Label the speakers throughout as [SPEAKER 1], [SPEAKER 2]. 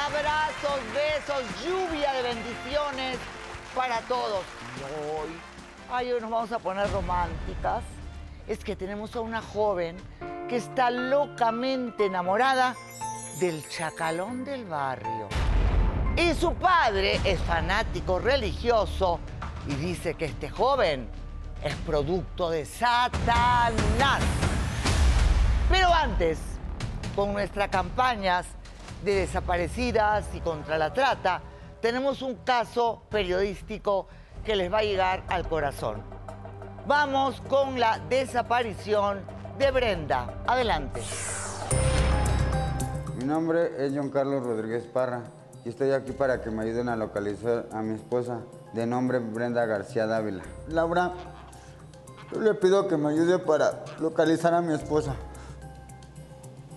[SPEAKER 1] abrazos, besos, lluvia de bendiciones para todos. Y hoy, ay, hoy nos vamos a poner románticas. Es que tenemos a una joven que está locamente enamorada del chacalón del barrio. Y su padre es fanático religioso y dice que este joven es producto de Satanás. Pero antes, con nuestras campañas de desaparecidas y contra la trata, tenemos un caso periodístico que les va a llegar al corazón. Vamos con la desaparición de Brenda. Adelante.
[SPEAKER 2] Mi nombre es John Carlos Rodríguez Parra y estoy aquí para que me ayuden a localizar a mi esposa, de nombre Brenda García Dávila. Laura, yo le pido que me ayude para localizar a mi esposa.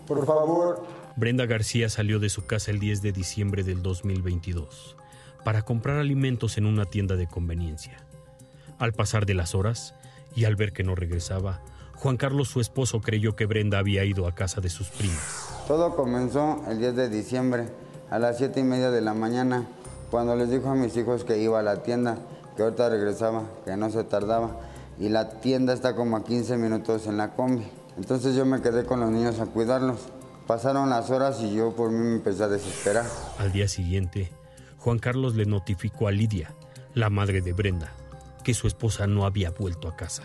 [SPEAKER 2] Por favor.
[SPEAKER 3] Brenda García salió de su casa el 10 de diciembre del 2022 para comprar alimentos en una tienda de conveniencia. Al pasar de las horas y al ver que no regresaba, Juan Carlos, su esposo, creyó que Brenda había ido a casa de sus primas.
[SPEAKER 2] Todo comenzó el 10 de diciembre a las 7 y media de la mañana cuando les dijo a mis hijos que iba a la tienda, que ahorita regresaba, que no se tardaba. Y la tienda está como a 15 minutos en la combi. Entonces yo me quedé con los niños a cuidarlos. Pasaron las horas y yo por mí me empecé a desesperar.
[SPEAKER 3] Al día siguiente, Juan Carlos le notificó a Lidia, la madre de Brenda, que su esposa no había vuelto a casa.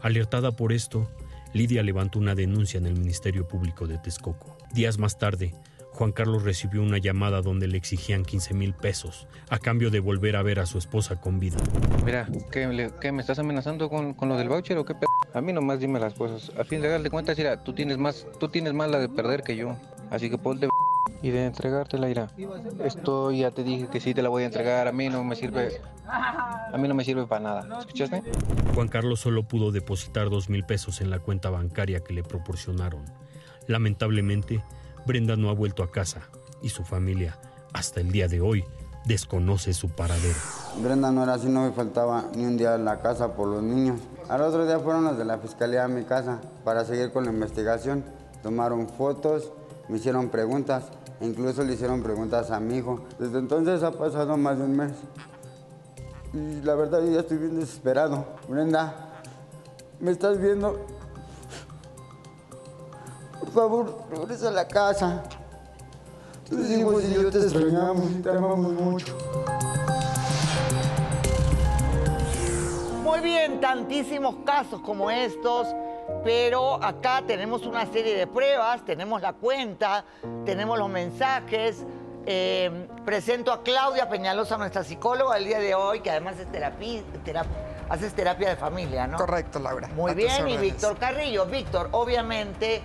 [SPEAKER 3] Alertada por esto, Lidia levantó una denuncia en el Ministerio Público de Texcoco. Días más tarde, Juan Carlos recibió una llamada donde le exigían 15 mil pesos a cambio de volver a ver a su esposa con vida.
[SPEAKER 4] Mira, ¿qué, le- qué me estás amenazando con, con lo del voucher o qué p-? A mí nomás dime las cosas. A fin de darle cuentas, mira, tú tienes más, tú tienes más la de perder que yo. Así que ponte p- y de entregártela, ira. Esto ya te dije que sí te la voy a entregar. A mí no me sirve, a mí no me sirve para nada. ¿Escuchaste?
[SPEAKER 3] Juan Carlos solo pudo depositar dos mil pesos en la cuenta bancaria que le proporcionaron. Lamentablemente, Brenda no ha vuelto a casa y su familia, hasta el día de hoy, desconoce su paradero.
[SPEAKER 2] Brenda no era así, no me faltaba ni un día en la casa por los niños. Al otro día fueron los de la fiscalía a mi casa para seguir con la investigación. Tomaron fotos, me hicieron preguntas, e incluso le hicieron preguntas a mi hijo. Desde entonces ha pasado más de un mes. Y la verdad yo ya estoy bien desesperado. Brenda, ¿me estás viendo? Por favor, regresa a la casa. Tus hijos y yo te extrañamos y te amamos mucho.
[SPEAKER 1] Muy bien, tantísimos casos como estos, pero acá tenemos una serie de pruebas, tenemos la cuenta, tenemos los mensajes. Eh, presento a Claudia Peñalosa, nuestra psicóloga del día de hoy, que además es terapi- tera- haces terapia de familia, ¿no?
[SPEAKER 5] Correcto, Laura.
[SPEAKER 1] Muy
[SPEAKER 5] A tus
[SPEAKER 1] bien, y
[SPEAKER 5] órdenes.
[SPEAKER 1] Víctor Carrillo. Víctor, obviamente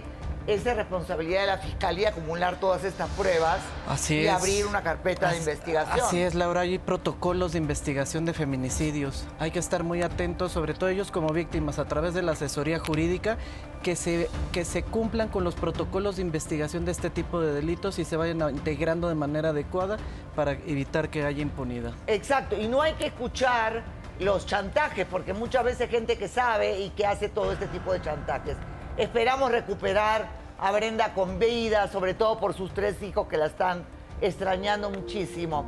[SPEAKER 1] es de responsabilidad de la Fiscalía acumular todas estas pruebas
[SPEAKER 6] Así
[SPEAKER 1] y
[SPEAKER 6] es.
[SPEAKER 1] abrir una carpeta
[SPEAKER 6] Así-
[SPEAKER 1] de investigación.
[SPEAKER 6] Así es, Laura, hay protocolos de investigación de feminicidios. Hay que estar muy atentos, sobre todo ellos como víctimas, a través de la asesoría jurídica, que se, que se cumplan con los protocolos de investigación de este tipo de delitos y se vayan a- integrando de manera adecuada para evitar que haya impunidad.
[SPEAKER 1] Exacto, y no hay que escuchar los chantajes, porque muchas veces hay gente que sabe y que hace todo este tipo de chantajes. Esperamos recuperar a Brenda con vida, sobre todo por sus tres hijos que la están extrañando muchísimo.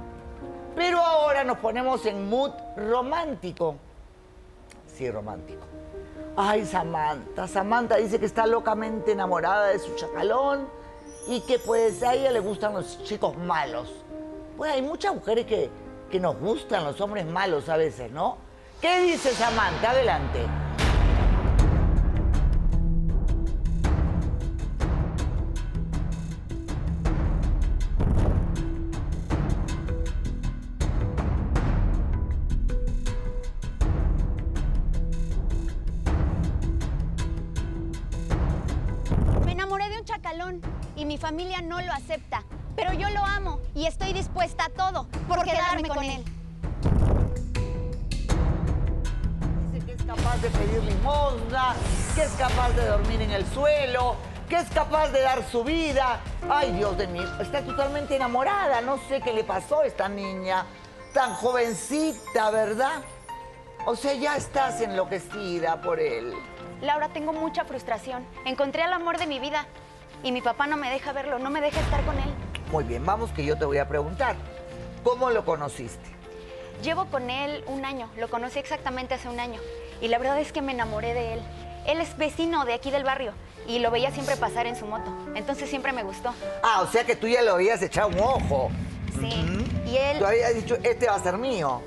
[SPEAKER 1] Pero ahora nos ponemos en mood romántico. Sí, romántico. Ay, Samantha. Samantha dice que está locamente enamorada de su chacalón y que pues a ella le gustan los chicos malos. Pues hay muchas mujeres que, que nos gustan los hombres malos a veces, ¿no? ¿Qué dice Samantha? Adelante.
[SPEAKER 7] Me enamoré de un chacalón y mi familia no lo acepta, pero yo lo amo y estoy dispuesta a todo por, quedarme, con él.
[SPEAKER 1] Dice que es capaz de pedir limosna, que es capaz de dormir en el suelo, que es capaz de dar su vida. Ay, Dios de mí, está totalmente enamorada. No sé qué le pasó a esta niña, tan jovencita, ¿verdad? O sea, ya estás enloquecida por él.
[SPEAKER 7] Laura, tengo mucha frustración. Encontré al amor de mi vida y mi papá no me deja verlo, no me deja estar con él.
[SPEAKER 1] Muy bien, vamos que yo te voy a preguntar. ¿Cómo lo conociste?
[SPEAKER 7] Llevo con él un año, lo conocí exactamente hace un año y la verdad es que me enamoré de él. Él es vecino de aquí del barrio y lo veía siempre pasar en su moto, entonces siempre me gustó.
[SPEAKER 1] Ah, o sea que tú ya le habías echado un ojo.
[SPEAKER 7] Sí, y él...
[SPEAKER 1] Tú habías dicho, este va a ser mío.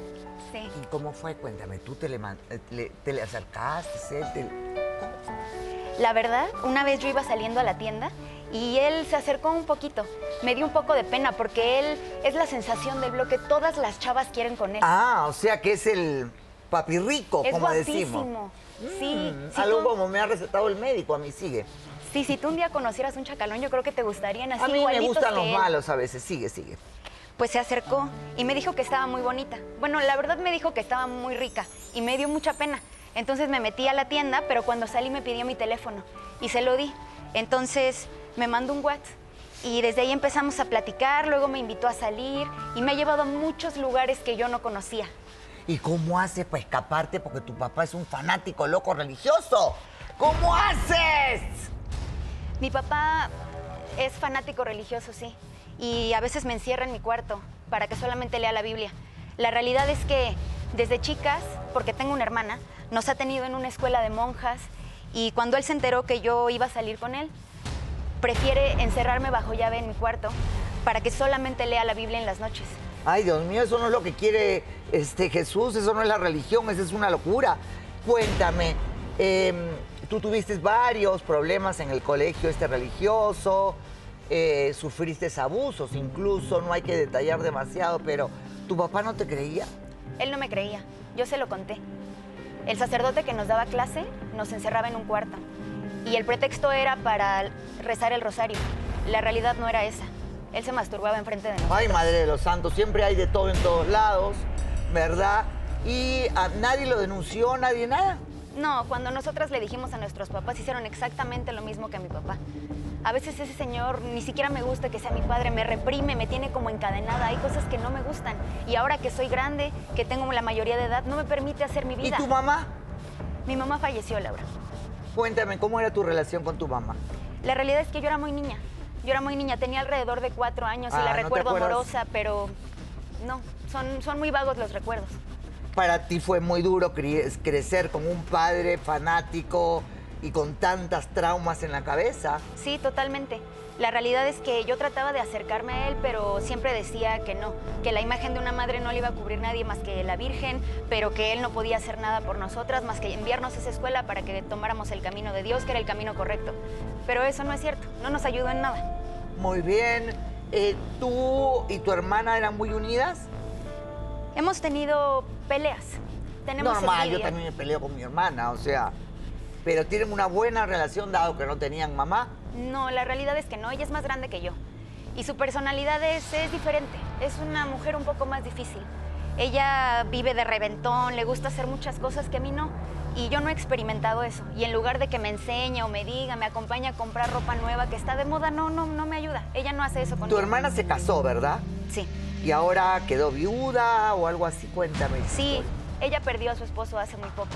[SPEAKER 7] Sí.
[SPEAKER 1] ¿Y cómo fue? Cuéntame, tú te le, man- eh, le- te le acercaste, eh, te-
[SPEAKER 7] La verdad, una vez yo iba saliendo a la tienda y él se acercó un poquito. Me dio un poco de pena porque él es la sensación del bloque. Todas las chavas quieren con él.
[SPEAKER 1] Ah, o sea que es el papi rico,
[SPEAKER 7] es
[SPEAKER 1] como decimos.
[SPEAKER 7] guapísimo. Sí,
[SPEAKER 1] Mm,
[SPEAKER 7] si
[SPEAKER 1] algo
[SPEAKER 7] tú,
[SPEAKER 1] como me ha recetado el médico, a mí sigue.
[SPEAKER 7] sí, si tú un día conocieras un chacalón, yo creo que te gustarían así
[SPEAKER 1] a mí me
[SPEAKER 7] igualitos
[SPEAKER 1] gustan los
[SPEAKER 7] que él.
[SPEAKER 1] malos a veces, sigue, sigue.
[SPEAKER 7] Pues se acercó y me dijo que estaba muy bonita. Bueno, la verdad me dijo que estaba muy rica y me dio mucha pena. Entonces me metí a la tienda, pero cuando salí me pidió mi teléfono y se lo di. Entonces me mandó un WhatsApp y desde ahí empezamos a platicar, luego me invitó a salir y me ha llevado a muchos lugares que yo no conocía.
[SPEAKER 1] ¿Y cómo haces para escaparte? Porque tu papá es un fanático loco religioso. ¿Cómo haces?
[SPEAKER 7] Mi papá es fanático religioso, sí, y a veces me encierra en mi cuarto para que solamente lea la Biblia. La realidad es que desde chicas, porque tengo una hermana, nos ha tenido en una escuela de monjas y cuando él se enteró que yo iba a salir con él, prefiere encerrarme bajo llave en mi cuarto para que solamente lea la Biblia en las noches.
[SPEAKER 1] Ay, Dios mío, eso no es lo que quiere este, Jesús, eso no es la religión, eso es una locura. Cuéntame, em, tú tuviste varios problemas en el colegio este religioso, eh, sufriste abusos incluso, no hay que detallar demasiado, pero ¿tu papá no te creía?
[SPEAKER 7] Él no me creía, yo se lo conté. El sacerdote que nos daba clase nos encerraba en un cuarto y el pretexto era para rezar el rosario. La realidad no era esa. Él se masturbaba enfrente de nosotros.
[SPEAKER 1] Ay, Madre de los Santos, siempre hay de todo en todos lados, ¿verdad? Y a nadie lo denunció, nadie nada.
[SPEAKER 7] No, cuando nosotras le dijimos a nuestros papás, hicieron exactamente lo mismo que a mi papá. A veces ese señor ni siquiera me gusta que sea mi padre, me reprime, me tiene como encadenada. Hay cosas que no me gustan. Y ahora que soy grande, que tengo la mayoría de edad, no me permite hacer mi
[SPEAKER 1] ¿Y
[SPEAKER 7] vida.
[SPEAKER 1] tu mamá?
[SPEAKER 7] Mi mamá falleció, Laura.
[SPEAKER 1] Cuéntame, ¿cómo era tu relación con tu mamá?
[SPEAKER 7] La realidad es que yo era muy niña. Yo era muy niña, tenía alrededor de cuatro años
[SPEAKER 1] Ah,
[SPEAKER 7] y la
[SPEAKER 1] ¿no te
[SPEAKER 7] recuerdo
[SPEAKER 1] acuerdas?
[SPEAKER 7] amorosa, pero no, son, son muy vagos los recuerdos.
[SPEAKER 1] Para ti fue muy duro cre- crecer con un padre fanático y con tantas traumas en la cabeza.
[SPEAKER 7] Sí, totalmente. La realidad es que yo trataba de acercarme a él, pero siempre decía que no, que la imagen de una madre no le iba a cubrir nadie más que la Virgen, pero que él no podía hacer nada por nosotras más que enviarnos a esa escuela para que tomáramos el camino de Dios, que era el camino correcto. Pero eso no es cierto, no nos ayudó en nada.
[SPEAKER 1] Muy bien. Eh, ¿Tú y tu hermana eran muy unidas?
[SPEAKER 7] Hemos tenido peleas, tenemos
[SPEAKER 1] Normal, yo
[SPEAKER 7] envidia.
[SPEAKER 1] también me peleo con mi hermana, o sea. Pero tienen una buena relación dado que no tenían mamá.
[SPEAKER 7] No, la realidad es que no, ella es más grande que yo. Y su personalidad es, es diferente, es una mujer un poco más difícil. Ella vive de reventón, le gusta hacer muchas cosas que a mí no. Y yo no he experimentado eso. Y en lugar de que me enseñe o me diga, me acompañe a comprar ropa nueva que está de moda, no, no, no me ayuda. Ella no hace eso conmigo.
[SPEAKER 1] Tu hermana se casó, ¿verdad?
[SPEAKER 7] Sí,
[SPEAKER 1] Y ahora quedó viuda o algo así, cuéntame.
[SPEAKER 7] sí. Ella perdió a su esposo hace muy poco.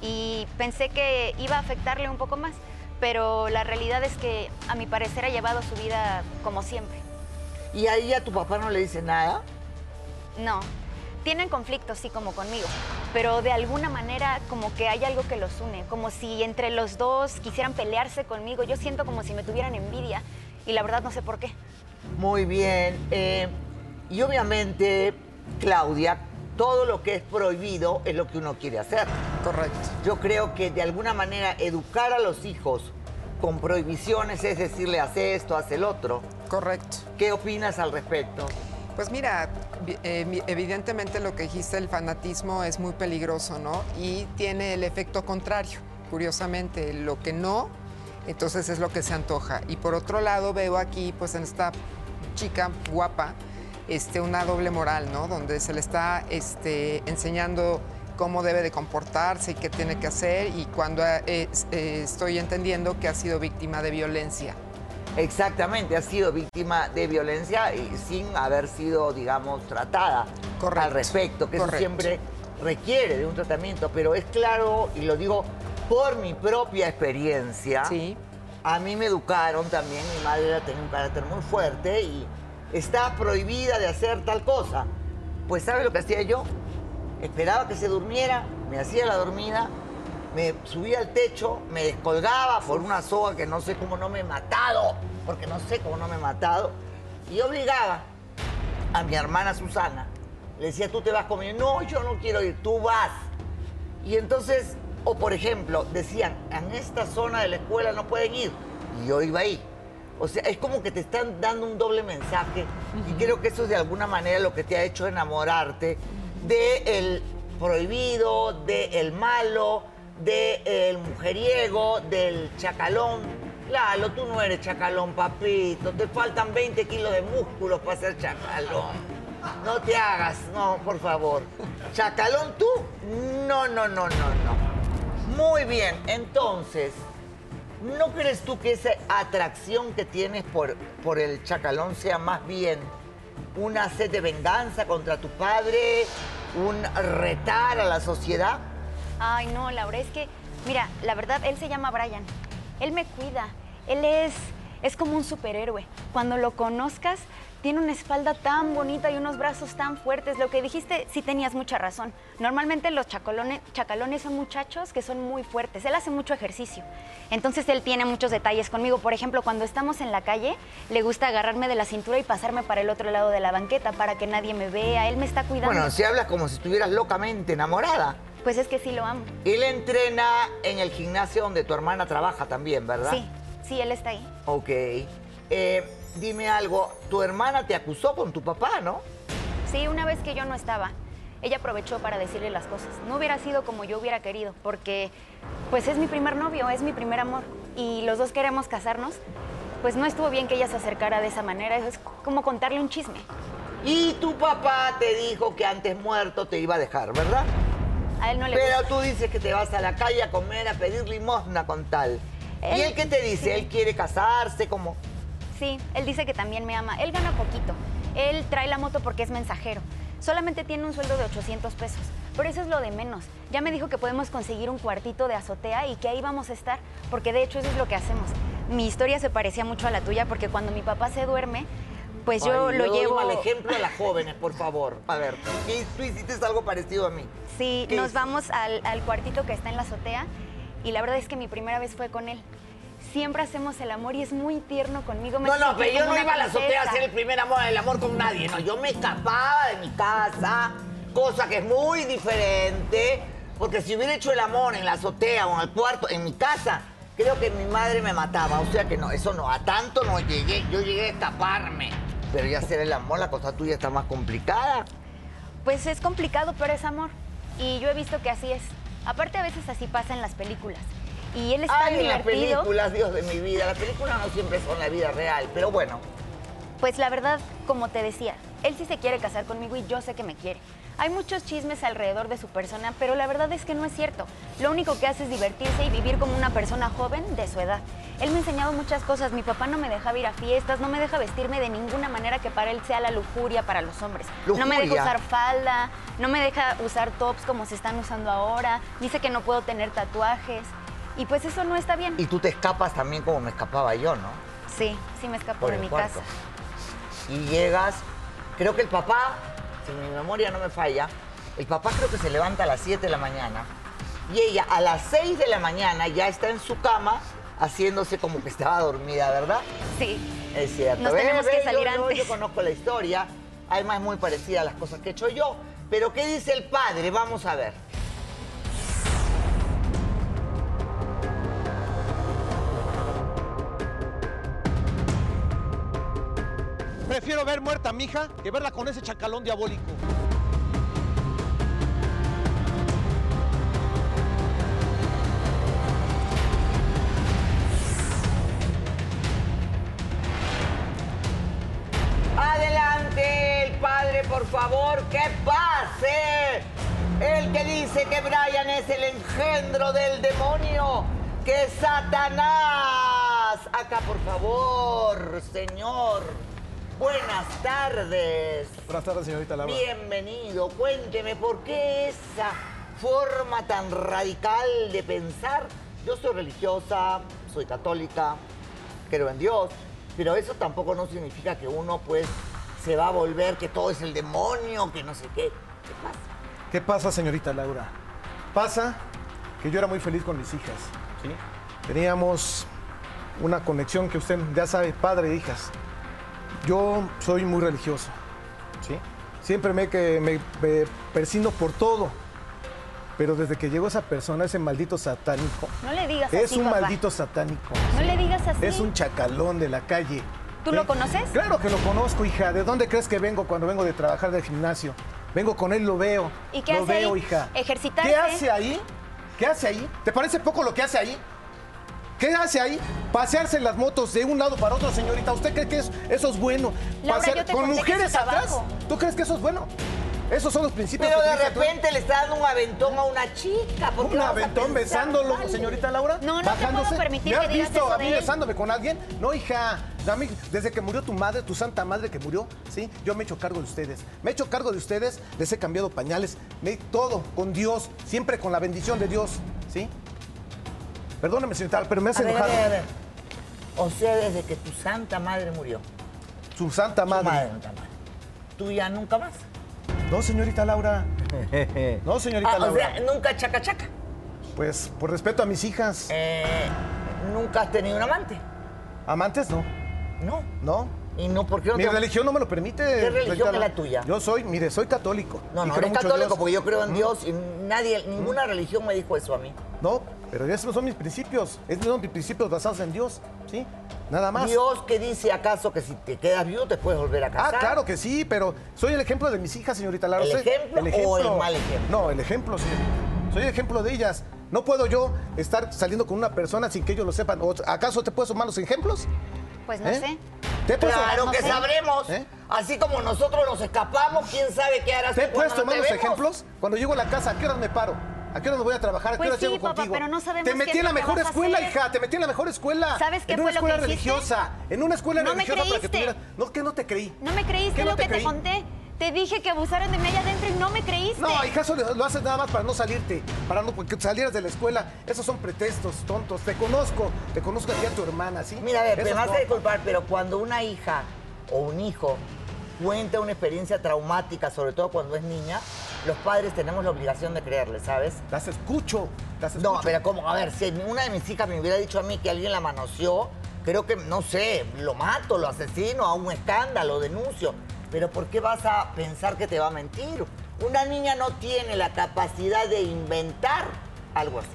[SPEAKER 7] Y pensé que iba a afectarle un poco más. Pero la realidad es que, a mi parecer, ha llevado su vida como siempre.
[SPEAKER 1] ¿Y ahí a tu papá no le dice nada?
[SPEAKER 7] No. Tienen conflictos, sí, como conmigo, pero de alguna manera como que hay algo que los une, como si entre los dos quisieran pelearse conmigo. Yo siento como si me tuvieran envidia y la verdad no sé por qué.
[SPEAKER 1] Muy bien. eh, y obviamente, Claudia, todo lo que es prohibido es lo que uno quiere hacer.
[SPEAKER 6] Correcto.
[SPEAKER 1] Yo creo que de alguna manera educar a los hijos con prohibiciones es decirle, hace esto, hace el otro.
[SPEAKER 5] Correcto.
[SPEAKER 1] ¿Qué opinas al respecto?
[SPEAKER 5] Pues mira, vi- eh, mi- evidentemente lo que dijiste, el fanatismo es muy peligroso, ¿no? Y tiene el efecto contrario, curiosamente, lo que no, entonces es lo que se antoja. Y por otro lado veo aquí, pues en esta chica guapa, este, una doble moral, ¿no? Donde se le está este, enseñando cómo debe de comportarse y qué tiene que hacer y cuando eh, es- eh, estoy entendiendo que ha sido víctima de violencia.
[SPEAKER 1] Exactamente, ha sido víctima de violencia y sin haber sido, digamos, tratada
[SPEAKER 5] Correcto,
[SPEAKER 1] al respecto, que eso
[SPEAKER 5] correcto.
[SPEAKER 1] siempre requiere de un tratamiento, pero es claro, y lo digo por mi propia experiencia,
[SPEAKER 5] Sí.
[SPEAKER 1] a mí me educaron también, mi madre era- tenía un carácter muy fuerte y está prohibida de hacer tal cosa. Pues ¿sabe lo que hacía yo? Esperaba que se durmiera, me hacía la dormida, me subía al techo, me descolgaba por una soga que no sé cómo no me he matado, porque no sé cómo no me he matado, y obligaba a mi hermana Susana. Le decía, tú te vas conmigo. No, yo no quiero ir, tú vas. Y entonces, o por ejemplo, decían, en esta zona de la escuela no pueden ir. Y yo iba ahí. O sea, es como que te están dando un doble mensaje. Y creo que eso es de alguna manera lo que te ha hecho enamorarte de el prohibido, del malo, del mujeriego, del chacalón. Lalo, tú no eres chacalón, papito. Te faltan 20 kilos de músculos para ser chacalón. No te hagas, no, por favor. Chacalón, tú. No, no, no, no, no. Muy bien, entonces, ¿no crees tú que esa atracción que tienes por, por el chacalón sea más bien una sed de venganza contra tu padre, un retar a la sociedad?
[SPEAKER 7] Ay, no, Laura, es que, mira, la verdad, él se llama Brian. Él me cuida. Él es, es como un superhéroe. Cuando lo conozcas, tiene una espalda tan bonita y unos brazos tan fuertes. Lo que dijiste, sí tenías mucha razón. Normalmente los chacolones, chacalones son muchachos que son muy fuertes. Él hace mucho ejercicio. Entonces él tiene muchos detalles conmigo. Por ejemplo, cuando estamos en la calle, le gusta agarrarme de la cintura y pasarme para el otro lado de la banqueta para que nadie me vea. Él me está cuidando.
[SPEAKER 1] Bueno, si hablas como si estuvieras locamente enamorada.
[SPEAKER 7] Pues es que sí lo amo.
[SPEAKER 1] Él entrena en el gimnasio donde tu hermana trabaja también, ¿verdad?
[SPEAKER 7] Sí, sí, él está ahí.
[SPEAKER 1] Ok. Eh, dime algo, tu hermana te acusó con tu papá, ¿no?
[SPEAKER 7] Sí, una vez que yo no estaba, ella aprovechó para decirle las cosas. No hubiera sido como yo hubiera querido, porque pues es mi primer novio, es mi primer amor y los dos queremos casarnos. Pues no estuvo bien que ella se acercara de esa manera, es como contarle un chisme.
[SPEAKER 1] Y tu papá te dijo que antes muerto te iba a dejar, ¿verdad?
[SPEAKER 7] A él no le
[SPEAKER 1] Pero
[SPEAKER 7] gusta.
[SPEAKER 1] tú dices que te vas a la calle a comer, a pedir limosna con tal. ¿Y
[SPEAKER 7] Él-
[SPEAKER 1] él qué te dice?
[SPEAKER 7] sí.
[SPEAKER 1] ¿Él quiere casarse? como
[SPEAKER 7] Sí, él dice que también me ama. Él gana poquito. Él trae la moto porque es mensajero. Solamente tiene un sueldo de 800 pesos. Pero eso es lo de menos. Ya me dijo que podemos conseguir un cuartito de azotea y que ahí vamos a estar, porque de hecho eso es lo que hacemos. Mi historia se parecía mucho a la tuya porque cuando mi papá se duerme, pues yo
[SPEAKER 1] Ay,
[SPEAKER 7] lo
[SPEAKER 1] le doy
[SPEAKER 7] llevo
[SPEAKER 1] mal ejemplo a las jóvenes, por favor. A ver, ¿y tú hiciste algo parecido a mí?
[SPEAKER 7] Sí,
[SPEAKER 1] ¿Qué
[SPEAKER 7] nos
[SPEAKER 1] hizo?
[SPEAKER 7] vamos al, al cuartito que está en la azotea y la verdad es que mi primera vez fue con él. Siempre hacemos el amor y es muy tierno conmigo. me
[SPEAKER 1] No, no,
[SPEAKER 7] sentí
[SPEAKER 1] pero yo
[SPEAKER 7] como
[SPEAKER 1] no
[SPEAKER 7] una
[SPEAKER 1] iba a la azotea a
[SPEAKER 7] princesa.
[SPEAKER 1] hacer el primer amor, el amor con nadie. No, yo me escapaba de mi casa, cosa que es muy diferente. Porque si hubiera hecho el amor en la azotea o en el cuarto, en mi casa, creo que mi madre me mataba. O sea que no, eso no, a tanto no llegué. Yo llegué a escaparme. Pero ya hacer el amor, la cosa tuya está más complicada.
[SPEAKER 7] Pues es complicado, pero es amor. Y yo he visto que así es. Aparte, a veces así pasa en las películas. Y él es tan
[SPEAKER 1] Ay, en las
[SPEAKER 7] divertido.
[SPEAKER 1] películas, Dios de mi vida. Las películas no siempre son la vida real, pero bueno.
[SPEAKER 7] Pues la verdad, como te decía, él sí se quiere casar conmigo y yo sé que me quiere. Hay muchos chismes alrededor de su persona, pero la verdad es que no es cierto. Lo único que hace es divertirse y vivir como una persona joven de su edad. Él me ha enseñado muchas cosas. Mi papá no me dejaba ir a fiestas, no me deja vestirme de ninguna manera que para él sea la lujuria para los hombres. No me deja
[SPEAKER 1] Lujuria.
[SPEAKER 7] usar falda, no me deja usar tops como se están usando ahora. Dice que no puedo tener tatuajes. Y pues eso no está bien.
[SPEAKER 1] Y tú te escapas también como me escapaba yo, ¿no?
[SPEAKER 7] Sí, sí me escapó
[SPEAKER 1] por
[SPEAKER 7] de
[SPEAKER 1] el
[SPEAKER 7] mi
[SPEAKER 1] cuarto.
[SPEAKER 7] casa.
[SPEAKER 1] Y llegas, creo que el papá, si mi memoria no me falla, el papá creo que se levanta a las 7 de la mañana y ella a las 6 de la mañana ya está en su cama haciéndose como que estaba dormida, ¿verdad?
[SPEAKER 7] Sí.
[SPEAKER 1] Es cierto.
[SPEAKER 7] Nos tenemos que
[SPEAKER 1] yo-
[SPEAKER 7] salir
[SPEAKER 1] yo,
[SPEAKER 7] antes.
[SPEAKER 1] Yo conozco la historia, además es muy parecida a las cosas que he hecho yo. Pero ¿qué dice el padre? Vamos a ver.
[SPEAKER 8] Prefiero ver muerta a mi hija que verla con ese chacalón diabólico.
[SPEAKER 1] Adelante, el padre, por favor, que pase. El que dice que Brian es el engendro del demonio, que es Satanás. Acá, por favor, señor. Buenas tardes.
[SPEAKER 8] Buenas tardes, señorita Laura.
[SPEAKER 1] Bienvenido. Cuénteme por qué esa forma tan radical de pensar. Yo soy religiosa, soy católica, creo en Dios, pero eso tampoco no significa que uno pues se va a volver, que todo es el demonio, que no sé qué. ¿Qué pasa?
[SPEAKER 9] ¿Qué pasa, señorita Laura? Pasa que yo era muy feliz con mis hijas. Teníamos una conexión que usted ya sabe, padre e hijas. Yo soy muy religioso. ¿sí? Siempre me, que me, me persino por todo. Pero desde que llegó esa persona, ese maldito satánico.
[SPEAKER 7] No le digas
[SPEAKER 9] Es
[SPEAKER 7] así,
[SPEAKER 9] un
[SPEAKER 7] papá.
[SPEAKER 9] maldito satánico.
[SPEAKER 7] No le digas así.
[SPEAKER 9] Es un chacalón de la calle.
[SPEAKER 7] ¿Tú lo
[SPEAKER 9] ¿Eh?
[SPEAKER 7] conoces?
[SPEAKER 9] Claro que lo conozco, hija. ¿De dónde crees que vengo cuando vengo de trabajar del gimnasio? Vengo con él, lo veo.
[SPEAKER 7] ¿Y qué
[SPEAKER 9] lo
[SPEAKER 7] hace
[SPEAKER 9] veo,
[SPEAKER 7] ahí? Eh.
[SPEAKER 9] hija.
[SPEAKER 7] Ejercitarse.
[SPEAKER 9] ¿Qué hace ahí? ¿Qué hace ahí? ¿Te parece poco lo que hace ahí? ¿Qué hace ahí? Pasearse en las motos de un lado para otro, señorita. ¿Usted cree que eso, eso es bueno?
[SPEAKER 7] Laura,
[SPEAKER 9] Pasear
[SPEAKER 7] yo te
[SPEAKER 9] con
[SPEAKER 7] conté que
[SPEAKER 9] mujeres
[SPEAKER 7] es tu
[SPEAKER 9] atrás.
[SPEAKER 7] trabajo.
[SPEAKER 9] ¿Tú crees que eso es bueno? Esos son los principios
[SPEAKER 1] Pero
[SPEAKER 9] que
[SPEAKER 1] de
[SPEAKER 9] utiliza tú.
[SPEAKER 1] repente le está dando un aventón a una chica. ¿por qué
[SPEAKER 9] Un
[SPEAKER 1] vamos a
[SPEAKER 9] aventón
[SPEAKER 1] pensar
[SPEAKER 9] besándolo,
[SPEAKER 1] mal?
[SPEAKER 9] señorita Laura.
[SPEAKER 7] No, no te
[SPEAKER 9] bajándose.
[SPEAKER 7] puedo permitir
[SPEAKER 9] ¿Me has
[SPEAKER 7] que digas
[SPEAKER 9] visto
[SPEAKER 7] eso
[SPEAKER 9] a
[SPEAKER 7] de
[SPEAKER 9] mí
[SPEAKER 7] él?
[SPEAKER 9] besándome con alguien? No, hija. A mí, desde que murió tu madre, tu santa madre que murió, sí, yo me he hecho cargo de ustedes. Me he hecho cargo de ustedes, les he cambiado pañales, me todo con Dios, siempre con la bendición de Dios, ¿sí? Perdóname, señorita, pero me has
[SPEAKER 1] A ver, a
[SPEAKER 9] enojado.
[SPEAKER 1] ver, a ver. O sea, desde que tu santa madre murió.
[SPEAKER 9] Su santa
[SPEAKER 1] Tu
[SPEAKER 9] madre.
[SPEAKER 1] madre, nunca más. Tú ya nunca más.
[SPEAKER 9] No, señorita Laura. No, señorita
[SPEAKER 1] Ah, o
[SPEAKER 9] Laura.
[SPEAKER 1] sea, nunca chaca chaca.
[SPEAKER 9] Pues, por respeto a mis hijas,
[SPEAKER 1] Eh, nunca has tenido un amante.
[SPEAKER 9] amantes no,
[SPEAKER 1] No.
[SPEAKER 9] ¿no?
[SPEAKER 1] Y no, ¿por qué no
[SPEAKER 9] Mi
[SPEAKER 1] te-
[SPEAKER 9] religión no me lo permite.
[SPEAKER 1] religión
[SPEAKER 9] señorita
[SPEAKER 1] es la
[SPEAKER 9] Laura.
[SPEAKER 1] tuya?
[SPEAKER 9] Yo soy, mire, soy católico.
[SPEAKER 1] No,
[SPEAKER 9] y
[SPEAKER 1] no,
[SPEAKER 9] creo
[SPEAKER 1] eres
[SPEAKER 9] mucho en
[SPEAKER 1] católico
[SPEAKER 9] Dios.
[SPEAKER 1] porque yo creo en Dios y nadie, ninguna religión me dijo eso a mí.
[SPEAKER 9] No, pero esos son mis principios. Esos son mis principios basados en Dios, ¿sí? Nada más.
[SPEAKER 1] Dios que dice acaso que si te quedas viudo te puedes volver a
[SPEAKER 9] Ah,
[SPEAKER 1] casar.
[SPEAKER 9] claro que sí, pero soy el ejemplo de mis hijas, señorita Lara.
[SPEAKER 1] ¿El
[SPEAKER 9] Soy-
[SPEAKER 1] ejemplo o el mal ejemplo?
[SPEAKER 9] No, el ejemplo, sí. Soy el ejemplo de ellas. No puedo yo estar saliendo con una persona sin que ellos lo sepan. ¿O ¿Acaso te puedo sumar los ejemplos?
[SPEAKER 7] Pues no
[SPEAKER 9] ¿Eh?
[SPEAKER 7] sé.
[SPEAKER 9] ¿Te he puesto-
[SPEAKER 1] Claro que
[SPEAKER 7] sé.
[SPEAKER 1] sabremos.
[SPEAKER 9] ¿Eh?
[SPEAKER 1] Así como nosotros nos escapamos, quién sabe qué harás
[SPEAKER 9] ¿Te he
[SPEAKER 1] tú cuando
[SPEAKER 9] puesto
[SPEAKER 1] no te
[SPEAKER 9] malos
[SPEAKER 1] vemos?
[SPEAKER 9] ejemplos? Cuando llego a la casa, ¿a qué horas me paro? ¿A qué horas voy a trabajar? ¿A qué
[SPEAKER 7] Pues
[SPEAKER 9] horas
[SPEAKER 7] sí,
[SPEAKER 9] llego
[SPEAKER 7] papá,
[SPEAKER 9] contigo?
[SPEAKER 7] pero no sabemos
[SPEAKER 9] Te
[SPEAKER 7] qué
[SPEAKER 9] metí
[SPEAKER 7] es
[SPEAKER 9] en la
[SPEAKER 7] lo que
[SPEAKER 9] mejor
[SPEAKER 7] vas a
[SPEAKER 9] escuela,
[SPEAKER 7] hacer.
[SPEAKER 9] hija. Te metí en la mejor escuela.
[SPEAKER 7] ¿Sabes qué
[SPEAKER 9] En una
[SPEAKER 7] fue lo que
[SPEAKER 9] escuela
[SPEAKER 7] hiciste?
[SPEAKER 9] religiosa. En una escuela
[SPEAKER 7] No me
[SPEAKER 9] religiosa para que
[SPEAKER 7] creíste.
[SPEAKER 9] tuvieras. No, que no te creí.
[SPEAKER 7] No me creíste
[SPEAKER 9] ¿Qué no
[SPEAKER 7] lo
[SPEAKER 9] te
[SPEAKER 7] que te
[SPEAKER 9] creí?
[SPEAKER 7] conté. Te dije que abusaron de mí allá adentro y no me creíste.
[SPEAKER 9] No, hija, eso lo lo haces nada más para no salirte, para no que salieras de la escuela. Esos son pretextos tontos. Te conozco, te conozco a ti y a tu hermana, ¿sí?
[SPEAKER 1] Mira, a ver,
[SPEAKER 9] Esos
[SPEAKER 1] me vas
[SPEAKER 9] no.
[SPEAKER 1] a disculpar, pero cuando una hija o un hijo cuenta una experiencia traumática, sobre todo cuando es niña, los padres tenemos la obligación de creerle, ¿sabes?
[SPEAKER 9] Las escucho, las escucho.
[SPEAKER 1] No, pero como, a ver, si una de mis hijas me hubiera dicho a mí que alguien la manoseó, creo que, no sé, lo mato, lo asesino, hago un escándalo, denuncio. Pero ¿por qué vas a pensar que te va a mentir? Una niña no tiene la capacidad de inventar algo así.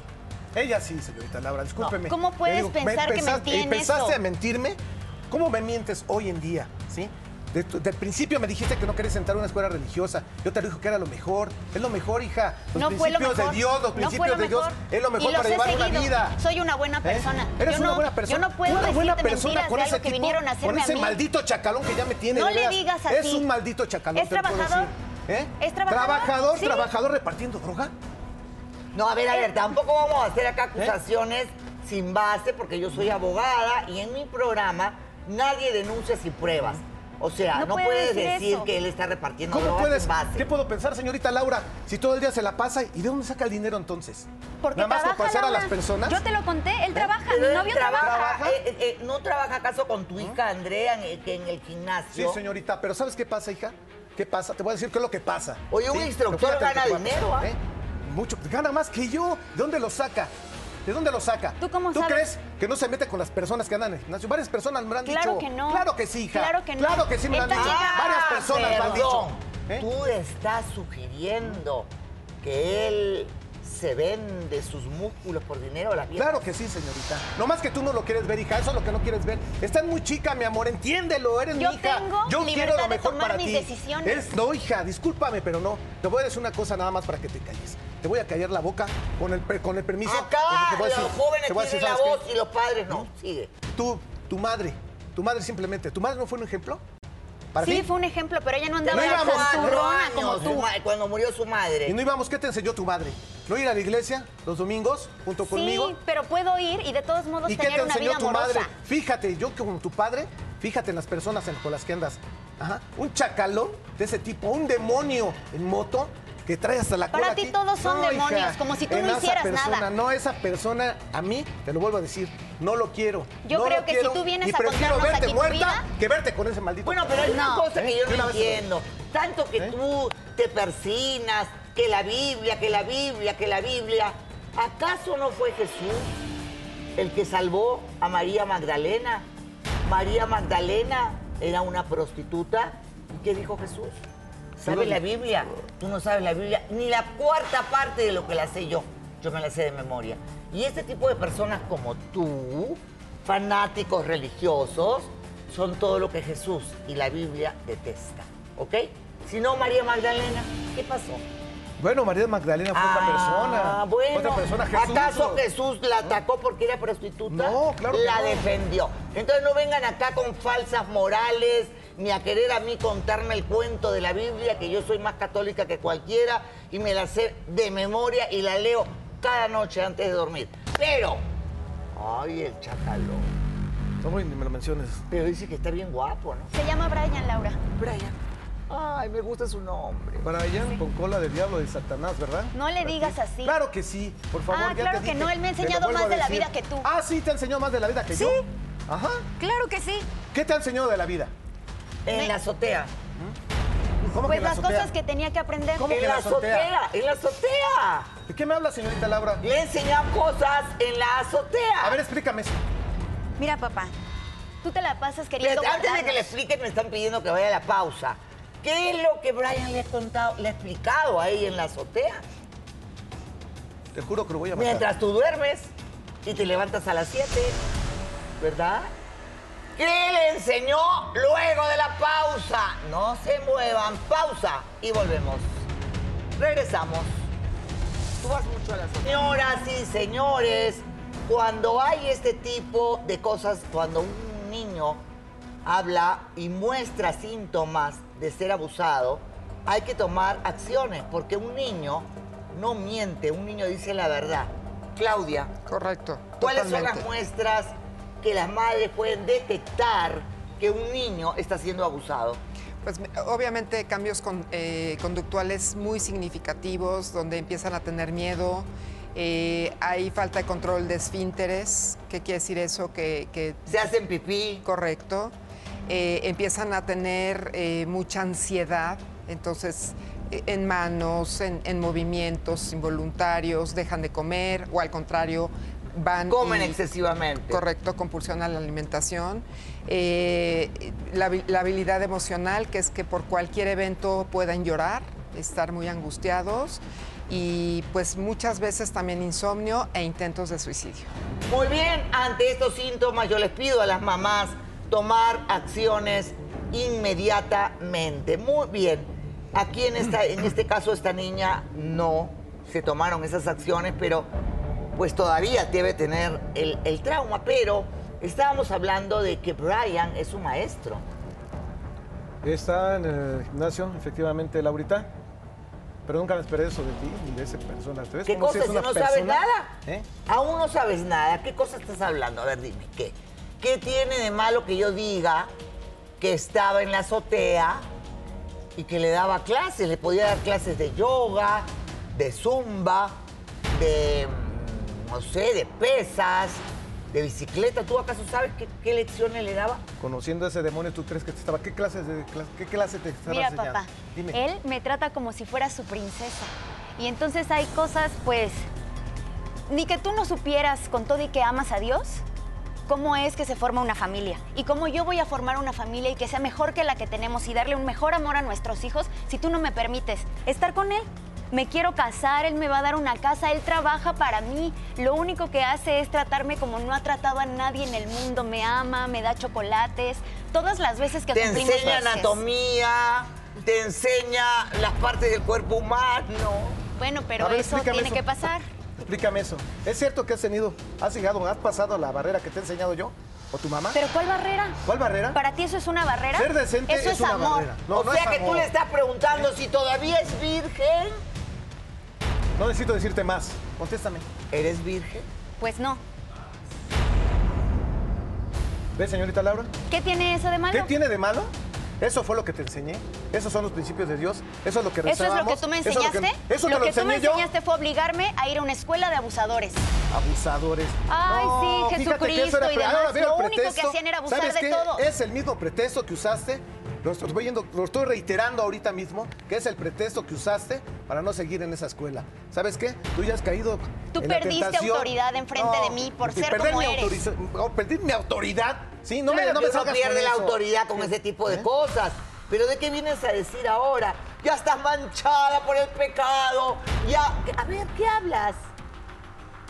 [SPEAKER 9] Ella sí, señorita Laura, discúlpeme.
[SPEAKER 7] ¿Cómo
[SPEAKER 9] Le
[SPEAKER 7] puedes pensar que
[SPEAKER 9] empezaste-
[SPEAKER 7] mentí en
[SPEAKER 9] ¿Empezaste
[SPEAKER 7] eso?
[SPEAKER 9] a mentirme? ¿Cómo me mientes hoy en día? ¿Sí? De tu- del principio me dijiste que no querías entrar a una escuela religiosa. Yo te dije que era lo mejor. Es lo mejor, hija. Los
[SPEAKER 7] no fue lo
[SPEAKER 9] principios
[SPEAKER 7] mejor.
[SPEAKER 9] de Dios, los
[SPEAKER 7] no
[SPEAKER 9] principios
[SPEAKER 7] fue lo
[SPEAKER 9] de Dios
[SPEAKER 7] mejor.
[SPEAKER 9] es lo
[SPEAKER 7] Y
[SPEAKER 9] mejor
[SPEAKER 7] los
[SPEAKER 9] para
[SPEAKER 7] he
[SPEAKER 9] llevar una
[SPEAKER 7] seguido.
[SPEAKER 9] vida.
[SPEAKER 7] Soy una buena
[SPEAKER 9] ¿Eh?
[SPEAKER 7] persona.
[SPEAKER 9] Eres
[SPEAKER 7] yo
[SPEAKER 9] una
[SPEAKER 7] no,
[SPEAKER 9] buena persona.
[SPEAKER 7] Yo no puedo
[SPEAKER 9] una buena
[SPEAKER 7] decirte
[SPEAKER 9] persona
[SPEAKER 7] mentiras
[SPEAKER 9] con
[SPEAKER 7] de
[SPEAKER 9] ese
[SPEAKER 7] algo que
[SPEAKER 9] tipo,
[SPEAKER 7] vinieron a
[SPEAKER 9] con
[SPEAKER 7] hacerme
[SPEAKER 9] ese
[SPEAKER 7] a mí.
[SPEAKER 9] maldito chacalón que ya me tiene.
[SPEAKER 7] No
[SPEAKER 9] de
[SPEAKER 7] le
[SPEAKER 9] veras.
[SPEAKER 7] digas
[SPEAKER 9] Es
[SPEAKER 7] así.
[SPEAKER 9] un maldito chacalón.
[SPEAKER 7] ¿Es
[SPEAKER 9] te lo puedo
[SPEAKER 7] trabajador?
[SPEAKER 9] decir. ¿Eh?
[SPEAKER 7] ¿Es trabajador?
[SPEAKER 9] Trabajador,
[SPEAKER 7] Sí.
[SPEAKER 9] trabajador repartiendo droga. ¿Eh?
[SPEAKER 1] No, a ver, a ver, tampoco vamos a hacer acá acusaciones sin base, porque yo soy abogada y en mi programa nadie denuncia sin pruebas. O sea, no,
[SPEAKER 7] No puede
[SPEAKER 1] puedes
[SPEAKER 7] decir
[SPEAKER 1] decir
[SPEAKER 7] eso.
[SPEAKER 1] que él está repartiendo
[SPEAKER 9] ¿Cómo
[SPEAKER 1] drogas
[SPEAKER 9] puedes?
[SPEAKER 1] sin base.
[SPEAKER 9] ¿Qué puedo pensar, señorita Laura? Si todo el día se la pasa, ¿y de dónde saca el dinero entonces?
[SPEAKER 7] Porque
[SPEAKER 9] Nada más por
[SPEAKER 7] trabaja,
[SPEAKER 9] pasar a
[SPEAKER 7] Laura.
[SPEAKER 9] las personas.
[SPEAKER 7] Yo te lo conté, él trabaja,
[SPEAKER 1] Pero
[SPEAKER 7] mi
[SPEAKER 1] él
[SPEAKER 7] novio
[SPEAKER 1] ¿Eh? trabaja,
[SPEAKER 7] trabaja.
[SPEAKER 1] eh, eh, eh, ¿No trabaja acaso con tu hija Andrea en el, que en el
[SPEAKER 9] ¿Mm? Sí,
[SPEAKER 1] gimnasio?
[SPEAKER 9] señorita, pero ¿sabes qué pasa, hija? ¿Qué pasa? Te voy a decir qué es lo que pasa.
[SPEAKER 1] Oye, un
[SPEAKER 9] ¿Sí?
[SPEAKER 1] instructor
[SPEAKER 9] Pero fíjate lo
[SPEAKER 1] gana
[SPEAKER 9] que va a pasar,
[SPEAKER 1] dinero, ¿ah?
[SPEAKER 9] ¿eh? Mucho, gana más que yo. ¿De dónde lo saca? ¿De dónde lo saca?
[SPEAKER 7] ¿Tú cómo sabes?
[SPEAKER 9] crees que no se mete con las personas que andan en el gimnasio? Varias personas me lo han
[SPEAKER 7] Claro
[SPEAKER 9] dicho.
[SPEAKER 7] que no.
[SPEAKER 9] Claro que sí, hija.
[SPEAKER 7] Claro que no.
[SPEAKER 9] Claro que sí me lo han
[SPEAKER 7] Entonces
[SPEAKER 9] dicho.
[SPEAKER 7] llega-
[SPEAKER 9] Varias personas me lo han dicho.
[SPEAKER 1] Perdón,
[SPEAKER 9] ¿Eh?
[SPEAKER 1] Tú estás sugiriendo que él se vende sus músculos por dinero a la vida.
[SPEAKER 9] Claro que sí, señorita. No más que tú no lo quieres ver, hija. Eso es lo que no quieres ver. Estás muy chica, mi amor. Entiéndelo. Eres
[SPEAKER 7] Yo
[SPEAKER 9] mi hija.
[SPEAKER 7] tengo
[SPEAKER 9] Yo
[SPEAKER 7] libertad
[SPEAKER 9] quiero lo
[SPEAKER 7] de
[SPEAKER 9] mejor
[SPEAKER 7] tomar
[SPEAKER 9] para
[SPEAKER 7] mis
[SPEAKER 9] ti.
[SPEAKER 7] decisiones.
[SPEAKER 9] Eres- no, hija. Discúlpame, pero no. Te voy a decir una cosa nada más para que te calles. Te voy a callar la boca con el, per- con el permiso.
[SPEAKER 1] Acá
[SPEAKER 9] Te voy a decir-
[SPEAKER 1] los jóvenes
[SPEAKER 9] te voy a decir,
[SPEAKER 1] tienen la
[SPEAKER 9] ¿sabes
[SPEAKER 1] voz
[SPEAKER 9] qué? ¿Mm?
[SPEAKER 1] y los padres no. Sigue.
[SPEAKER 9] Tú, tu madre. Tu madre simplemente. ¿Tu madre no fue un ejemplo? Para
[SPEAKER 7] Sí,
[SPEAKER 9] ti.
[SPEAKER 7] fue un ejemplo, pero ella no
[SPEAKER 1] Tenía
[SPEAKER 7] andaba de
[SPEAKER 9] íbamos.
[SPEAKER 7] santurrona
[SPEAKER 1] cuatro
[SPEAKER 7] como
[SPEAKER 1] años, su
[SPEAKER 7] tú.
[SPEAKER 1] ma- Cuando murió su madre.
[SPEAKER 9] Y no íbamos. ¿Qué te enseñó tu madre? ¿No ir a la iglesia los domingos junto conmigo?
[SPEAKER 7] Sí, pero puedo ir y de todos modos
[SPEAKER 9] ¿Y qué te
[SPEAKER 7] tener una
[SPEAKER 9] enseñó
[SPEAKER 7] vida
[SPEAKER 9] tu
[SPEAKER 7] amorosa.
[SPEAKER 9] madre? Fíjate, yo como tu padre, fíjate en las personas en- con las que andas. Ajá. Un chacalón de ese tipo, un demonio en moto que trae hasta la
[SPEAKER 7] Para
[SPEAKER 9] cola
[SPEAKER 7] ti
[SPEAKER 9] aquí.
[SPEAKER 7] todos son demonios, como si tú no
[SPEAKER 9] en esa
[SPEAKER 7] hicieras
[SPEAKER 9] persona,
[SPEAKER 7] nada.
[SPEAKER 9] No, esa persona, a mí, te lo vuelvo a decir, no lo quiero.
[SPEAKER 7] Yo
[SPEAKER 9] no
[SPEAKER 7] creo
[SPEAKER 9] lo
[SPEAKER 7] que si
[SPEAKER 9] quiero
[SPEAKER 7] tú vienes
[SPEAKER 9] y
[SPEAKER 7] a
[SPEAKER 9] prefiero
[SPEAKER 7] contarnos
[SPEAKER 9] verte
[SPEAKER 7] aquí tu
[SPEAKER 9] muerta
[SPEAKER 7] vida-
[SPEAKER 9] que verte con ese maldito.
[SPEAKER 1] Bueno, pero hay una
[SPEAKER 7] No.
[SPEAKER 1] cosa que
[SPEAKER 9] ¿Eh?
[SPEAKER 1] yo no
[SPEAKER 9] De una vez.
[SPEAKER 1] entiendo. Tanto que
[SPEAKER 9] ¿Eh?
[SPEAKER 1] tú te persinas, que la Biblia, que la Biblia, que la Biblia. ¿Acaso no fue Jesús el que salvó a María Magdalena? María Magdalena era una prostituta. ¿Y qué dijo Jesús? ¿Sabes la Biblia? Tú no sabes la Biblia, ni la cuarta parte de lo que la sé yo. Yo me la sé de memoria. Y este tipo de personas como tú, fanáticos religiosos, son todo lo que Jesús y la Biblia detesta. ¿Ok? Si no, María Magdalena, ¿qué pasó?
[SPEAKER 9] Bueno, María Magdalena fue otra persona.
[SPEAKER 1] Ah, Bueno,
[SPEAKER 9] otra persona, Jesús.
[SPEAKER 1] ¿acaso Jesús la atacó porque era prostituta?
[SPEAKER 9] No, claro que
[SPEAKER 1] La
[SPEAKER 9] no.
[SPEAKER 1] defendió. Entonces no vengan acá con falsas morales, ni a querer a mí contarme el cuento de la Biblia, que yo soy más católica que cualquiera, y me la sé de memoria y la leo cada noche antes de dormir. Pero, ay, el chacalón.
[SPEAKER 9] No, güey, ni me lo menciones.
[SPEAKER 1] Pero dice que está bien guapo, ¿no?
[SPEAKER 7] Se llama Brian, Laura.
[SPEAKER 1] Brian. Ay, me gusta su nombre.
[SPEAKER 9] Para allá, con cola de diablo de Satanás, ¿verdad?
[SPEAKER 7] No le
[SPEAKER 9] ¿Para
[SPEAKER 7] digas
[SPEAKER 9] ti?
[SPEAKER 7] así.
[SPEAKER 9] Claro que sí, por favor.
[SPEAKER 7] Ah,
[SPEAKER 9] ya te
[SPEAKER 7] claro que
[SPEAKER 9] dije,
[SPEAKER 7] no, él me ha
[SPEAKER 9] te lo
[SPEAKER 7] enseñado
[SPEAKER 9] vuelvo a
[SPEAKER 7] más de la
[SPEAKER 9] decir.
[SPEAKER 7] vida que tú.
[SPEAKER 9] Ah, sí, te enseñó más de la vida que yo. Ajá.
[SPEAKER 7] Claro que sí.
[SPEAKER 9] ¿Qué te ha enseñado de la vida? ¿Mm?
[SPEAKER 1] En
[SPEAKER 7] Me-
[SPEAKER 1] la azotea.
[SPEAKER 9] ¿Cómo
[SPEAKER 7] Pues
[SPEAKER 9] la
[SPEAKER 7] las
[SPEAKER 9] azotea?
[SPEAKER 7] cosas que tenía que aprender.
[SPEAKER 9] ¿Cómo?
[SPEAKER 1] en
[SPEAKER 9] que
[SPEAKER 1] la
[SPEAKER 9] la azotea?
[SPEAKER 1] azotea, en la azotea.
[SPEAKER 9] ¿De qué me habla, señorita Laura?
[SPEAKER 1] Le enseñaba cosas en la azotea.
[SPEAKER 9] A ver, explícame eso.
[SPEAKER 7] Mira, papá, tú te la pasas queriendo
[SPEAKER 1] Espérate, antes de que le
[SPEAKER 7] guardarnos.
[SPEAKER 1] explique, me están pidiendo que vaya a la pausa. ¿Qué es lo que Brian le ha contado, le ha explicado ahí en la azotea?
[SPEAKER 9] Te juro que lo voy a matar.
[SPEAKER 1] Mientras tú duermes y te levantas a las 7, ¿verdad? ¿Qué le enseñó luego de la pausa? No se muevan, pausa y volvemos. Regresamos. Tú vas mucho a las Señoras y señores, cuando hay este tipo de cosas, cuando un niño habla y muestra síntomas de ser abusado, hay que tomar acciones, porque un niño no miente, un niño dice la verdad. Claudia,
[SPEAKER 5] Correcto.
[SPEAKER 1] ¿cuáles son
[SPEAKER 5] totalmente.
[SPEAKER 1] las muestras que las madres pueden detectar que un niño está siendo abusado?
[SPEAKER 5] Pues me- obviamente cambios con- eh, conductuales muy significativos, donde empiezan a tener miedo, eh, hay falta de control de esfínteres, ¿qué quiere decir eso? Que, que-
[SPEAKER 1] Se hacen pipí,
[SPEAKER 5] correcto, Eh, empiezan a tener eh, mucha ansiedad, entonces eh, en manos, en, en movimientos involuntarios, dejan de comer o al contrario van
[SPEAKER 1] comen
[SPEAKER 5] y-
[SPEAKER 1] excesivamente.
[SPEAKER 5] Correcto, compulsión a la alimentación. Eh, la, habi- la habilidad emocional, que es que por cualquier evento puedan llorar, estar muy angustiados y pues muchas veces también insomnio e intentos de suicidio.
[SPEAKER 1] Muy bien, ante estos síntomas yo les pido a las mamás tomar acciones inmediatamente. Muy bien, aquí en, esta, en este caso esta niña no se tomaron esas acciones, pero pues todavía debe tener el, el trauma. Pero estábamos hablando de que Brian es un maestro.
[SPEAKER 9] Está en el gimnasio, efectivamente, Laurita. Pero nunca me esperé eso de ti ni de esa persona. ¿Te ves
[SPEAKER 1] ¿Qué
[SPEAKER 9] como si
[SPEAKER 1] cosas
[SPEAKER 9] es
[SPEAKER 1] si
[SPEAKER 9] una
[SPEAKER 1] no
[SPEAKER 9] persona?
[SPEAKER 1] sabes nada?
[SPEAKER 9] ¿Eh?
[SPEAKER 1] Aún no sabes nada. ¿Qué cosa estás hablando? A ver, dime, ¿qué? ¿Qué tiene de malo que yo diga que estaba en la azotea y que le daba clases? Le podía dar clases de yoga, de zumba, de, mm, no sé, de pesas, de bicicleta. ¿Tú acaso sabes qué, qué lecciones le daba?
[SPEAKER 9] Conociendo a ese demonio, ¿tú crees que te estaba? ¿Qué clase, de, cla- qué clase te estaba
[SPEAKER 7] Mira,
[SPEAKER 9] enseñando?
[SPEAKER 7] papá,
[SPEAKER 9] Dime.
[SPEAKER 7] él me trata como si fuera su princesa. Y entonces hay cosas, pues, ni que tú no supieras con todo y que amas a Dios, cómo es que se forma una familia. Y cómo yo voy a formar una familia y que sea mejor que la que tenemos y darle un mejor amor a nuestros hijos si tú no me permites estar con él. Me quiero casar, él me va a dar una casa, él trabaja para mí. Lo único que hace es tratarme como no ha tratado a nadie en el mundo. Me ama, me da chocolates. Todas las veces que
[SPEAKER 1] Te
[SPEAKER 7] cumplimos
[SPEAKER 1] enseña
[SPEAKER 7] meses.
[SPEAKER 1] anatomía, te enseña las partes del cuerpo humano.
[SPEAKER 7] Bueno, pero
[SPEAKER 9] A ver,
[SPEAKER 7] eso
[SPEAKER 9] explícame
[SPEAKER 7] tiene que pasar.
[SPEAKER 9] Explícame eso. ¿Es cierto que has tenido, has llegado, has pasado la barrera que te he enseñado yo o tu mamá?
[SPEAKER 7] ¿Pero cuál barrera?
[SPEAKER 9] ¿Cuál barrera?
[SPEAKER 7] ¿Para ti eso es una barrera?
[SPEAKER 9] Ser decente
[SPEAKER 7] eso es,
[SPEAKER 9] es una
[SPEAKER 7] amor.
[SPEAKER 9] barrera. No,
[SPEAKER 1] o
[SPEAKER 9] no
[SPEAKER 1] sea
[SPEAKER 9] es
[SPEAKER 1] que tú
[SPEAKER 9] amor.
[SPEAKER 1] le estás preguntando si todavía es virgen.
[SPEAKER 9] No necesito decirte más. Contéstame.
[SPEAKER 1] ¿Eres virgen?
[SPEAKER 7] Pues no.
[SPEAKER 9] ¿Ves, señorita Laura?
[SPEAKER 7] ¿Qué tiene eso de malo?
[SPEAKER 9] ¿Qué tiene de malo Eso fue lo que te enseñé. Esos son los principios de Dios. Eso es lo que
[SPEAKER 7] Eso es lo
[SPEAKER 9] rezábamos,
[SPEAKER 7] que tú me
[SPEAKER 9] eso es lo que-
[SPEAKER 7] enseñaste.
[SPEAKER 9] Eso te lo,
[SPEAKER 7] que tú me
[SPEAKER 9] enseñé yo.
[SPEAKER 7] enseñaste fue obligarme a ir a una escuela de abusadores.
[SPEAKER 9] Abusadores.
[SPEAKER 7] Ay, sí,
[SPEAKER 9] fíjate que eso
[SPEAKER 7] Jesucristo
[SPEAKER 9] era
[SPEAKER 7] y
[SPEAKER 9] pre- ahora
[SPEAKER 7] demás,
[SPEAKER 9] veo el
[SPEAKER 7] lo único que
[SPEAKER 9] pretexto.
[SPEAKER 7] hacían era abusar
[SPEAKER 9] ¿Sabes
[SPEAKER 7] de
[SPEAKER 9] qué?
[SPEAKER 7] todo.
[SPEAKER 9] Es el mismo pretexto que usaste. Lo estoy, viendo- lo estoy reiterando ahorita mismo, que es el pretexto que usaste para no seguir en esa escuela. ¿Sabes qué? Tú ya has caído.
[SPEAKER 7] Tú
[SPEAKER 9] en la
[SPEAKER 7] perdiste
[SPEAKER 9] tentación.
[SPEAKER 7] autoridad enfrente de mí por
[SPEAKER 9] y
[SPEAKER 7] ser
[SPEAKER 9] perder
[SPEAKER 7] como
[SPEAKER 9] mi
[SPEAKER 7] eres.
[SPEAKER 9] autoriza- oh, Perdí mi autoridad. Sí, no me,
[SPEAKER 1] Claro
[SPEAKER 9] no
[SPEAKER 1] que
[SPEAKER 9] me
[SPEAKER 1] uno
[SPEAKER 9] salgas
[SPEAKER 1] pierde
[SPEAKER 9] con
[SPEAKER 1] la
[SPEAKER 9] eso. ¿Eh?
[SPEAKER 1] autoridad con ese tipo de cosas. Pero ¿de qué vienes a decir ahora? Ya estás manchada por el pecado. Ya. A ver, ¿qué hablas?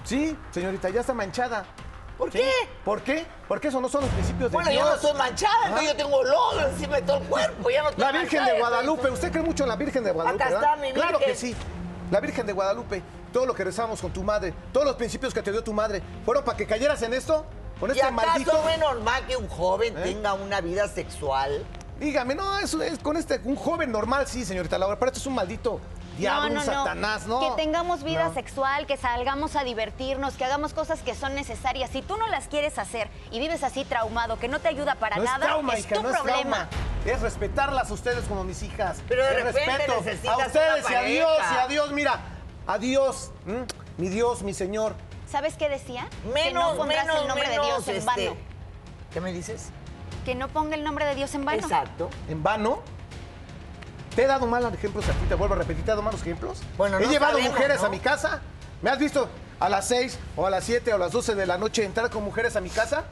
[SPEAKER 9] Sí, señorita, ya está manchada.
[SPEAKER 1] ¿Por
[SPEAKER 9] ¿Sí?
[SPEAKER 1] qué?
[SPEAKER 9] ¿Por qué? Porque esos no son los principios
[SPEAKER 1] Bueno,
[SPEAKER 9] de Dios.
[SPEAKER 1] yo no soy manchada,
[SPEAKER 9] Ajá.
[SPEAKER 1] entonces yo tengo lodo encima de todo el cuerpo. Ya no estoy
[SPEAKER 9] La Virgen
[SPEAKER 1] manchada,
[SPEAKER 9] de
[SPEAKER 1] ya estoy-
[SPEAKER 9] Guadalupe, usted cree mucho en la Virgen de Guadalupe.
[SPEAKER 1] Acá
[SPEAKER 9] ¿verdad?
[SPEAKER 1] está mi
[SPEAKER 9] Claro
[SPEAKER 1] Virgen.
[SPEAKER 9] que sí. La Virgen de Guadalupe, todo lo que rezamos con tu madre, todos los principios que te dio tu madre, ¿fueron para que cayeras en esto? Con
[SPEAKER 1] ¿Y
[SPEAKER 9] este
[SPEAKER 1] acaso
[SPEAKER 9] maldito.
[SPEAKER 1] no es normal que un joven
[SPEAKER 9] ¿Eh?
[SPEAKER 1] tenga una vida sexual?
[SPEAKER 9] Dígame, no, eso es con este, un joven normal, sí, señorita Laura, pero esto es un maldito diablo, un satanás, ¿no?
[SPEAKER 7] Que tengamos vida
[SPEAKER 9] No.
[SPEAKER 7] sexual, que salgamos a divertirnos, que hagamos cosas que son necesarias. Si tú no las quieres hacer y vives así traumado, que no te ayuda para
[SPEAKER 9] No es
[SPEAKER 7] nada,
[SPEAKER 9] trauma,
[SPEAKER 7] es
[SPEAKER 9] hija,
[SPEAKER 7] tu
[SPEAKER 9] no es trauma.
[SPEAKER 7] problema.
[SPEAKER 9] Es respetarlas a ustedes como mis hijas.
[SPEAKER 1] Pero de
[SPEAKER 9] Es
[SPEAKER 1] repente
[SPEAKER 9] respeto
[SPEAKER 1] necesitas
[SPEAKER 9] a ustedes
[SPEAKER 1] una
[SPEAKER 9] y a Dios
[SPEAKER 1] pareja.
[SPEAKER 9] y a Dios, mira, a Dios, ¿mm? mi Dios, mi Señor.
[SPEAKER 7] ¿Sabes qué decía? que
[SPEAKER 1] Menos,
[SPEAKER 7] no pondrás
[SPEAKER 1] menos,
[SPEAKER 7] el nombre
[SPEAKER 1] menos,
[SPEAKER 7] de Dios en
[SPEAKER 1] este,
[SPEAKER 7] vano.
[SPEAKER 1] ¿Qué me dices?
[SPEAKER 7] Que no ponga el nombre de Dios en vano.
[SPEAKER 1] Exacto.
[SPEAKER 9] en vano. Te he dado malos ejemplos a ti, te vuelvo a repetir, te he dado malos ejemplos.
[SPEAKER 1] Bueno,
[SPEAKER 9] he
[SPEAKER 1] no
[SPEAKER 9] llevado
[SPEAKER 1] sabemos,
[SPEAKER 9] mujeres
[SPEAKER 1] ¿no?
[SPEAKER 9] a mi casa. ¿Me has visto a las 6 o a las 7 o a las 12 de la noche entrar con mujeres a mi casa?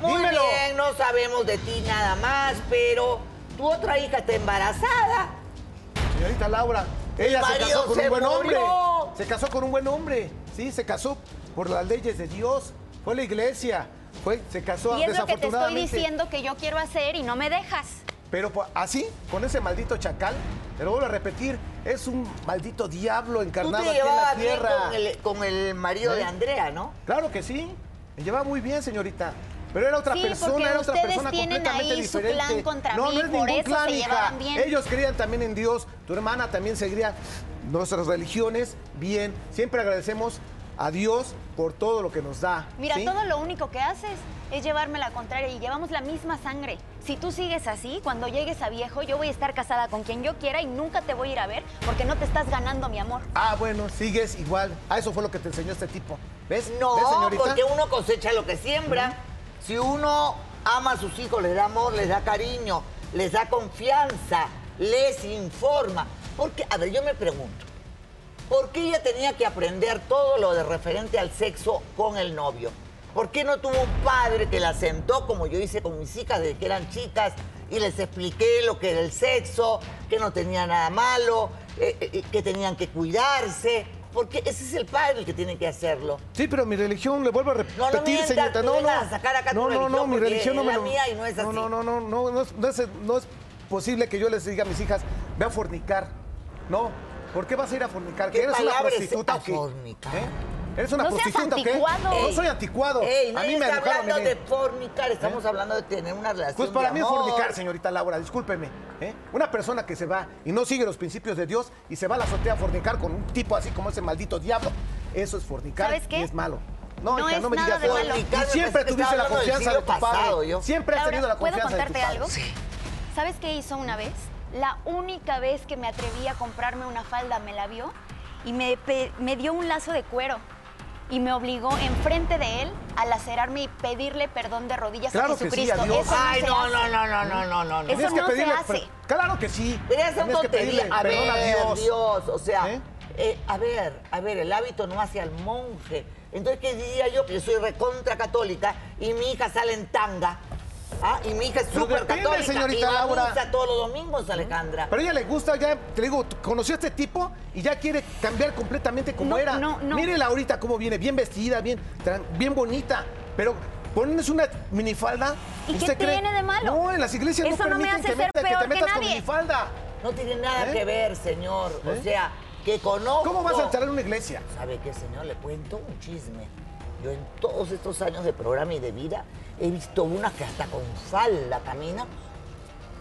[SPEAKER 1] Muy
[SPEAKER 9] Dímelo.
[SPEAKER 1] bien, no sabemos de ti nada más, pero tu otra hija está embarazada.
[SPEAKER 9] Señorita Laura, ella se
[SPEAKER 1] marido
[SPEAKER 9] casó con
[SPEAKER 1] se
[SPEAKER 9] un buen
[SPEAKER 1] murió.
[SPEAKER 9] hombre. Se casó con un buen hombre. Sí, se casó por las leyes de Dios. Fue a la iglesia. Fue, se casó
[SPEAKER 7] Y es lo que te estoy
[SPEAKER 9] desafortunadamente.
[SPEAKER 7] diciendo que yo quiero hacer y no me dejas.
[SPEAKER 9] Pero pues, así, con ese maldito chacal, te lo vuelvo a repetir, es un maldito diablo
[SPEAKER 1] Tú
[SPEAKER 9] encarnado
[SPEAKER 1] te
[SPEAKER 9] aquí en la
[SPEAKER 1] llevabas bien
[SPEAKER 9] tierra.
[SPEAKER 1] con el, con el marido
[SPEAKER 9] ¿Eh?
[SPEAKER 1] de Andrea, ¿no?
[SPEAKER 9] Claro que sí. Me llevaba muy bien, señorita. Pero era otra
[SPEAKER 7] Sí, porque
[SPEAKER 9] persona, era otra
[SPEAKER 7] ustedes
[SPEAKER 9] persona
[SPEAKER 7] tienen
[SPEAKER 9] completamente
[SPEAKER 7] ahí su
[SPEAKER 9] diferente.
[SPEAKER 7] plan contra
[SPEAKER 9] no,
[SPEAKER 7] mí,
[SPEAKER 9] no es
[SPEAKER 7] por
[SPEAKER 9] ningún
[SPEAKER 7] eso
[SPEAKER 9] plan,
[SPEAKER 7] se
[SPEAKER 9] hija.
[SPEAKER 7] llevaban bien.
[SPEAKER 9] Ellos creían también en Dios. Tu hermana también seguía nuestras religiones bien. Siempre agradecemos a Dios por todo lo que nos da.
[SPEAKER 7] Mira,
[SPEAKER 9] ¿sí?
[SPEAKER 7] todo lo único que haces es llevarme la contraria y llevamos la misma sangre. Si tú sigues así, cuando llegues a viejo, yo voy a estar casada con quien yo quiera y nunca te voy a ir a ver porque no te estás ganando mi amor.
[SPEAKER 9] Ah, bueno, sigues igual. Ah, eso fue lo que te enseñó este tipo. ¿Ves?
[SPEAKER 1] No,
[SPEAKER 9] ¿Ves, señorita?
[SPEAKER 1] porque uno cosecha lo que siembra. Si uno ama a sus hijos, les da amor, les da cariño, les da confianza, les informa. Porque, a ver, yo me pregunto, ¿por qué ella tenía que aprender todo lo de referente al sexo con el novio? ¿Por qué no tuvo un padre que la sentó, como yo hice con mis hijas desde que eran chicas, y les expliqué lo que era el sexo, que no tenía nada malo, eh, eh, que tenían que cuidarse? Porque ese es el padre el que tiene que hacerlo.
[SPEAKER 9] Sí, pero mi religión, le vuelvo a repetir,
[SPEAKER 1] No, no mientas,
[SPEAKER 9] señorita.
[SPEAKER 1] tú
[SPEAKER 9] No, no.
[SPEAKER 1] vengas a sacar acá tu
[SPEAKER 9] no, no, no,
[SPEAKER 1] religión
[SPEAKER 9] mi
[SPEAKER 1] porque
[SPEAKER 9] religión no
[SPEAKER 1] es
[SPEAKER 9] me
[SPEAKER 1] la
[SPEAKER 9] lo-
[SPEAKER 1] mía y no es así.
[SPEAKER 9] No, no, no, no, no, es, no es- no es posible que yo les diga a mis hijas, ve a fornicar. No, ¿por qué vas a ir a fornicar?
[SPEAKER 1] ¿Qué
[SPEAKER 9] ¿Que eres una
[SPEAKER 1] palabra es
[SPEAKER 9] prostituta
[SPEAKER 1] a
[SPEAKER 9] o qué?
[SPEAKER 1] fornicar?
[SPEAKER 9] ¿Eh? ¿Eres una
[SPEAKER 7] No seas
[SPEAKER 9] prostituta o qué?
[SPEAKER 7] anticuado.
[SPEAKER 9] No
[SPEAKER 1] Ey.
[SPEAKER 9] soy anticuado.
[SPEAKER 1] Ey,
[SPEAKER 9] a
[SPEAKER 1] nadie
[SPEAKER 9] mí me
[SPEAKER 1] está
[SPEAKER 9] educaron
[SPEAKER 1] hablando
[SPEAKER 9] en
[SPEAKER 1] de
[SPEAKER 9] el-
[SPEAKER 1] fornicar, estamos hablando de tener una relación.
[SPEAKER 9] Pues para
[SPEAKER 1] de
[SPEAKER 9] mí es
[SPEAKER 1] amor.
[SPEAKER 9] fornicar, señorita Laura, discúlpeme. ¿eh? Una persona que se va y no sigue los principios de Dios y se va a la azotea a fornicar con un tipo así como ese maldito diablo, eso es fornicar
[SPEAKER 7] ¿Sabes qué?
[SPEAKER 9] y es malo. No,
[SPEAKER 7] No
[SPEAKER 9] hija,
[SPEAKER 7] es
[SPEAKER 9] no me
[SPEAKER 7] nada
[SPEAKER 9] digas
[SPEAKER 7] de
[SPEAKER 9] eso.
[SPEAKER 7] malo.
[SPEAKER 9] Y siempre
[SPEAKER 1] Estaba
[SPEAKER 9] tuviste la
[SPEAKER 1] hablando del
[SPEAKER 9] confianza de tu
[SPEAKER 1] siglo pasado,
[SPEAKER 9] padre.
[SPEAKER 1] yo.
[SPEAKER 9] Siempre has
[SPEAKER 7] Laura,
[SPEAKER 9] tenido la
[SPEAKER 7] ¿puedo
[SPEAKER 9] confianza de tu
[SPEAKER 7] contarte
[SPEAKER 9] padre.
[SPEAKER 7] algo? ¿Sabes qué hizo una vez? La única vez que me atreví a comprarme una falda me la vio y me, pe- me dio un lazo de cuero y me obligó enfrente de él a lacerarme y pedirle perdón de rodillas
[SPEAKER 9] Claro
[SPEAKER 7] a
[SPEAKER 9] que sí, Ah,
[SPEAKER 7] Jesucristo.
[SPEAKER 9] a Dios.
[SPEAKER 7] Eso no
[SPEAKER 1] Ay,
[SPEAKER 7] se
[SPEAKER 1] no,
[SPEAKER 7] hace.
[SPEAKER 1] no, no, no, no, no, no, no.
[SPEAKER 7] Eso
[SPEAKER 9] Tienes que
[SPEAKER 7] no se
[SPEAKER 9] pedirle
[SPEAKER 7] hace.
[SPEAKER 9] per- Claro que sí.
[SPEAKER 1] Pero esa
[SPEAKER 9] Tienes que
[SPEAKER 1] tontería.
[SPEAKER 9] pedirle
[SPEAKER 1] A ver,
[SPEAKER 9] perdón a Dios.
[SPEAKER 1] Dios. o sea,
[SPEAKER 9] ¿Eh?
[SPEAKER 1] eh, a ver, a ver, el hábito no hace al monje. Entonces, ¿qué diría yo? Que soy recontra católica y mi hija sale en tanga. Ah, y mi hija es
[SPEAKER 9] Pero
[SPEAKER 1] súper
[SPEAKER 9] depende,
[SPEAKER 1] católica.
[SPEAKER 9] señorita
[SPEAKER 1] y va a
[SPEAKER 9] Laura.
[SPEAKER 1] misa todos los domingos, Alejandra.
[SPEAKER 9] Pero a ella le gusta, ya te digo, t- conoció a este tipo y ya quiere cambiar completamente como
[SPEAKER 7] No,
[SPEAKER 9] era.
[SPEAKER 7] no, no.
[SPEAKER 9] Mírela ahorita cómo viene, bien vestida, bien, tran- bien bonita. Pero pones una minifalda.
[SPEAKER 7] ¿Y qué
[SPEAKER 9] ¿usted cree?
[SPEAKER 7] tiene de malo?
[SPEAKER 9] No, en las iglesias
[SPEAKER 7] Eso
[SPEAKER 9] no
[SPEAKER 7] no me
[SPEAKER 9] permiten
[SPEAKER 7] hace
[SPEAKER 9] que,
[SPEAKER 7] ser
[SPEAKER 9] meta- que te
[SPEAKER 7] peor que
[SPEAKER 9] metas con
[SPEAKER 7] nadie.
[SPEAKER 9] minifalda.
[SPEAKER 1] No tiene nada
[SPEAKER 9] ¿Eh?
[SPEAKER 1] que ver, señor.
[SPEAKER 9] ¿Eh?
[SPEAKER 1] O sea, que conozco.
[SPEAKER 9] ¿Cómo vas a entrar en una iglesia?
[SPEAKER 1] ¿Sabe qué, señor? Le cuento un chisme. Yo en todos estos años de programa y de vida he visto unas que hasta con falda caminan